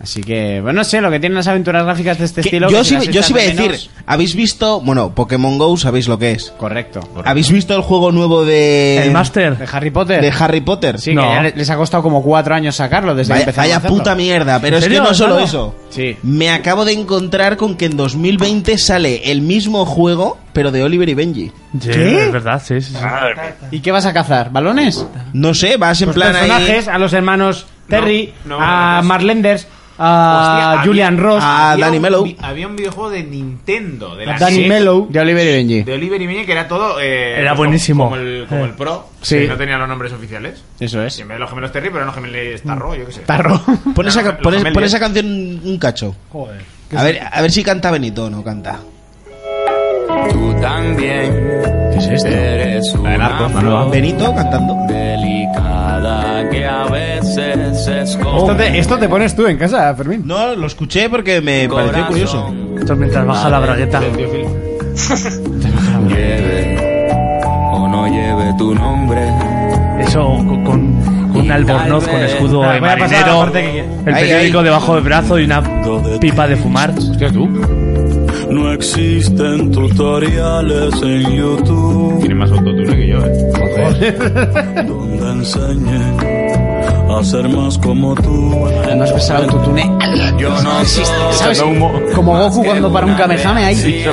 F: Así que, bueno, no sé, lo que tienen las aventuras gráficas de este
E: que-
F: estilo.
E: yo
F: que si
E: sí,
F: las
E: yo sí
F: echas
E: voy a
F: de
E: decir,
F: menos-
E: ¿habéis visto, bueno, Pokémon Go sabéis lo que es?
F: Correcto.
E: ¿Habéis visto el juego nuevo de
H: El Master.
F: ¿De Harry Potter?
E: de Harry Potter?
F: Sí,
H: No.
F: que ya le- les ha costado como cuatro años sacarlo desde
E: Vaya,
F: que empezaron
E: vaya
F: a hacerlo.
E: puta mierda, pero
H: ¿En
E: es que
H: serio?
E: no solo
H: ¿Nada?
E: eso.
F: Sí.
E: Me acabo de encontrar con que en 2020 sale el mismo juego, pero de Oliver y Benji.
H: Sí, Es verdad, sí, sí, sí.
I: Madre mía.
F: ¿Y qué vas a cazar? ¿Balones?
E: No sé, vas en
C: Los
E: plan ahí.
C: personajes, a los hermanos Terry, a Marlenders, a
G: Hostia, había-
C: Julian Ross.
E: Ah,
G: Había
E: Danny
G: un
E: Mellow.
G: vi- Había un videojuego de Nintendo, de la
C: Danny
G: SEG,
C: Mellow.
F: De Oliver y Benji.
G: De Oliver y Meñe, que era Eh. todo. eh,
H: Era
G: como-
H: buenísimo.
G: Como, el, como el Pro,
C: Sí.
G: que no tenía los nombres oficiales.
F: Eso
G: Y
F: es.
G: en vez de los gemelos Terry, pero eran los gemelos Tarro, yo qué sé.
F: Tarro.
E: Pon esa,
G: Los
E: ca- pon, es-
G: gemelos.
E: pon esa canción un cacho. A ver, a ver si canta Benito o no canta.
J: Tú también
E: ¿Qué es
G: Este,
C: Este.
E: esto?
J: eres una
G: Ah,
J: flor
E: Benito cantando.
J: delicada que a veces se
C: Esto
J: esconde.
C: te, esto te pones tú en casa, Fermín.
E: No, lo escuché porque me
J: Corazón.
E: pareció curioso.
H: Esto mientras baja la bragueta.
J: Lleve o no lleve tu nombre.
H: Eso con, con- con un albornoz con escudo
C: Voy
H: de
C: a pasar a la
H: marinero,
C: parte que-
H: el
E: Ahí,
H: periódico
E: ahí.
H: debajo del brazo y una pipa de fumar.
J: No existen tutoriales en YouTube
G: Tiene más autotune que yo, eh.
J: donde enseñe a ser más como tú.
F: Además ves al autotune.
J: Yo no
F: ¿Sabes? Como Goku cuando para un Kamehameha ahí.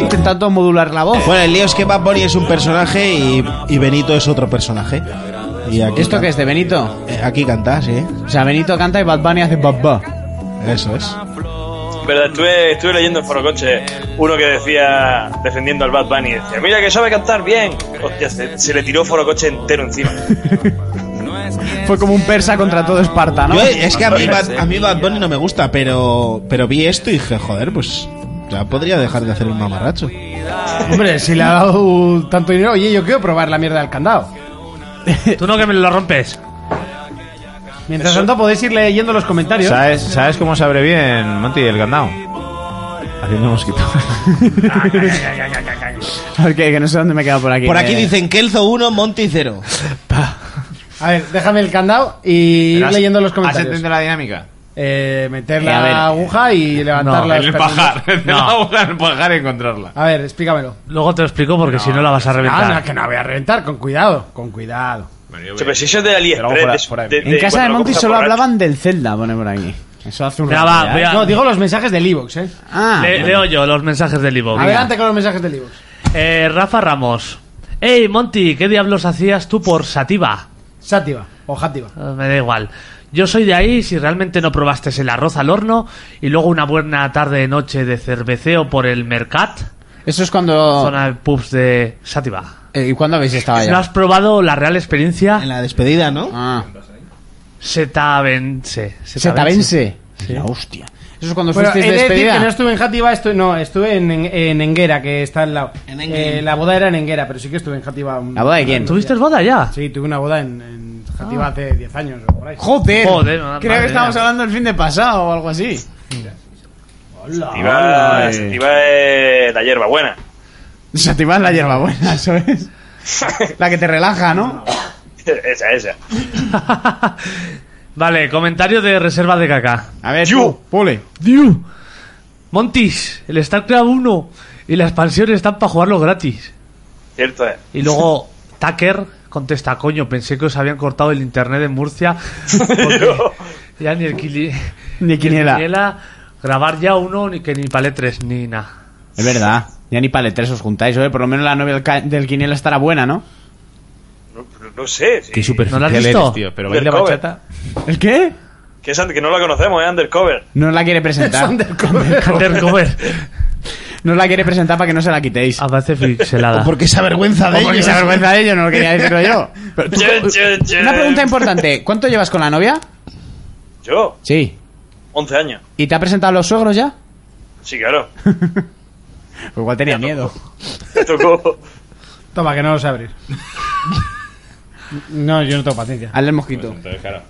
F: Intentando modular la voz.
E: Bueno, el lío es que Bad Bunny es un personaje y, y Benito es otro personaje. Y aquí
F: ¿Esto
E: can-
F: qué es de Benito?
E: eh, Aquí canta, sí.
F: O sea, Benito canta y Bad Bunny hace babba.
E: Eso es.
I: Verdad, estuve, estuve leyendo en Forocoche uno que decía, defendiendo al Bad Bunny, decía, mira que sabe cantar bien. Hostia, se, se le tiró Forocoche entero encima.
F: Fue como un persa contra todo Esparta, ¿no?
E: Yo, es que a mí, Bad, a mí Bad Bunny no me gusta, pero, pero vi esto y dije, joder, pues ya podría dejar de hacer el mamarracho.
C: Hombre, si le ha dado tanto dinero, oye, yo quiero probar la mierda del candado.
H: Tú no que me lo rompes.
C: Mientras tanto, podéis ir leyendo los comentarios.
G: ¿Sabes, ¿Sabes cómo se abre bien, Monty, el candado? Haciendo mosquito.
F: A ver, que, que no sé dónde me he quedado por aquí.
E: Por aquí
F: Eh,
E: dicen Kelzo 1, Monty 0.
C: A ver, déjame el candado y ir leyendo los
G: ¿Has
C: comentarios.
G: entendido la dinámica?
C: Eh, meter
F: Eh, a ver.
C: la aguja y levantar
H: No,
C: las
G: el
C: pernitas.
G: pajar. No. el pajar y encontrarla.
C: A ver, explícamelo.
H: Luego te lo explico porque si no la vas a
C: Ah,
H: reventar.
C: no, que no voy a reventar, con cuidado, con cuidado.
I: Che, pero si eso es de
G: Pero fuera-
I: AliExpress.
G: fuera de
I: de-
F: Eh, En
I: de-
F: casa de
I: cuando lo
F: Monty
I: coges
F: solo
I: por rato.
F: hablaban del Zelda, pone por aquí. Eso hace un
H: Venga,
F: rato
H: va,
F: ya,
H: voy
F: ¿eh?
H: a-
C: No, digo los mensajes del Evox, eh.
F: Ah,
H: Le- leo yo los mensajes del Ivo.
C: Adelante con los mensajes del Evox.
H: Eh, Rafa Ramos. Hey, Monty, ¿qué diablos hacías tú por Sativa?
C: Sátiva o Játiva.
H: Eh, Me da igual. Yo soy de ahí, si realmente no probaste el arroz al horno y luego una buena tarde-noche de cerveceo por el Mercat,
F: eso es cuando...
H: zona de pubs de Sativa.
F: Eh, ¿Y cuándo habéis estado
H: ¿No
F: allá?
H: has probado la real experiencia
E: En la despedida, ¿no?
F: Ah,
H: setavense?
F: Setavense. La hostia. Eso es cuando
C: Bueno, he
F: fuisteis
C: de
F: de
C: decir que no
F: despedida.
C: estuve en Játiva, estuve, no, estuve en, en, en Enguera, que está al lado. Eh, la boda era en Enguera, pero sí que estuve en Játiva. un-
F: ¿La boda de quién? Ah.
H: ¿Tuviste boda ya?
C: Sí, tuve una boda en, en Játiva hace 10 años o por ahí.
F: Joder.
H: Joder, madre
F: Creo que
H: mía.
F: estábamos hablando el fin de pasado o algo así.
I: Sativa- Sativa es la hierba buena.
F: Sativa es la hierba buena, eso es. La que te relaja, ¿no?
I: esa, esa.
H: vale, comentario de reserva de caca.
F: A ver, tú, pule.
H: Diu. Montis, el StarCraft 1 y la expansión están para jugarlo gratis.
I: Cierto es.
H: Y luego Tucker contesta, coño, pensé que os habían cortado el internet en Murcia. porque ya ni el quili...
F: Ni quiniela.
H: grabar ya uno, ni que ni paletres, ni nada.
F: Es verdad. Ya ni paletres os juntáis, oye. Por lo menos la novia del, ca- del Quiniela estará buena, ¿no?
I: No, no sé. sí.
G: Qué
H: ¿No la
G: superficial
H: has visto?
G: eres, tío. Pero baila
I: Undercover.
G: bachata.
F: ¿El qué?
I: Que, es under- que no la conocemos, es undercover.
F: No la quiere presentar.
H: Undercover.
F: No la quiere presentar para que no se la quitéis.
H: Avance pixelada.
E: Porque esa vergüenza de
F: O porque
E: ellos.
F: se avergüenza de ello, no lo quería decirlo yo. Pero tú-
I: Che, che, che.
F: una pregunta importante. ¿Cuánto llevas con la novia?
I: Yo,
F: Sí.
I: 11 años.
F: ¿Y te ha presentado a los suegros ya?
I: Sí, claro.
F: Pues igual tenía miedo.
I: Me tocó.
C: Toma, que no lo sé abrir. No, yo no tengo paciencia.
F: Hazle el mosquito.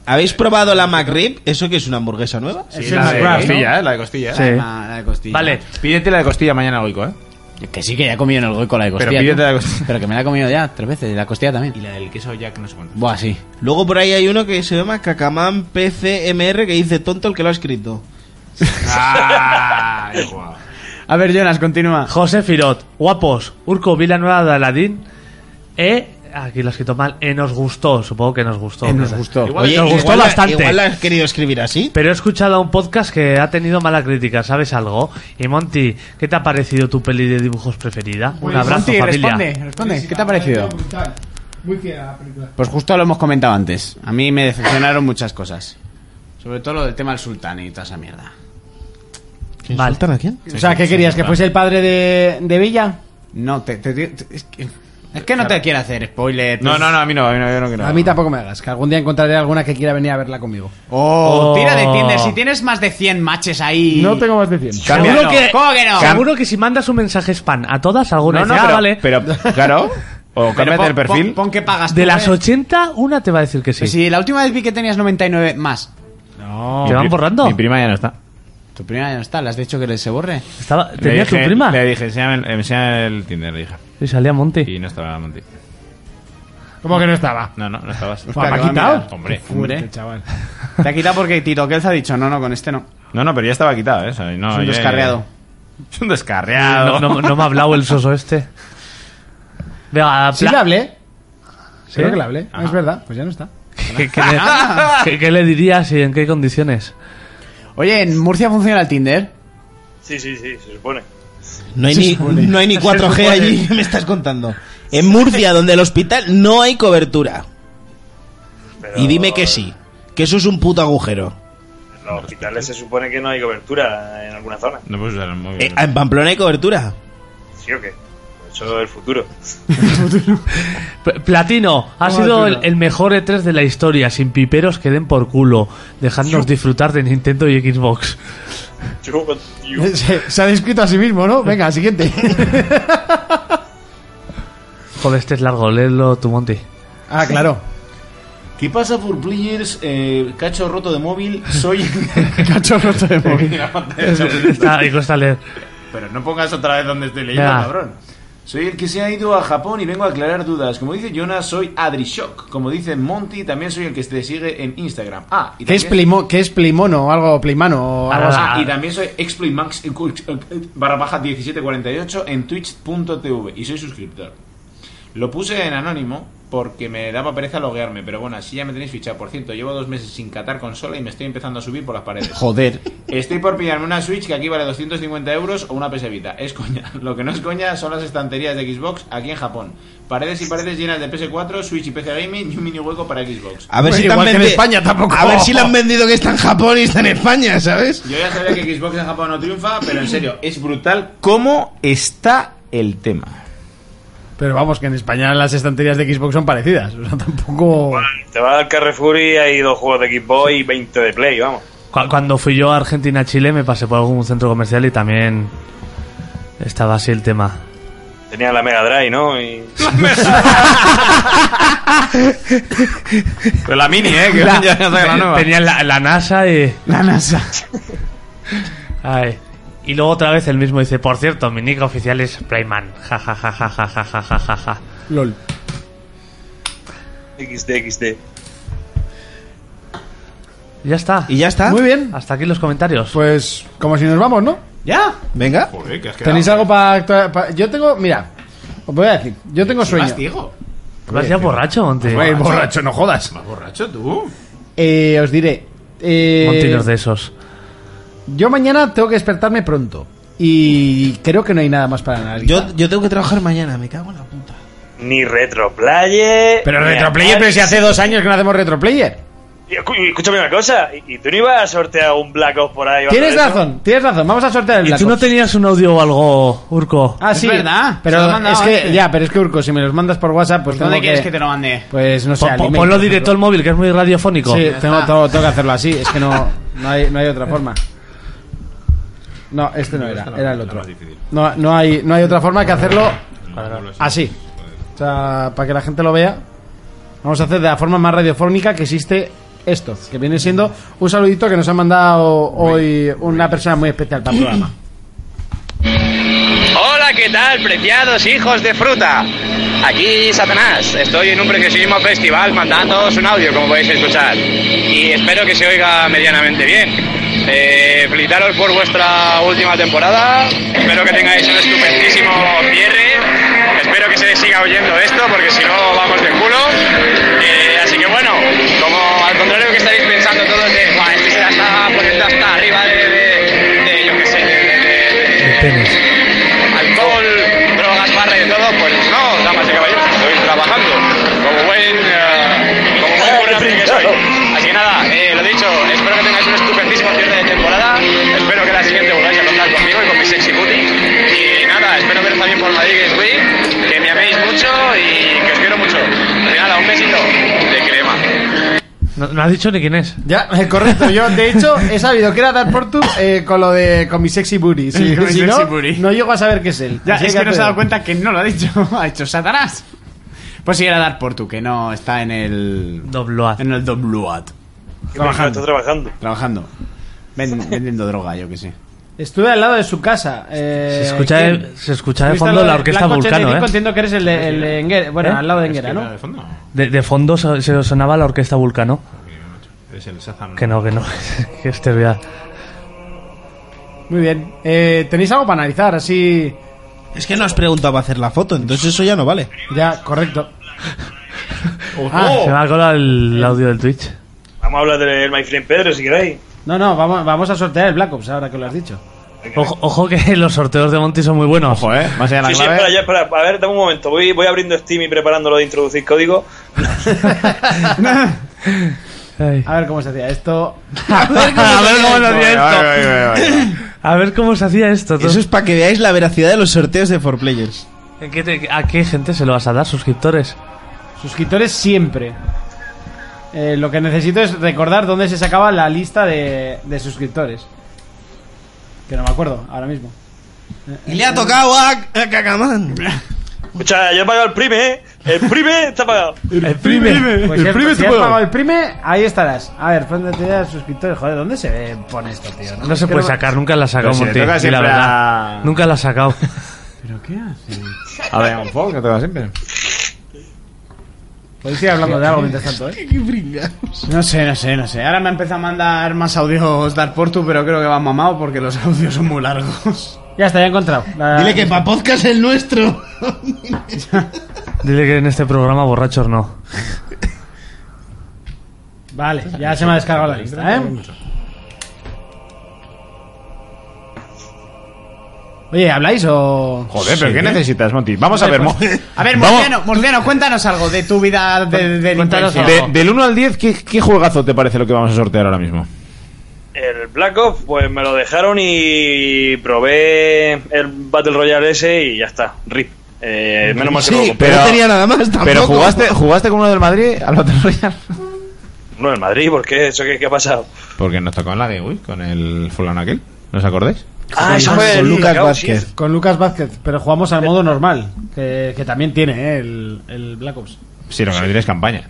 E: ¿Habéis probado la McRib? ¿Eso que es una hamburguesa nueva?
C: es el McRae, ¿no?
G: costilla, eh, la de costilla.
H: Sí.
F: Ah, la de costilla.
H: Vale,
G: Pídete la de costilla mañana, Goico, eh.
F: Que sí, que ya he comido en el goico la de
G: Pero
F: costilla.
G: pídete
F: tú.
G: la costilla.
F: Pero que me la he comido ya tres veces. Y la costilla también.
G: la del queso Jack, no sé cuánto.
F: Buah, sí.
E: Luego por ahí hay uno que se llama Cacamán PCMR que dice tonto el que lo ha escrito.
G: Ah, guau.
F: A ver, Jonas, continúa.
H: José Firot, guapos, Urco Villanueva de Aladín, eh, aquí lo he escriito mal, eh, nos gustó, supongo que nos gustó.
F: Eh, nos gustó.
H: Igual nos gustó
E: igual la-
H: bastante.
E: igual la has querido escribir así.
H: Pero he escuchado a un podcast que ha tenido mala crítica, ¿sabes algo? Y Monty, ¿qué te ha parecido tu peli de dibujos preferida?
C: Pues,
H: Un abrazo,
F: Santi,
H: familia.
F: responde, responde. ¿Qué te ha parecido?
C: Muy fiel a la película.
F: Pues justo lo hemos comentado antes. A mí me decepcionaron muchas cosas. Sobre todo lo del tema del sultán y toda esa mierda.
E: Vale. ¿Insultan a quién?
C: O sea, ¿qué querías? ¿Que fuese el padre de, de Villa?
F: No, te, te- te- es, que, es que no te quiero hacer spoiler.
K: No, no, no, a mí no, a mí no, yo no quiero.
C: A mí tampoco me hagas, que algún día encontraré alguna que quiera venir a verla conmigo.
F: Oh,
H: Oh.
F: tira de Tinder. Si tienes más de 100 matches ahí.
L: No tengo más de 100.
K: Cambia.
H: Seguro que-
F: ¿Cómo que no?
H: Seguro que si mandas un mensaje spam a todas, alguna
K: No, no,
H: dice, "Ah,
K: pero,
H: vale.
K: pero claro, o
F: Pero
K: cámbiate
F: pon-
K: el perfil.
F: Pon, pon que pagas.
H: de
F: tú,
H: las
F: eh.
H: 80, una te va a decir que sí.
F: Pues si la última vez vi que tenías 99 más.
H: ¿Te van
K: Mi-
H: borrando?
K: Mi prima ya no está.
F: Tu prima ya no está, le has dicho que se borre.
H: Estaba,
K: Le
H: ¿Tenía tu
K: dije-
H: prima?
K: Le dije, enséñame, el- enséñame el Tinder, le dije.
H: Y salía Monte.
K: Y no estaba Monti.
L: ¿Cómo que no estaba?
K: No, no, no estabas.
L: ¿Me ha quitado?
K: Hombre.
L: Este chaval.
F: Te ha quitado porque Tito Kelz ha dicho, no, no, con este no.
K: No, no, pero ya estaba quitado, ¿eh? O sea, no,
F: Es un
K: ya-
F: descarriado.
K: Es un descarriado.
H: No, no- no me ha hablado el soso este. Venga,
C: Sí
H: pla-
C: le hablé.
H: ¿Sí?
C: Creo que le hablé. Es verdad, pues ya no está.
H: ¿Qué, qué le, qué- qué le dirías y en qué condiciones?
F: Oye, ¿en Murcia funciona el Tinder?
M: Sí, sí, sí, se supone.
E: No hay, ni, no hay ni 4G allí, ¿qué me estás contando? En Murcia, donde el hospital no hay cobertura. Y dime que sí, que eso es un puto agujero.
M: En los hospitales se supone que no hay cobertura en alguna zona.
K: No puedes usar el
G: Mm.
K: móvil.
E: Eh, en Pamplona hay cobertura.
M: ¿Sí o qué? Pues Eso es el futuro.
H: P- Platino, ha sido el, el mejor E3 de la historia, sin piperos que den por culo, dejadnos disfrutar de Nintendo y Xbox.
M: Yo, tío.
C: Se, se ha descrito a sí mismo, ¿no? Venga, siguiente.
H: Joder, este es largo, léelo tu Monty.
C: Ah, claro.
G: ¿Qué pasa por players? eh, cacho roto de móvil. Soy.
C: Cacho roto de móvil.
H: Está, y cuesta leer.
G: Pero no pongas otra vez donde estoy leyendo,
H: Ya.
G: cabrón. Soy el que se ha ido a Japón y vengo a aclarar dudas. Como dice Jonas, soy Adri Shock. Como dice Monty, también soy el que te sigue en Instagram. Ah, y
C: ¿Qué es,
G: también,
C: plimo, ¿Qué es Plimono o algo? Plimano o algo así.
G: Ah, y también soy exploitmax eh, barra baja 1748 en twitch.tv y soy suscriptor. Lo puse en anónimo porque me daba pereza loguearme, pero bueno, así ya me tenéis fichado. Por cierto, llevo dos meses sin catar consola y me estoy empezando a subir por las paredes.
F: Joder.
G: Estoy por pillarme una Switch que aquí vale 250 euros o una PS Vita. Es coña. Lo que no es coña son las estanterías de Xbox aquí en Japón. Paredes y paredes llenas de PS4, Switch y PC Gaming y un mini hueco para Xbox.
E: A ver si te han
C: igual que en
E: vendi-
C: España tampoco.
E: A ver si le han vendido que está en Japón y está en España, ¿sabes?
G: Yo ya sabía que Xbox en Japón no triunfa, pero en serio, es brutal cómo está el tema.
C: Pero vamos, que en España las estanterías de Xbox son parecidas. O sea, tampoco.
M: Te vas al Carrefour y hay dos juegos de Xbox y 20 de Play, vamos.
H: Cu- Cuando fui yo a Argentina-Chile me pasé por algún centro comercial y también estaba así el tema.
M: Tenía la Mega Drive, ¿no? Y...
K: Pero la mini, ¿eh? Que ya no saca la nueva.
H: Tenían la, la NASA y...
C: La NASA.
H: Ay. Y luego otra vez el mismo dice, por cierto, mi nick oficial es Playman. Ja, ja, ja, ja, ja, ja, ja, ja, ja, ja.
C: LOL.
M: XD, XD.
H: Y Ya está.
E: Y ya está.
C: Muy bien.
H: Hasta aquí los comentarios.
C: Pues como si nos vamos, ¿no?
F: ¿Ya?
E: Venga.
K: Joder, que has quedado.
C: ¿Tenéis algo para Yo tengo. Mira, os voy a decir. Yo tengo sueño.
H: Vas ya
C: pues,
H: borracho, Monty.
C: Güey, borracho, no jodas.
G: ¿Borracho tú?
C: Eh, os diré. eh,
H: Monty no es de esos.
C: yo mañana tengo que despertarme pronto. Y creo que no hay nada más para analizar.
E: Yo, yo tengo que trabajar mañana, me cago en la puta.
M: Ni Retroplayer.
C: Pero
M: ni
C: Retroplayer, pero si hace dos años que no hacemos Retroplayer.
M: Y escu- Escúchame una cosa, ¿y y tú no ibas a sortear un Black Ops por ahí? o algo
C: Tienes
M: de eso?
C: razón, tienes razón. Vamos a sortear el
H: ¿Y
C: Black
H: tú no
C: Ops.
H: tenías un audio o algo, Urco?
C: Ah,
F: Es
C: sí.
F: verdad, se lo he
C: Pero
F: mandado
C: es que,
F: antes.
C: ya, pero es que Urco, si me los mandas por WhatsApp, pues tengo
F: ¿Dónde quieres
C: que,
F: que te lo mande?
C: Pues no sé,
H: Pon-
C: al
H: pon-
C: email,
H: ponlo
C: por
H: directo al
C: ejemplo.
H: móvil, que es muy radiofónico.
C: Sí, tengo, tengo, tengo que hacerlo así, es que no, no, hay, no hay otra forma. No, este no era, era el otro. No, no, hay, no hay otra forma que hacerlo así. O sea, para que la gente lo vea, vamos a hacer de la forma más radiofónica que existe esto, que viene siendo un saludito que nos ha mandado hoy una persona muy especial para el programa.
I: Hola, ¿qué tal, preciados hijos de fruta? Aquí Satanás, estoy en un preciosísimo festival mandándoos un audio, como podéis escuchar. Y espero que se oiga medianamente bien. Eh, felicitaros por vuestra última temporada. Espero que tengáis un estupendísimo cierre. Espero que se siga oyendo esto, porque si no, vamos de culo. Eh, así que bueno, como al contrario que estáis pensando todos de, "Buah, este se la está poniendo hasta arriba de, de- de, yo qué sé, de- de- de- de
H: Tenis.
I: alcohol, drogas, barra y todo, pues no, damas y caballeros, estoy trabajando como buen, eh, como buen currante que soy. Así que nada, eh, lo dicho, espero que tengáis
H: no has dicho ni quién es.
C: Ya, eh, correcto. Yo, de hecho, he sabido que era Dar Portus eh, con lo de con mi sexy booty. Si,
F: Con mi
C: si
F: sexy
C: no, no llego a saber qué es él.
F: Ya,
C: Así
F: es que no se ha
C: pero-
F: dado cuenta que no lo ha dicho. ha dicho Satanás. Pues sí, era Dar Portu, que no está en el.
H: Dobloat.
F: En el Dobloat.
I: Está trabajando.
F: Trabajando. Ven- vendiendo droga, yo que sé.
C: Estuve al lado de su casa. eh,
H: Se escucha,
C: ¿quién?
H: de- se escucha de
C: Estuviste
H: fondo
C: al lado
H: la orquesta
C: Blanco
H: Vulcano,
C: 85,
H: ¿eh?
C: Entiendo que eres el de, el de Enguera- Bueno,
H: ¿Eh?
C: al lado de Enguera, ¿no?
H: De, de fondo so- se sonaba la orquesta Vulcano.
G: Es el Shazam.
H: Que no, que no. que este vea.
C: Muy bien. Eh, ¿Tenéis algo para analizar? Así.
E: Es que no has preguntado para hacer la foto, entonces eso ya no vale.
C: Ya, correcto.
H: Ah, se me ha colado el, el audio del Twitch.
I: Vamos a hablar del My Friend Pedro si queréis.
C: No, no, vamos, vamos a sortear el Black Ops ahora que lo has dicho.
H: Ojo, ojo que los sorteos de Monty son muy buenos. Ojo,
G: eh.
H: Más allá
I: Sí, sí, espera, ya, espera. A ver, dame un momento. Voy, voy abriendo Steam y preparándolo de introducir código.
C: A ver cómo se hacía esto.
H: A ver cómo se hacía
E: esto.
H: A ver cómo se hacía esto.
E: Eso es para que veáis la veracidad de los sorteos de 4Players.
H: ¿En qué te- ¿A qué gente se lo vas a dar? ¿Suscriptores?
C: Suscriptores siempre. Eh, lo que necesito es recordar dónde se sacaba la lista de, de suscriptores. Que no me acuerdo ahora mismo.
E: Y le ha tocado a, a Cacamán.
I: Escucha, ya he pagado el prime, ¿eh? El prime está pagado.
H: El
C: Pues si has- si
I: está
C: has pagado el prime, ahí estarás. A ver, frente de suscriptores. Joder, ¿dónde se ve? pone esto, tío?
H: No se
C: Es que
H: puede sacar, nunca la ha sacado
G: Pero si le
H: Monty.
G: Pues toca
H: di la
G: siempre
H: verdad.
G: a-
H: Nunca la ha sacado.
C: ¿Pero qué hace?
G: A ver, un poco, que te va siempre.
C: Podéis ir pues hablando de algo mientras tanto, ¿eh?
F: No sé, no sé, no sé. Ahora me empieza a mandar más audios Dar Portu, pero creo que va mamado porque los audios son muy largos.
C: Ya está, ya he encontrado. La-
E: Dile que para podcast el nuestro.
H: Dile que en este programa borrachos no.
C: Vale, ya se me ha descargado la lista, ¿eh? Oye, ¿habláis o...?
G: Joder, pero ¿qué necesitas, Monty? Vamos a ver, Mo-
F: A ver,
G: Vamos-
F: Mordiano, Mordiano, cuéntanos algo de tu vida de, de delincuencia.
G: De- del 1 al 10, ¿qué, ¿qué juegazo te parece lo que vamos a sortear ahora mismo?
I: El Black Ops, pues me lo dejaron y probé el Battle Royale ese y ya está. RIP. Eh, menos mal que no lo compré.
E: no tenía nada más tampoco.
G: Pero jugaste, jugaste con uno del Madrid al Battle Royale.
I: No, en Madrid, ¿por qué? ¿Eso qué, qué ha pasado?
G: Porque nos tocó en la Game Boy con el fulano aquel. ¿No os acordáis?
I: Ah, eso fue
E: con
I: el
E: Lucas
I: Blackout,
E: Vázquez.
I: sí.
C: Con Lucas Vázquez, pero jugamos al modo normal, que, que también tiene ¿eh? el, el Black Ops.
G: Sí, Eh, lo que no tienes campaña.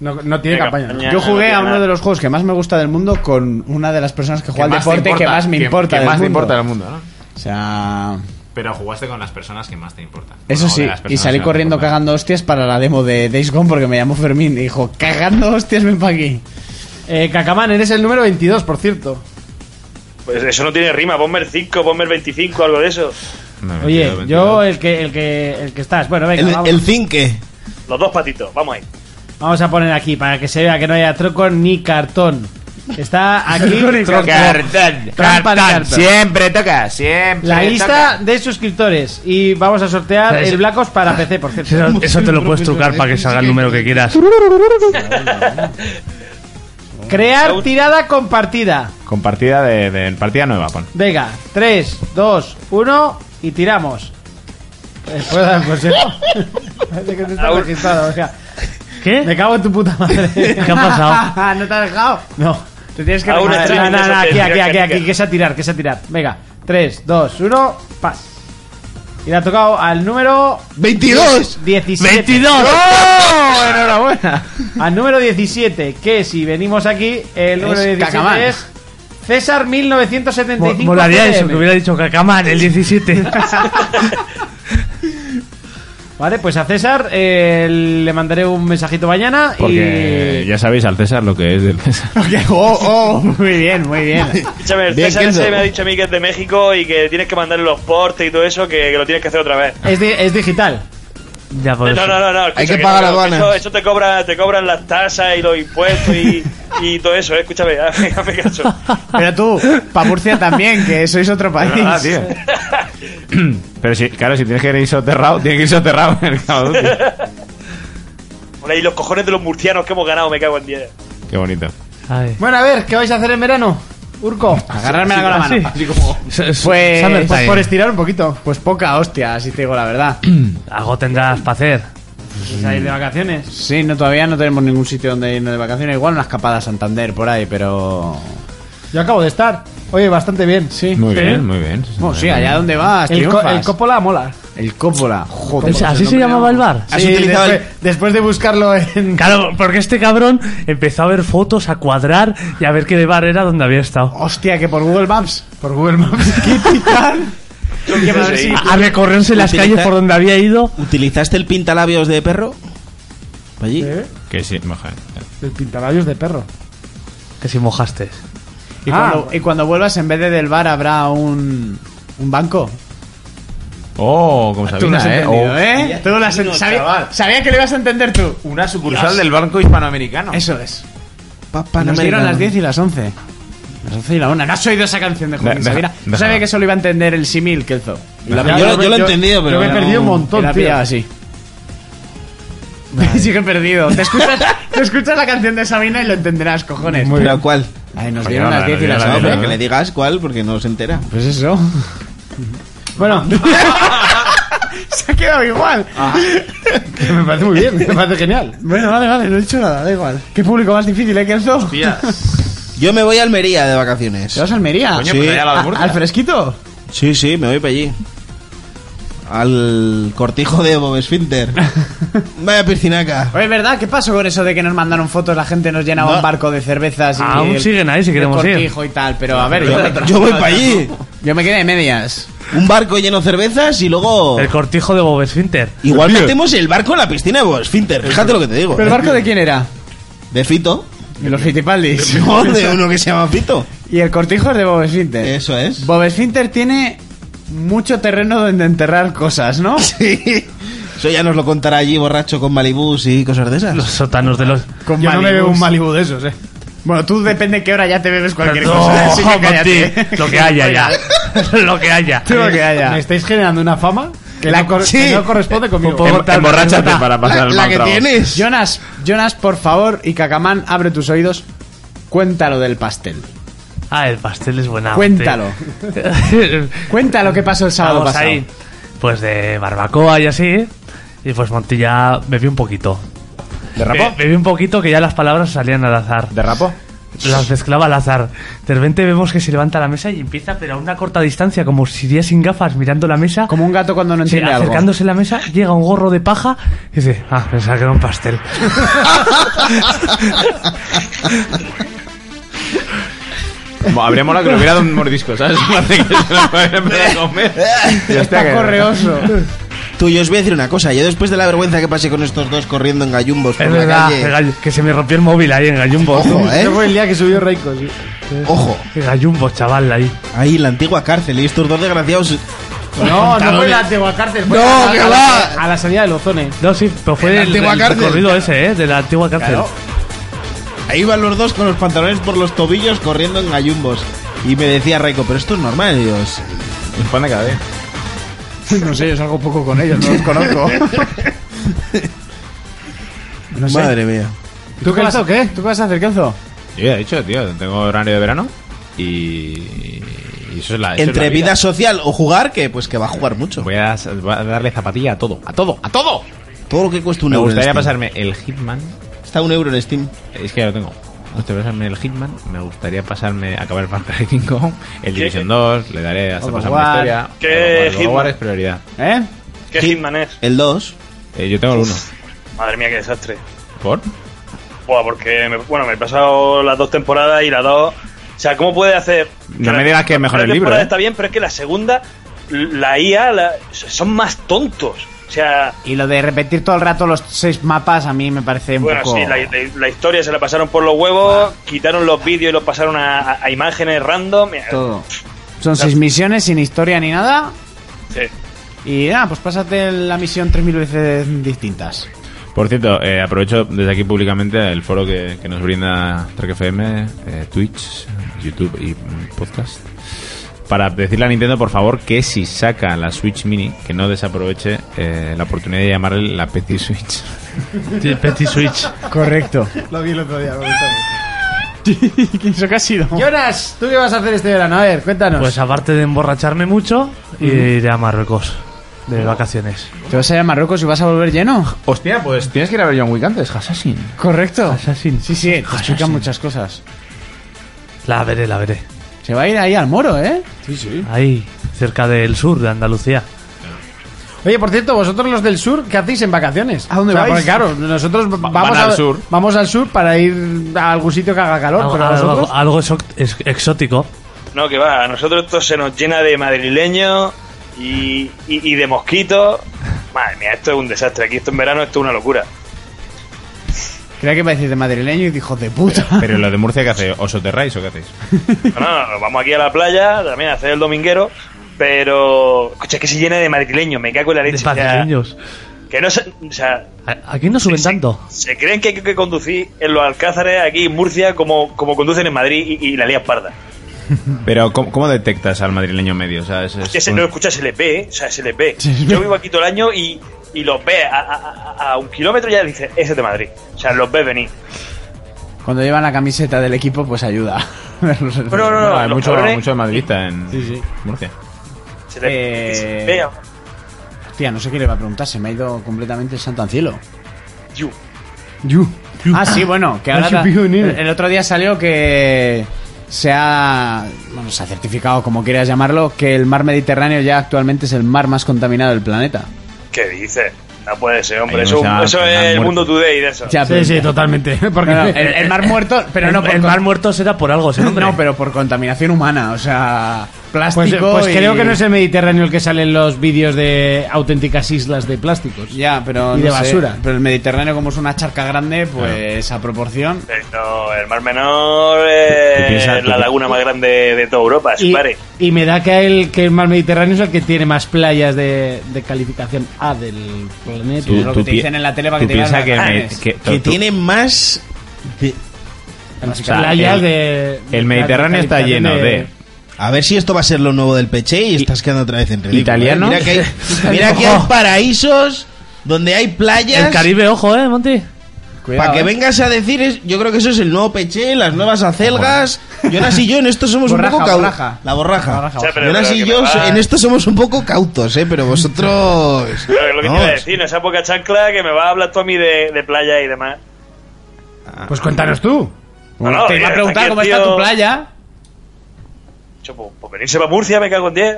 C: No, no tiene
I: Tiene
C: campaña. ¿no?
I: campaña.
F: Yo
I: no
F: jugué
I: tiene
F: a uno
I: nada.
F: de los juegos que más me gusta del mundo con una de las personas que juega al
G: más te
F: deporte que
G: importa,
F: más me
G: que-
F: importa.
G: que
F: del
G: más te
F: mundo.
G: importa del mundo, ¿no?
F: O sea,
G: Pero jugaste con las personas que más te importan.
F: eso sí. Y salí corriendo cagando hostias para la demo de Days Gone porque me llamó Fermín y dijo, cagando hostias, ven para aquí.
C: Eh, Cacamán, eres el número 22, por cierto.
I: Pues eso no tiene rima. Ponme el 5, ponme el 25, algo de eso.
C: Oye, yo el que, el que, el que estás. Bueno, venga,
E: El,
C: vamos,
E: el ¿eh? Zinque.
I: Los dos patitos, vamos ahí.
C: vamos a poner aquí para que se vea que no haya truco ni cartón. Está aquí. Tronco. Trampa ni cartón.
G: Siempre toca, siempre.
C: La lista de suscriptores. Y vamos a sortear
H: Sí, sí.
C: el Black Ops para PC, por cierto.
H: Eso, eso te lo puedes trucar para que salga el número que quieras.
C: Crear tirada compartida.
G: Con partida de, de- partida nueva, pon.
C: Venga, 3, 2, 1 y tiramos. Eh, ¿Puedo dar un consejo? Parece que te está registrado, o sea, me
H: ¿Qué?
C: cago en tu puta madre.
H: ¿Qué ha pasado?
C: ¿No te has dejado? No. Te tienes que
I: Aún
C: Madre,
I: está
C: no, no,
I: viendo
C: no,
I: eso
C: aquí,
I: que
C: aquí,
I: decía
C: aquí,
I: que
C: aquí,
I: diga.
C: que es a tirar, que es a tirar. Venga, 3, 2, 1, pas. Y le ha tocado al número
E: 22.
C: 17.
G: ¡Oh! ¡Enhorabuena!
C: Al número 17, que si venimos aquí, el número 17
F: Cacamán.
C: es César 1975.
H: Mo- Molaría eso,
C: CM.
H: que hubiera dicho Cacamán el 17.
C: Vale, pues a César eh, le mandaré un mensajito mañana
G: Porque
C: y...
G: ya sabéis al César lo que es del César.
F: oh, oh, muy bien, muy bien.
I: Escúchame, el
E: Bien,
I: César
E: Kenzo.
I: ese me ha dicho a mí que es de México y que tienes que mandarle los portes y todo eso, que, que lo tienes que hacer otra vez.
C: Es, di- es digital.
H: ya, pues.
I: No, no, no, no. escucha,
E: Hay que
I: no,
E: pagar
I: no,
E: aduanas.
I: Eso, eso te, cobra, te cobran las tasas y los impuestos y, y todo eso, ¿eh? escúchame, hazme hazme caso.
F: Pero tú, pa' Murcia también, que sois otro país.
G: Ah, tío. Pero si, claro, si tienes que ir soterrado, tienes que ir soterrado en el Call of Duty.
I: Bueno, y los cojones de los murcianos que hemos ganado, me cago en 10.
G: Qué bonito.
H: Ay.
C: Bueno, a ver, ¿qué vais a hacer en verano? Urco.
N: Pues
F: Agarrármela
H: ah,
F: con la
G: ah,
F: mano.
H: Así como.
F: Pues,
H: Summertime.
F: pues por estirar un poquito. Pues poca hostia, si te digo la verdad.
H: Algo tendrás para hacer.
N: a ir de vacaciones?
F: Sí, no, todavía no tenemos ningún sitio donde irnos de vacaciones. Igual una escapada a Santander por ahí, pero.
C: Yo acabo de estar. Oye, bastante bien. Sí.
G: Muy bien, muy bien.
F: Bueno, sí, allá donde vas,
C: El, co-
F: triunfas.
C: el Coppola mola.
F: El Coppola. Joder,
H: ¿Así
F: ese
H: se
F: nombre
H: llamaba
F: no-
H: el bar?
F: Sí, después, después de buscarlo en.
H: Claro, porque este cabrón empezó a ver fotos, a cuadrar y a ver qué de bar era donde había estado.
F: Hostia, que por Google Maps.
N: Por Google Maps.
F: que para ver si-
H: A recorrerse las
E: Utiliza-
H: calles por donde había ido.
E: ¿Utilizaste el pintalabios de perro? Allí.
G: Que sí, mejor.
N: El pintalabios de perro.
H: Que si mojaste.
F: Y, cuando, y cuando vuelvas, en vez de del bar, habrá un. Un banco.
G: Oh, como
F: Tú lo has
G: Sabina, ¿eh?
F: entendido,
G: Oh.
F: ¿eh? Tú lo has
O: Chino,
F: sabía-
O: chaval.
F: Sabía que lo ibas a entender tú.
O: Una sucursal del Banco Hispanoamericano.
F: Eso es.
E: Papá,
F: Nos dieron las 10 y las 11. Las 11 y la 1. No has oído esa canción de Joaquín
G: Deja-
F: Sabina.
G: deja-
F: sabía que solo iba a entender el simil, Kelzo.
E: Yo, lo- yo lo he entendido, pero.
N: Yo me he
E: no-
N: perdido un
F: Y
N: montón,
F: la
N: tío.
F: pillaba así. Sigue perdido. Te escuchas, te escuchas la canción de Sabina y lo entenderás, cojones.
E: ¿Pero cuál?
F: Ay, nos dieron
G: Joder,
F: las 10 y
G: nos
E: No,
F: las
G: dieron las
F: 11.
E: pero que le digas cuál, porque no se entera.
F: Pues eso.
N: Bueno, Ah.
F: Se ha quedado igual.
N: que me parece muy bien, me parece genial.
F: Bueno, vale, vale, no he dicho nada, da igual. ¿Qué público más difícil, eh, Kelzo?
E: Yo me voy a Almería de vacaciones.
F: ¿Te vas a Almería?
E: Coño, pues allá a la de
F: ¿A- ¿Al fresquito?
E: Sí, sí, me voy para allí. Al cortijo de Bob Esfinter. Vaya piscinaca.
F: Oye, ¿verdad? ¿Qué pasó con eso de que nos mandaron fotos? La gente nos llenaba
E: No.
F: un barco de cervezas y.
H: Aún
F: el-
H: siguen ahí si
F: el
H: queremos ir.
F: cortijo y tal, pero a ver.
E: Yo, yo voy para allí.
F: Yo me quedé de medias.
E: Un barco lleno de cervezas y luego.
H: El cortijo de Bob Esfinter.
E: Igual metemos el barco en la piscina de Bob Esfinter. Fíjate lo que te digo. ¿eh?
F: ¿Pero el barco de quién era?
E: De Fito.
F: De los Fittipaldis.
E: No, de uno que se llama Fito.
F: Y el cortijo es de Bob Esfinter.
E: Eso es.
F: Bob Esfinter tiene mucho terreno donde enterrar cosas, ¿no?
E: Sí. Eso ya nos lo contará allí borracho con Malibús y cosas de esas.
H: Los sótanos de los.
F: Con
N: Yo no me veo
F: Malibús.
N: un Malibu de esos, eh.
F: Bueno, tú depende de qué hora ya te bebes cualquier
H: No,
F: cosa. así que
H: Monty,
F: cállate.
H: lo que haya ya. lo que haya.
F: Tú lo que
N: Me
F: haya.
N: estáis generando una fama que, no, cor-
E: sí.
N: que no corresponde conmigo.
H: Por
F: Em,
H: favor, tal-
G: Emborráchate
H: tal-
G: para pasar el
E: la
G: mal
E: que
G: trago.
E: tienes.
F: Jonas, Jonas, por favor, y Cacamán, abre tus oídos. Cuéntalo del pastel.
H: Ah, el pastel es buena.
F: Cuéntalo. Cuéntalo qué pasó el sábado
H: Estábamos
F: pasado.
H: ahí, pues de barbacoa y así. Y pues Montilla bebí un poquito.
G: ¿Derrapó?
H: Be- bebí un poquito que ya las palabras salían al azar.
G: ¿Derrapó?
H: Las mezclaba al azar. De repente vemos que se levanta la mesa y empieza, pero a una corta distancia, como si iría sin gafas mirando la mesa.
F: Como un gato cuando no
H: Sí,
F: entiende algo.
H: acercándose a la mesa, llega un gorro de paja y dice, ah, pensaba que era un pastel.
G: Habría molado que lo hubiera dado un mordisco, ¿sabes? Parece que se lo hubiera empezado a comer. Y hostia,
F: Está
G: que-
F: correoso.
E: Tú, yo os voy a decir una cosa. Yo después de la vergüenza que pasé con estos dos corriendo en gallumbos por
H: Es
E: la
H: verdad,
E: calle.
H: el gallo- que se me rompió el móvil ahí en Gallumbo.
E: Ojo, eh.
N: Yo fue el día que subió Reiko. sí.
E: Ojo.
H: En Gallumbo, chaval, ahí.
E: Ahí, la antigua cárcel. Y estos dos desgraciados.
N: No, no fue la de Guacárcel. fue
E: No,
N: a la-
E: que
N: a la-
E: va.
N: A la salida del ozone.
H: No, sí, pero
E: En
H: fue
E: la
H: el,
E: antigua
H: el
E: cárcel.
H: recorrido ese, ¿eh? De la antigua cárcel.
E: Claro. Ahí van los dos con los pantalones por los tobillos corriendo en gallumbos. Y me decía Reiko, pero esto es normal. Y yo, "Sí".
G: Pone cada vez.
F: No sé, yo salgo poco con ellos, no los conozco. No sé.
E: Madre mía.
F: ¿Tú qué vas a qué? ¿Tú qué vas a hacer, Kelzo?
G: Yo ya he dicho, tío, tengo horario de verano y. y eso es la. eso es
E: Entre
G: la vida.
E: vida social o jugar, que pues que va a jugar mucho.
G: Voy a, voy a darle zapatilla a todo, a todo, a todo.
E: Todo lo que cuesta un
G: Me
E: euro. en
G: gustaría
E: Steam.
G: pasarme el Hitman.
E: Está un euro en Steam.
G: Es que ya lo tengo. Me gustaría pasarme el Hitman. Me gustaría pasarme. Acabar el Far Cry 5. El Division 2. Le daré hasta
F: God of
G: pasarme la
F: War.
G: historia.
I: ¿Qué
G: God of War, God of War
I: Hitman?
G: es prioridad.
F: ¿Eh?
I: ¿Qué Hitman es?
E: El 2.
G: Eh, yo tengo el 1.
I: Madre mía, qué desastre.
G: ¿Por?
I: Buah, porque me- bueno, me he pasado las dos temporadas y las dos. O sea, ¿cómo puede hacer?
G: No
I: que
G: me
I: la-
G: digas que es mejor
I: la
G: el libro,
I: temporada
G: ¿eh?
I: Está bien, pero es que la segunda, la IA, la- son más tontos. O sea,
F: Y lo de repetir todo el rato los seis mapas a mí me parece un
I: bueno,
F: poco...
I: sí, la, la- la historia se la pasaron por los huevos, quitaron los vídeos y los pasaron a, a- a imágenes random. Mira,
F: Todo. Son seis misiones sin historia ni nada.
I: Eh, sí.
F: Y nada, pues pásate la misión 3.000 veces distintas.
G: Por cierto, eh, aprovecho desde aquí públicamente el foro que, que nos brinda Trek FM, eh, Twitch, YouTube y mm, podcast. Para decirle a Nintendo, por favor, que si saca la Switch Mini, que no desaproveche eh, la oportunidad de llamarle la Petit Switch.
H: Sí, Petit Switch.
F: Correcto.
N: Lo vi el otro día. me gustó.
F: ¿Eso qué ha sido?
N: Jonas, ¿tú qué vas a hacer este verano? A ver, cuéntanos.
E: Mm.
H: Pues aparte de emborracharme mucho, iré a Marruecos. de vacaciones.
F: ¿Te vas a ir a Marruecos y vas a volver lleno?
G: Hostia, pues tienes que ir a ver John Wick antes, Assassin.
F: Correcto.
H: Assassin.
F: Sí, sí, te explican muchas cosas.
H: La veré, la veré.
F: Se va a ir ahí al moro, ¿eh?
H: Sí, sí. Ahí, cerca del sur de Andalucía.
C: Oye, por cierto, vosotros los del sur, ¿qué hacéis en vacaciones?
F: ¿A dónde
C: O sea,
F: vais?
C: porque, claro, nosotros va- vamos
G: al
C: a-
G: sur.
C: Vamos al sur para ir a algún sitio que haga calor,
H: Algo,
C: pero
H: algo-
C: vosotros
H: algo exo- ex- exótico.
I: No, que va, a nosotros esto se nos llena de madrileños y, y- y de mosquitos. Madre mía, esto es un desastre. Aquí esto en verano esto es una locura.
F: Creía que iba a decir de madrileño y dijo de puta.
G: Pero lo de Murcia, ¿qué hace? ¿Os soterráis o qué hacéis?
I: No, no, no, vamos aquí a la playa también a hacer el dominguero, pero... Coche, es que se llena de madrileños, me cago en la leche. o sea,
H: Madrileños.
I: que no se, o sea,
H: ¿A- Aquí no suben tanto.
I: se creen que hay que conducir en los alcázares aquí en Murcia como, como conducen en Madrid y, y la lía parda.
G: Pero, ¿cómo, cómo detectas al madrileño medio? O sea, es- es
I: Que se
G: un-
I: no escucha, se les ve, ¿eh? o sea, se les ve. Yo vivo aquí todo el año y, y los ve a, a- a- a un kilómetro ya dice, ese es de Madrid. O sea, los ve venir.
F: Cuando llevan la camiseta del equipo, pues ayuda.
I: Pero no, no,
G: Bueno, hay
I: los
G: mucho,
I: cabrones
G: mucho madridista en Murcia.
I: se les-
F: Eh,
I: Vea,
F: Hostia, no sé qué le va a preguntar, se me ha ido completamente el santo al cielo.
I: you.
F: Ah, sí, bueno, que ahora ta- el otro día salió que se ha, bueno, se ha certificado, como quieras llamarlo, que el mar Mediterráneo ya actualmente es el mar más contaminado del planeta.
I: ¿Qué dices? No puede ser, hombre.
G: Ahí
I: Eso,
G: no se llama
I: eso
G: Fernán
I: es el
G: Muerto.
I: mundo today de eso.
F: Ya,
N: Sí,
F: pero-
N: sí, totalmente. Porque
F: No, no, el, el mar muerto, pero no
H: el,
F: por
H: el
F: con-
H: mar muerto será por algo, ese nombre.
F: No, pero por contaminación humana, o sea, plástico.
C: Pues, pues
F: y-
C: creo que no es el Mediterráneo el que salen los vídeos de auténticas islas de plásticos.
F: Ya, pero.
C: Y
F: no
C: de
F: sé.
C: basura.
F: Pero el Mediterráneo, como es una charca grande, pues a proporción.
I: Eh, No, el Mar Menor
G: ¿Tú
I: es
G: piensas- tú
I: la
G: pi-
I: laguna más grande de toda Europa, se
C: Y,
I: pare.
C: y me da que el, que el mar Mediterráneo es el que tiene más playas de, de calificación A del planeta.
G: Tú-
F: es lo que
G: tú
F: te
G: pi-
F: dicen en la tele para
G: tú
F: que te digan
G: piensa
F: las
G: que, me-
F: razones.
G: que-
E: Que
G: tú-
E: tiene más. de-
G: o sea,
C: playas
G: el,
C: de,
G: el Mediterráneo está
C: calificación
G: lleno de...
E: A ver si esto va a ser lo nuevo del Peche y estás quedando otra vez en ridículo.
G: ¿Italiano?
E: ¿eh? Mira que hay, mira que hay paraísos donde hay playas.
H: El Caribe, ojo, eh, Monty.
E: Para
F: eh.
E: que vengas a decir, es- yo creo que eso es el nuevo Peche, las nuevas acelgas. Jonas y yo en esto somos
F: Borraja,
E: un poco cautos.
F: borraja.
E: La borraja.
I: O sea, pero-
E: Jonas
I: pero
E: y
I: que
E: yo
I: me va-
E: en este- esto somos un poco cautos, ¿eh? Pero vosotros...
I: Pero lo que
E: No,
I: te iba a decir, no esa poca chancla que me va a hablar tú a mí de, de playa y demás.
C: Pues cuéntanos tú.
I: No, no,
F: te
I: tío,
F: iba a
I: está
F: preguntar
I: aquí
F: cómo
I: el
F: está tu
I: tío-
F: playa.
I: Yo, pues, pues venirse para Murcia, me cago en 10.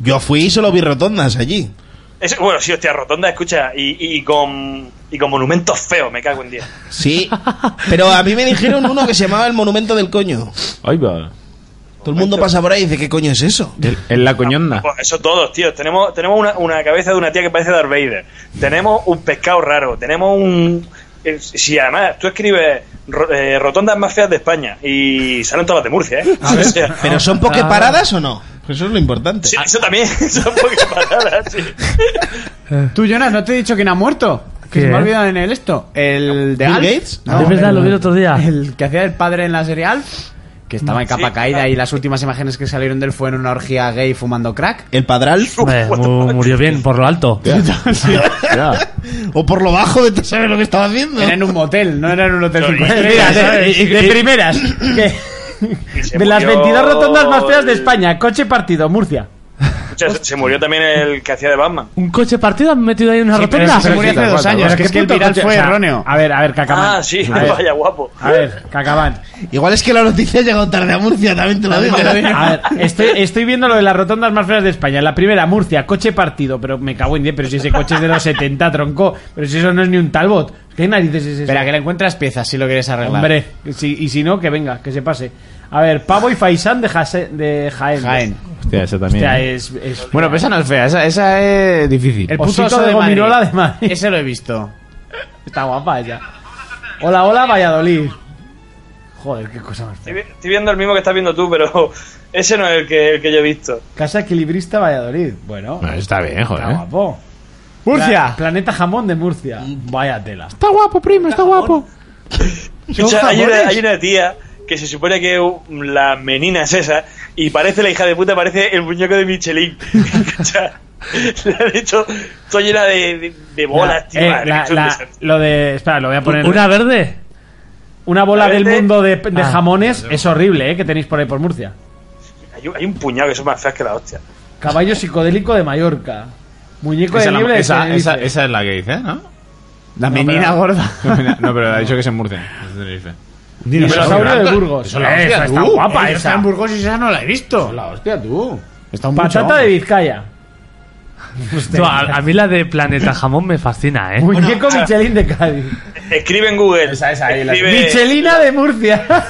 E: Yo fui y solo vi rotondas allí.
I: Es- bueno, sí, hostia, rotonda, escucha, y, y con, y con monumentos feos, me cago en 10.
E: Sí. Pero a mí me dijeron uno que se llamaba el Monumento del Coño.
G: Ay, va.
E: Todo el mundo pasa por ahí y dice, ¿qué coño es eso?
G: El- En la
H: Ah.
G: coñonda.
F: Ah,
I: Pues eso todos, tío. Tenemos, tenemos una, una cabeza de una tía que parece Darth Vader. Tenemos un pescado raro. Tenemos un... eh, Si además tú escribes ro- eh, rotondas más feas de España y salen todas las de Murcia, ¿eh? O sea,
E: ¿Pero son poke paradas o no? Pues Eso es lo importante.
I: sí, eso también son pocas palabras, sí.
F: Tú, Jonas, no te he dicho quién ha muerto. Que se
H: ¿Quién?
F: me ha olvidado en el esto. El de
E: ¿Bill
F: Alf.
E: Gates?
H: de verdad, lo vi el otro día.
F: El que hacía el padre en la serie Alf. Que estaba en capa
I: Sí. ah.
F: caída y las últimas imágenes que salieron de él fueron una orgía gay fumando crack.
E: ¿El Padral?
H: Vale, mu- murió bien, por lo alto.
E: ¿O por lo bajo de saber lo que estaba haciendo?
F: Era en un motel, no era en un hotel
I: Sorry.
F: cinco
C: Mira,
F: estrellas,
C: ¿eh? de,
F: ¿sabes?
C: de primeras. que-
I: Y se
C: De las
I: murió
C: 22 rotondas más feas de
I: el-
C: España. Coche partido, Murcia.
I: Escucha, se- se murió también el que hacía de Batman.
H: ¿Un coche partido han metido ahí en una
F: Pero
H: rotonda?
F: se murió hace dos años, que es que el viral fue erróneo.
C: A ver, a ver, Cacamán.
I: Ah, sí,
C: A ver,
I: vaya guapo.
C: A ver, Cacamán.
E: Igual es que la noticia ha llegado tarde a Murcia, también te lo digo.
C: A ver, estoy, estoy viendo lo de las rotondas más feas de España. La primera, Murcia, coche partido. Pero me cago en 10, pero si ese coche es de los 70, tronco. Pero si eso no es ni un Talbot. ¿Qué narices es eso?
F: Espera, que le encuentras piezas si lo quieres arreglar.
C: Hombre, si- y si no, que venga, que se pase. A ver, Pavo y Faisán de, Jase- de Jaén.
F: Jaén.
G: Hostia, esa
C: O
G: también.
C: sea,
G: ¿eh?
C: es- es-
G: Bueno, pero esa no es fea, esa, esa es difícil.
C: El
F: Osito
C: puto oso de
F: Madrid.
C: Gominola de Madrid.
F: Ese lo he visto.
C: Está guapa ella. Hola, hola, Valladolid. Joder, qué cosa más
I: Estoy,
C: fea.
I: vi- estoy viendo el mismo que estás viendo tú, pero ese no es el que, el que yo he visto.
C: Casa Equilibrista Valladolid. Bueno,
G: Bueno, está bien,
C: está
G: joder. ¿eh?
C: guapo.
F: Murcia. Mm.
C: Pla- Planeta Jamón de Murcia. Vaya tela.
F: Está guapo, primo, está guapo.
I: Escucha, hay,
F: jamones?
I: una, hay una tía que se supone que uh, la menina es esa y parece la hija de puta, parece el muñeco de Michelin. Escucha, le han hecho todo llena de, de- de bolas, tío.
C: Eh,
I: madre,
C: la-
I: que es un
C: la-
I: desastre.
C: lo de. Espera, lo voy a poner.
H: ¿Una verde?
C: Una bola
I: la
C: del
I: verde-
C: mundo de, de
H: Ah.
C: jamones es horrible, ¿eh? Que tenéis por ahí por Murcia.
I: Hay, un- hay un puñado que son más feas que la hostia.
C: Caballo psicodélico de Mallorca. Muñeco
G: esa,
C: de
G: es la-
C: niebla.
G: esa- esa- esa es la que dice, ¿no?
F: La menina gorda.
G: No, pero ha dicho que es en Murcia. es de Tenerife.
C: Dinosaurio de Burgos.
G: Eso es la
H: Eh,
G: hostia,
C: Esa está
H: uh,
G: tú.
H: Ah,
C: guapa,
G: Esa.
C: esa en Burgos y esa no la he visto.
G: La hostia, tú.
C: Está
H: un
C: Patata
H: buchón.
C: de Vizcaya.
H: No, a, a mí la de Planeta Jamón me fascina, ¿eh?
C: Muñeco Michelin de Cádiz.
I: Escribe en Google. escribe,
C: Michelina de Murcia.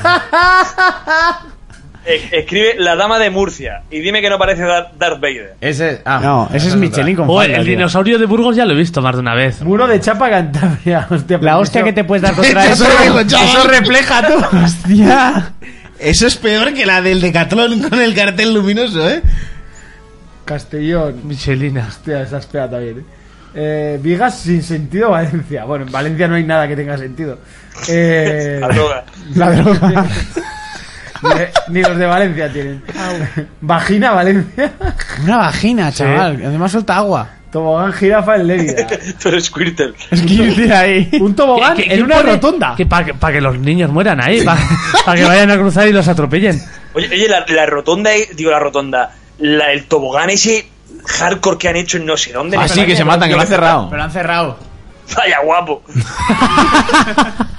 I: es- escribe La Dama de Murcia. Y dime que no parece Dar- Darth Vader.
G: Ese, ah,
F: no, ese es Michelin con
H: O
F: falda,
H: el
F: tío.
H: dinosaurio de Burgos ya lo he visto más de una vez.
C: Muro de Chapa Cantabria. Hostia, pues,
F: La hostia que te puedes dar contra
E: Eso
F: eso.
E: digo, chaval.
F: Eso refleja tú. Hostia.
E: Eso es peor que la del Decatlón con el cartel luminoso, ¿eh?
C: Castellón.
H: Michelina.
C: Hostia, esa es fea también. ¿eh? Eh, Vigas sin sentido, Valencia. Bueno, en Valencia no hay nada que tenga sentido. Eh,
I: La droga.
C: La droga. ni, ni los de Valencia tienen. Vagina, Valencia.
F: Una vagina, chaval. Además suelta agua.
C: Tobogán, jirafa en Lérida.
I: Tú eres Squirtle.
F: Es que yo estoy ahí.
C: Un tobogán
H: ¿Qué- qué-
C: en
H: qué
C: una
H: pone?
C: rotonda.
H: Que para que, pa' que los niños mueran ahí, para que vayan a cruzar y los atropellen.
I: Oye, oye, la, la rotonda, eh, digo la rotonda, la- el tobogán ese hardcore que han hecho en no sé dónde.
G: Así Ah, que se matan, que lo han cerrado.
F: Pero han cerrado.
I: Vaya guapo.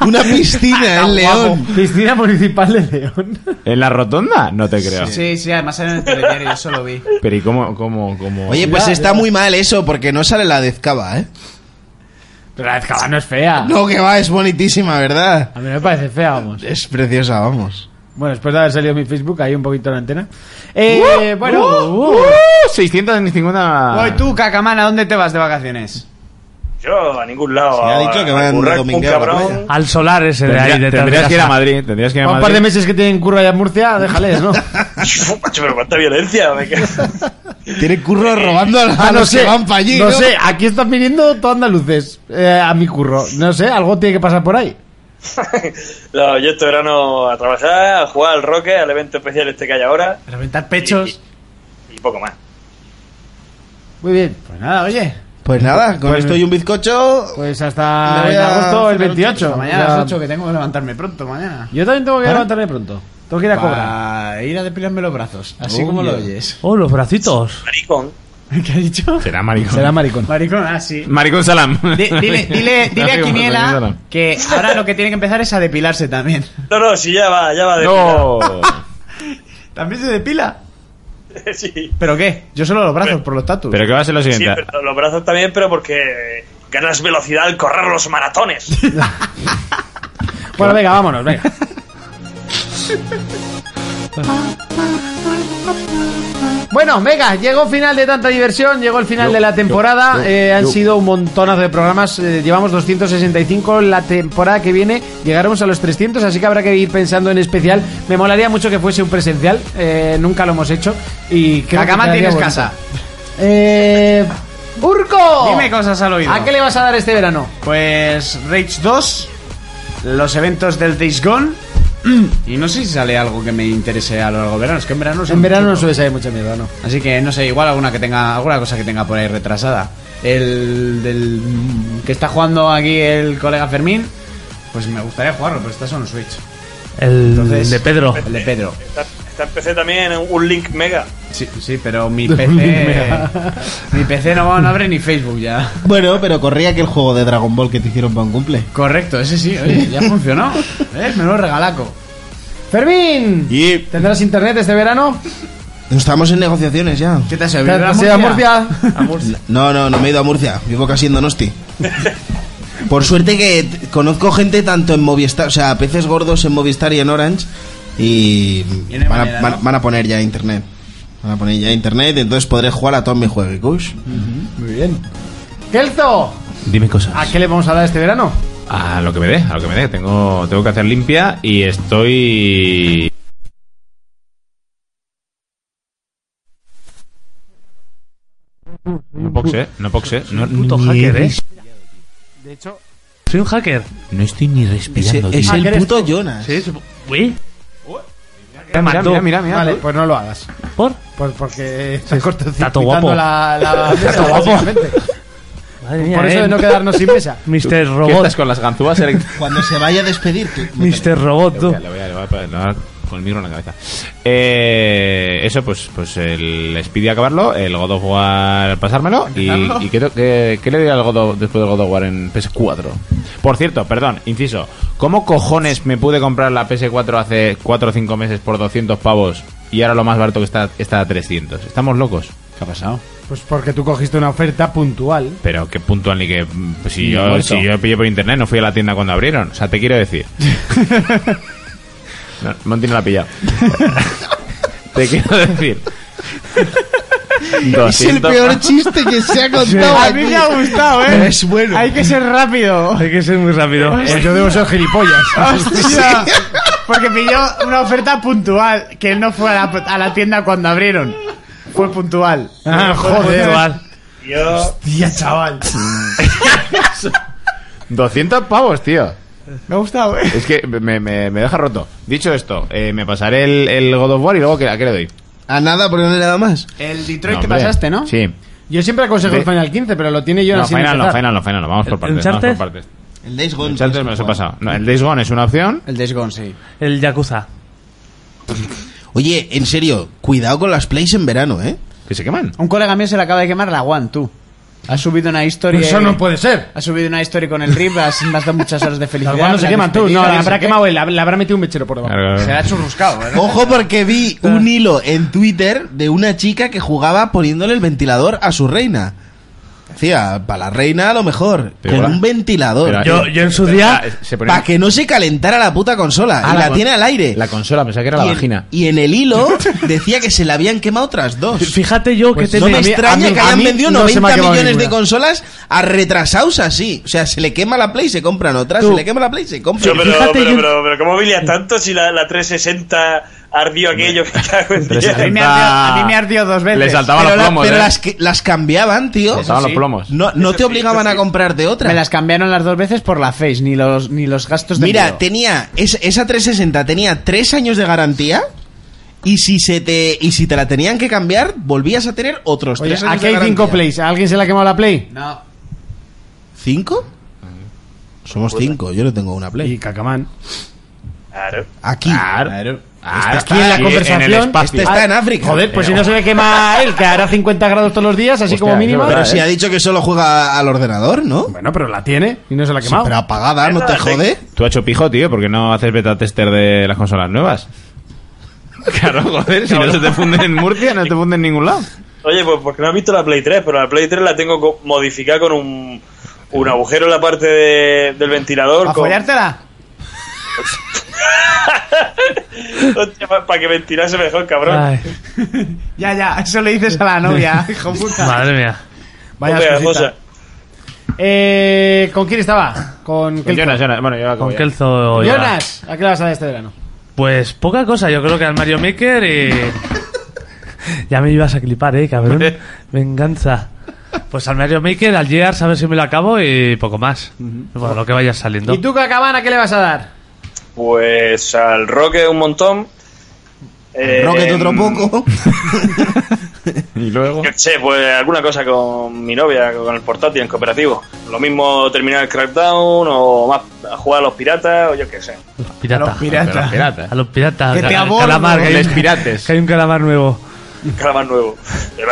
E: Una piscina en León.
C: Piscina Municipal de León.
G: ¿En la rotonda? No te creo.
F: Sí, sí, además era en el telediario, eso lo vi.
G: Pero ¿y cómo, cómo, cómo?
E: Oye, pues está muy mal eso, porque no sale la de Ezcaba, ¿eh?
C: Pero la escala no es fea.
E: No, que va, es bonitísima, ¿verdad?
C: A mí me parece fea, vamos.
E: Es preciosa, vamos.
C: Bueno, después de haber salido mi Facebook, ahí un poquito la antena. Eh, bueno.
G: Uh, uh, 650.
F: Oye, tú, Cacamana, ¿dónde te vas de vacaciones?
I: Yo a ningún lado.
E: ha
I: a-
E: dicho que
I: a
E: van
I: currar
E: de
I: como un
E: domingueo a la
I: cabrón.
E: playa.
H: Al solar ese de ahí,
G: Tendría-
H: detrás de
G: tendrías
H: casa.
G: que ir a Madrid. Tendrías que ir a
C: un par de Ah,
G: Madrid.
C: meses que tienen curva allá en Murcia, déjales, ¿no?
G: Ah.
I: Uf, macho, pero cuánta violencia. me cago.
E: Tiene curro robando a, los
C: Ah,
E: que van para allí,
C: no,
E: ¿no?
C: sé, aquí están viniendo todos andaluces eh, a mi curro. No sé, algo tiene que pasar por ahí.
I: No, yo este verano a trabajar, a jugar al Roque, al evento especial este que hay ahora
F: Reventar pechos.
I: y poco más.
C: Muy bien.
F: Pues nada, oye.
E: Pues nada, con esto y un bizcocho...
C: Pues
E: Me
C: hasta
E: voy
C: en
E: a
C: agosto el
E: cenar un
C: 28.
F: mañana
C: Ya-
F: a las 8 que tengo que levantarme pronto, mañana.
C: Yo también tengo que levantarme pronto. Tengo que ir a cobrar.
F: Para ir a depilarme los brazos, así como lo oyes.
H: Oh, los bracitos.
I: Maricón.
F: ¿Qué ha dicho?
G: Será maricón.
C: Será maricón.
F: Maricón, ah, sí.
G: Maricón Salam.
F: Di- Dile, dile, dile a
G: Maricón
F: Quiniela
G: Salam.
F: que ahora lo que tiene que empezar es a depilarse también.
I: No, no, si ya va, ya va de
G: No.
F: ¿También se depila?
I: Sí.
F: ¿Pero qué? Yo solo los brazos, por los tatus.
G: Pero que va a ser lo
I: Sí,
G: siguiente.
I: pero los brazos también, pero porque ganas velocidad al correr los maratones.
C: Bueno, venga, vámonos, venga. Bueno, venga, llegó final de tanta diversión, llegó el final de la temporada. eh, han sido un montonazo de programas, eh, llevamos 265. La temporada que viene llegaremos a los 300, así que habrá que ir pensando en especial. Me molaría mucho que fuese un presencial, eh, nunca lo hemos hecho. Y creo que
F: Cacamán,
C: quedaría
F: tienes
C: bonito.
F: casa.
C: Eh, ¡Urco!
F: Dime cosas al oído.
C: ¿A qué le vas a dar este verano?
F: Pues Rage 2, los eventos del Days Gone. Y no sé si sale algo que me interese a lo largo del verano. Es que en verano son
C: En verano no
F: chutos.
C: suele hay mucha mierda, ¿no?
F: Así que no sé, igual alguna que tenga alguna cosa que tenga por ahí retrasada. El del que está jugando aquí el colega Fermín, pues me gustaría jugarlo, pero está solo en Switch.
H: El
F: Entonces-
H: de Pedro.
F: El de Pedro.
I: Está, está en PC también un Link Mega.
F: Sí, sí, pero mi PC mi PC no, no abre ni Facebook ya.
E: Bueno, pero corría aquel juego de Dragon Ball que te hicieron para un cumple.
F: Correcto, ese sí, oye, ya funcionó. ¿Eh? Me lo regalaco.
C: ¡Fermín!
E: Y
C: ¿Tendrás internet este verano?
E: estamos en negociaciones ya.
F: ¿Qué te has
C: ¿Te has ido a Murcia?
E: No, no, no me he ido a Murcia. Vivo casi en Donosti. Por suerte que t- conozco gente tanto en Movistar, o sea, peces gordos en Movistar y en Orange. Y
F: Y no hay
E: van a,
F: manera,
E: van-
F: ¿no?
E: van a poner ya internet. Van a poner ya internet, entonces podré jugar a todos mis juegos.
C: Muy bien. ¡Kelzo!
G: Dime cosas.
C: ¿A qué le vamos a dar este verano?
G: A lo que me dé, a lo que me dé. Tengo, tengo que hacer limpia y estoy. No boxe, no boxe. No,
H: Puto
G: ni
H: hacker,
G: he
H: eh.
G: res-
C: De hecho,
H: Soy un hacker.
G: no estoy ni
C: Eh,
E: Ese-
G: respirando.
E: es
G: tío.
E: el puto Jonas.
H: Sí, supo- Uy. Te
N: Ah,
G: mira,
H: mató.
G: mira, mira, mira.
C: vale, pues no lo hagas.
H: ¿Por?
C: Pues porque estás
H: Tato
C: cortocircuitando
H: guapo.
C: la, la mesa,
H: guapo.
C: básicamente.
H: Madre mía,
C: Por eso
H: eh.
C: de no quedarnos sin mesa.
H: Mr.
G: ¿Qué
H: Robot.
G: estás con las ganzúas? eléctricas?
E: Cuando se vaya a despedir, tú-
H: Mr. Robot,
G: Le voy
H: tú.
G: a- le voy a- le voy a- le voy a- con el micro en la cabeza. Eh, eso, pues, pues el Speedy acabarlo, el God of War pasármelo. ¿Y, y qué, to- qué- qué le diré al God of- después del God of War en PS4? Por cierto, perdón, inciso. ¿Cómo cojones me pude comprar la PS4 hace 4 o 5 meses por 200 pavos y ahora lo más barato que está, está a 300? Estamos locos. ¿Qué ha pasado?
N: Pues porque tú cogiste una oferta puntual.
G: Pero qué puntual ni que pues, si
N: Ni
G: yo,
N: muerto.
G: si yo pillé por internet, no fui a la tienda cuando abrieron. O sea, te quiero decir. no, Monty no la ha pillado. te quiero decir.
E: Es el
G: 200
E: peor chiste que se ha contado.
N: A mí me ha gustado,
E: Pero
N: ¿eh?
E: es bueno.
N: Hay que ser rápido.
H: Hay que ser muy rápido.
N: Pues yo debo ser gilipollas. Hostia. Porque pilló una oferta puntual, que él no fue a la, a la tienda cuando abrieron. Fue puntual.
H: Ah, joder.
I: Yo.
N: Hostia, chaval.
G: 200 pavos, tío.
N: Me ha gustado, ¿eh?
G: Es que me, me- me deja roto. Dicho esto, eh, me pasaré el, el God of War y luego ¿qué- ¿a qué le doy?
E: A nada, porque no le da más.
N: El Detroit
G: No,
N: te
G: hombre.
N: pasaste, ¿no?
G: Sí.
N: Yo siempre aconsejo el
G: De-
N: Final 15, pero lo tiene yo
G: No,
N: así
G: final, no, final, no, final, no. Vamos por partes. Vamos
H: Uncharted?
G: por partes.
E: El Days Gone.
G: Uncharted me los he pasado. No, el Days Gone es una opción.
N: El Days Gone, sí.
H: El Yakuza.
E: Oye, en serio, cuidado con las plays en verano, ¿eh?
G: Que se queman.
N: Un colega mío se le acaba de quemar la One, tú. Ha subido una historia.
C: Eso no puede ser.
N: Ha subido una historia con el RIP, has, me has dado muchas horas de felicidad.
C: Las no se
N: grandes
C: queman tú. No,
N: películas,
C: la habrá
N: sé qué.
C: quemado él. la- Le habrá metido un mechero por debajo.
N: Se la ha churruscado, ¿verdad?
E: Ojo porque vi un hilo en Twitter de una chica que jugaba poniéndole el ventilador a su reina. Decía, para la reina a lo mejor,
G: Pero
E: con
G: ahora-
E: un ventilador.
G: Pero
H: Yo, yo en su día.
G: Ah, se ponen-
E: Para que no se calentara la puta consola.
G: Ah,
E: y la,
G: con-
E: tiene al aire.
G: La consola, pensaba que era la
E: y, en,
G: vagina.
E: y en el hilo decía que se la habían quemado otras dos.
H: Fíjate yo
E: Pues
H: que
E: no
H: te
E: me
H: a mí-
E: extraña
H: a mí-
E: que
H: a
E: hayan
H: mí
E: vendido
H: no se me ha
E: 90
H: quemado
E: millones de
H: ninguna.
E: consolas a retrasados así. O sea, se le quema la Play, se compran otra,
H: Tú.
E: se le quema la Play, se
I: Yo,
E: compran
I: pero,
H: Fíjate,
I: pero,
H: yo-
I: pero, pero, ¿cómo bilías tanto si la, la 360 ardió aquello que cago en diez?
N: A
G: 360.
N: mí me ardió, a mí me ardió dos veces.
G: Le saltaban los
E: Pero, la-
G: plomos.
E: pero
G: eh.
E: las, que- las cambiaban, tío.
G: Le saltaban los plomos.
E: No, no te obligaban a comprarte otra.
N: Me las cambiaron las dos veces por la face, ni los, ni los gastos de
E: Mira,
N: envío.
E: tenía es- esa 360 tenía tres años de garantía y si se te y si te la tenían que cambiar volvías a tener otros
C: Oye,
E: tres años
C: aquí
E: de
C: hay cinco
E: garantía.
C: plays. ¿A alguien se le ha quemado la play?
N: No.
E: ¿Cinco? Ah, Pues Somos cinco. Yo no tengo una play.
C: Y Cacamán.
I: Claro.
E: Aquí.
G: Ah,
C: Aquí en la
G: ahí,
C: conversación.
G: el espacio.
E: Este está en África.
C: Joder, pues si no se le quema a él, que hará 50 grados todos los días, así
G: Hostia,
C: como mínimo.
G: eso es
E: Pero Eh, si ha dicho que solo juega al ordenador, ¿no?
C: Bueno, pero la tiene y no se la ha
E: Sí,
C: quemado.
E: pero apagada, no te
I: Esa la
E: jode.
G: Tú has hecho pijo, tío, porque no haces beta tester de las consolas nuevas. Claro, joder, si no se te funden en Murcia, no te funden en ningún lado.
I: Oye, pues porque no has visto la Play 3, pero la Play 3 la tengo co- modificada con un, un agujero en la parte de- del ventilador.
N: ¿A
I: con-
N: follártela?
I: Hostia, para que ventilase mejor, cabrón.
H: Ay,
N: Ya, ya, eso le dices a la novia, hijo puta.
H: madre mía.
C: Vaya
I: Otra
C: cosita.
I: cosa.
C: Eh, ¿Con quién estaba? Con
G: Con
C: Kelco.
G: Jonas, Jonas, bueno, yo acabo
H: Con
G: ya.
H: Kelzo. Oh, ya.
C: Jonas, ¿a qué le vas a dar este verano?
H: Pues poca cosa, yo creo que al Mario Maker y. ya me ibas a clipar, eh, cabrón. Venganza. Pues al Mario Maker, al Gears, a ver si me lo acabo y poco más. Bueno, lo que vaya saliendo.
C: ¿Y tú, Cacamán, a qué le vas a dar?
I: Pues al Roque un montón. Eh,
E: Rocket otro poco.
G: Y luego...
I: Yo qué sé, pues alguna cosa con mi novia, con el portátil en cooperativo. Lo mismo terminar el Crackdown o más jugar a los piratas o yo qué sé.
H: Pirata.
G: Pero pirata.
H: A los piratas.
N: Que te
H: al
N: abordo.
H: calamar, que hay un-
G: Les pirates.
H: Que hay un calamar nuevo.
I: Calamar nuevo. Me lo-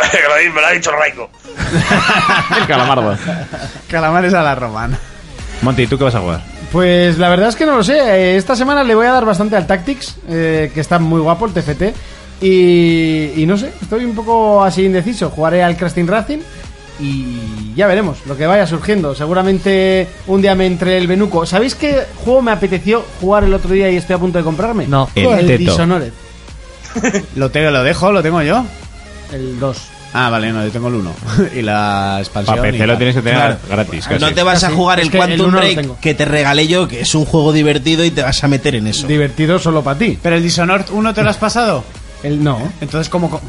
I: me lo ha dicho Raico.
G: El calamardo.
N: Calamares a la romana.
G: Monty, ¿tú qué vas a jugar?
C: Pues la verdad es que no lo sé. Eh, Esta semana le voy a dar bastante al Tactics, eh, que está muy guapo el TFT. Y, y no sé, estoy un poco así indeciso. Jugaré al Crashing Racing y ya veremos lo que vaya surgiendo. Seguramente un día me entre el Benuco. ¿Sabéis qué juego me apeteció jugar el otro día y estoy a punto de comprarme?
H: No.
C: el,
G: El Teto.
C: Dishonored,
F: Lo, tengo, lo dejo, lo tengo yo.
C: el 2.
F: Ah, vale, no, yo tengo el 1. y la expansión.
G: Para
F: y
G: PC
F: tal.
G: lo tienes que tener
E: Claro.
G: gratis, casi.
E: No te vas a jugar
C: Ah, Es
E: el
C: que el
E: Quantum
C: uno lo
E: Break
C: tengo.
E: que te regalé yo, que es un juego divertido y te vas a meter en eso.
C: Divertido solo para ti.
N: Pero el Dishonored 1 te lo has pasado.
C: El no.
N: Entonces, ¿cómo? co-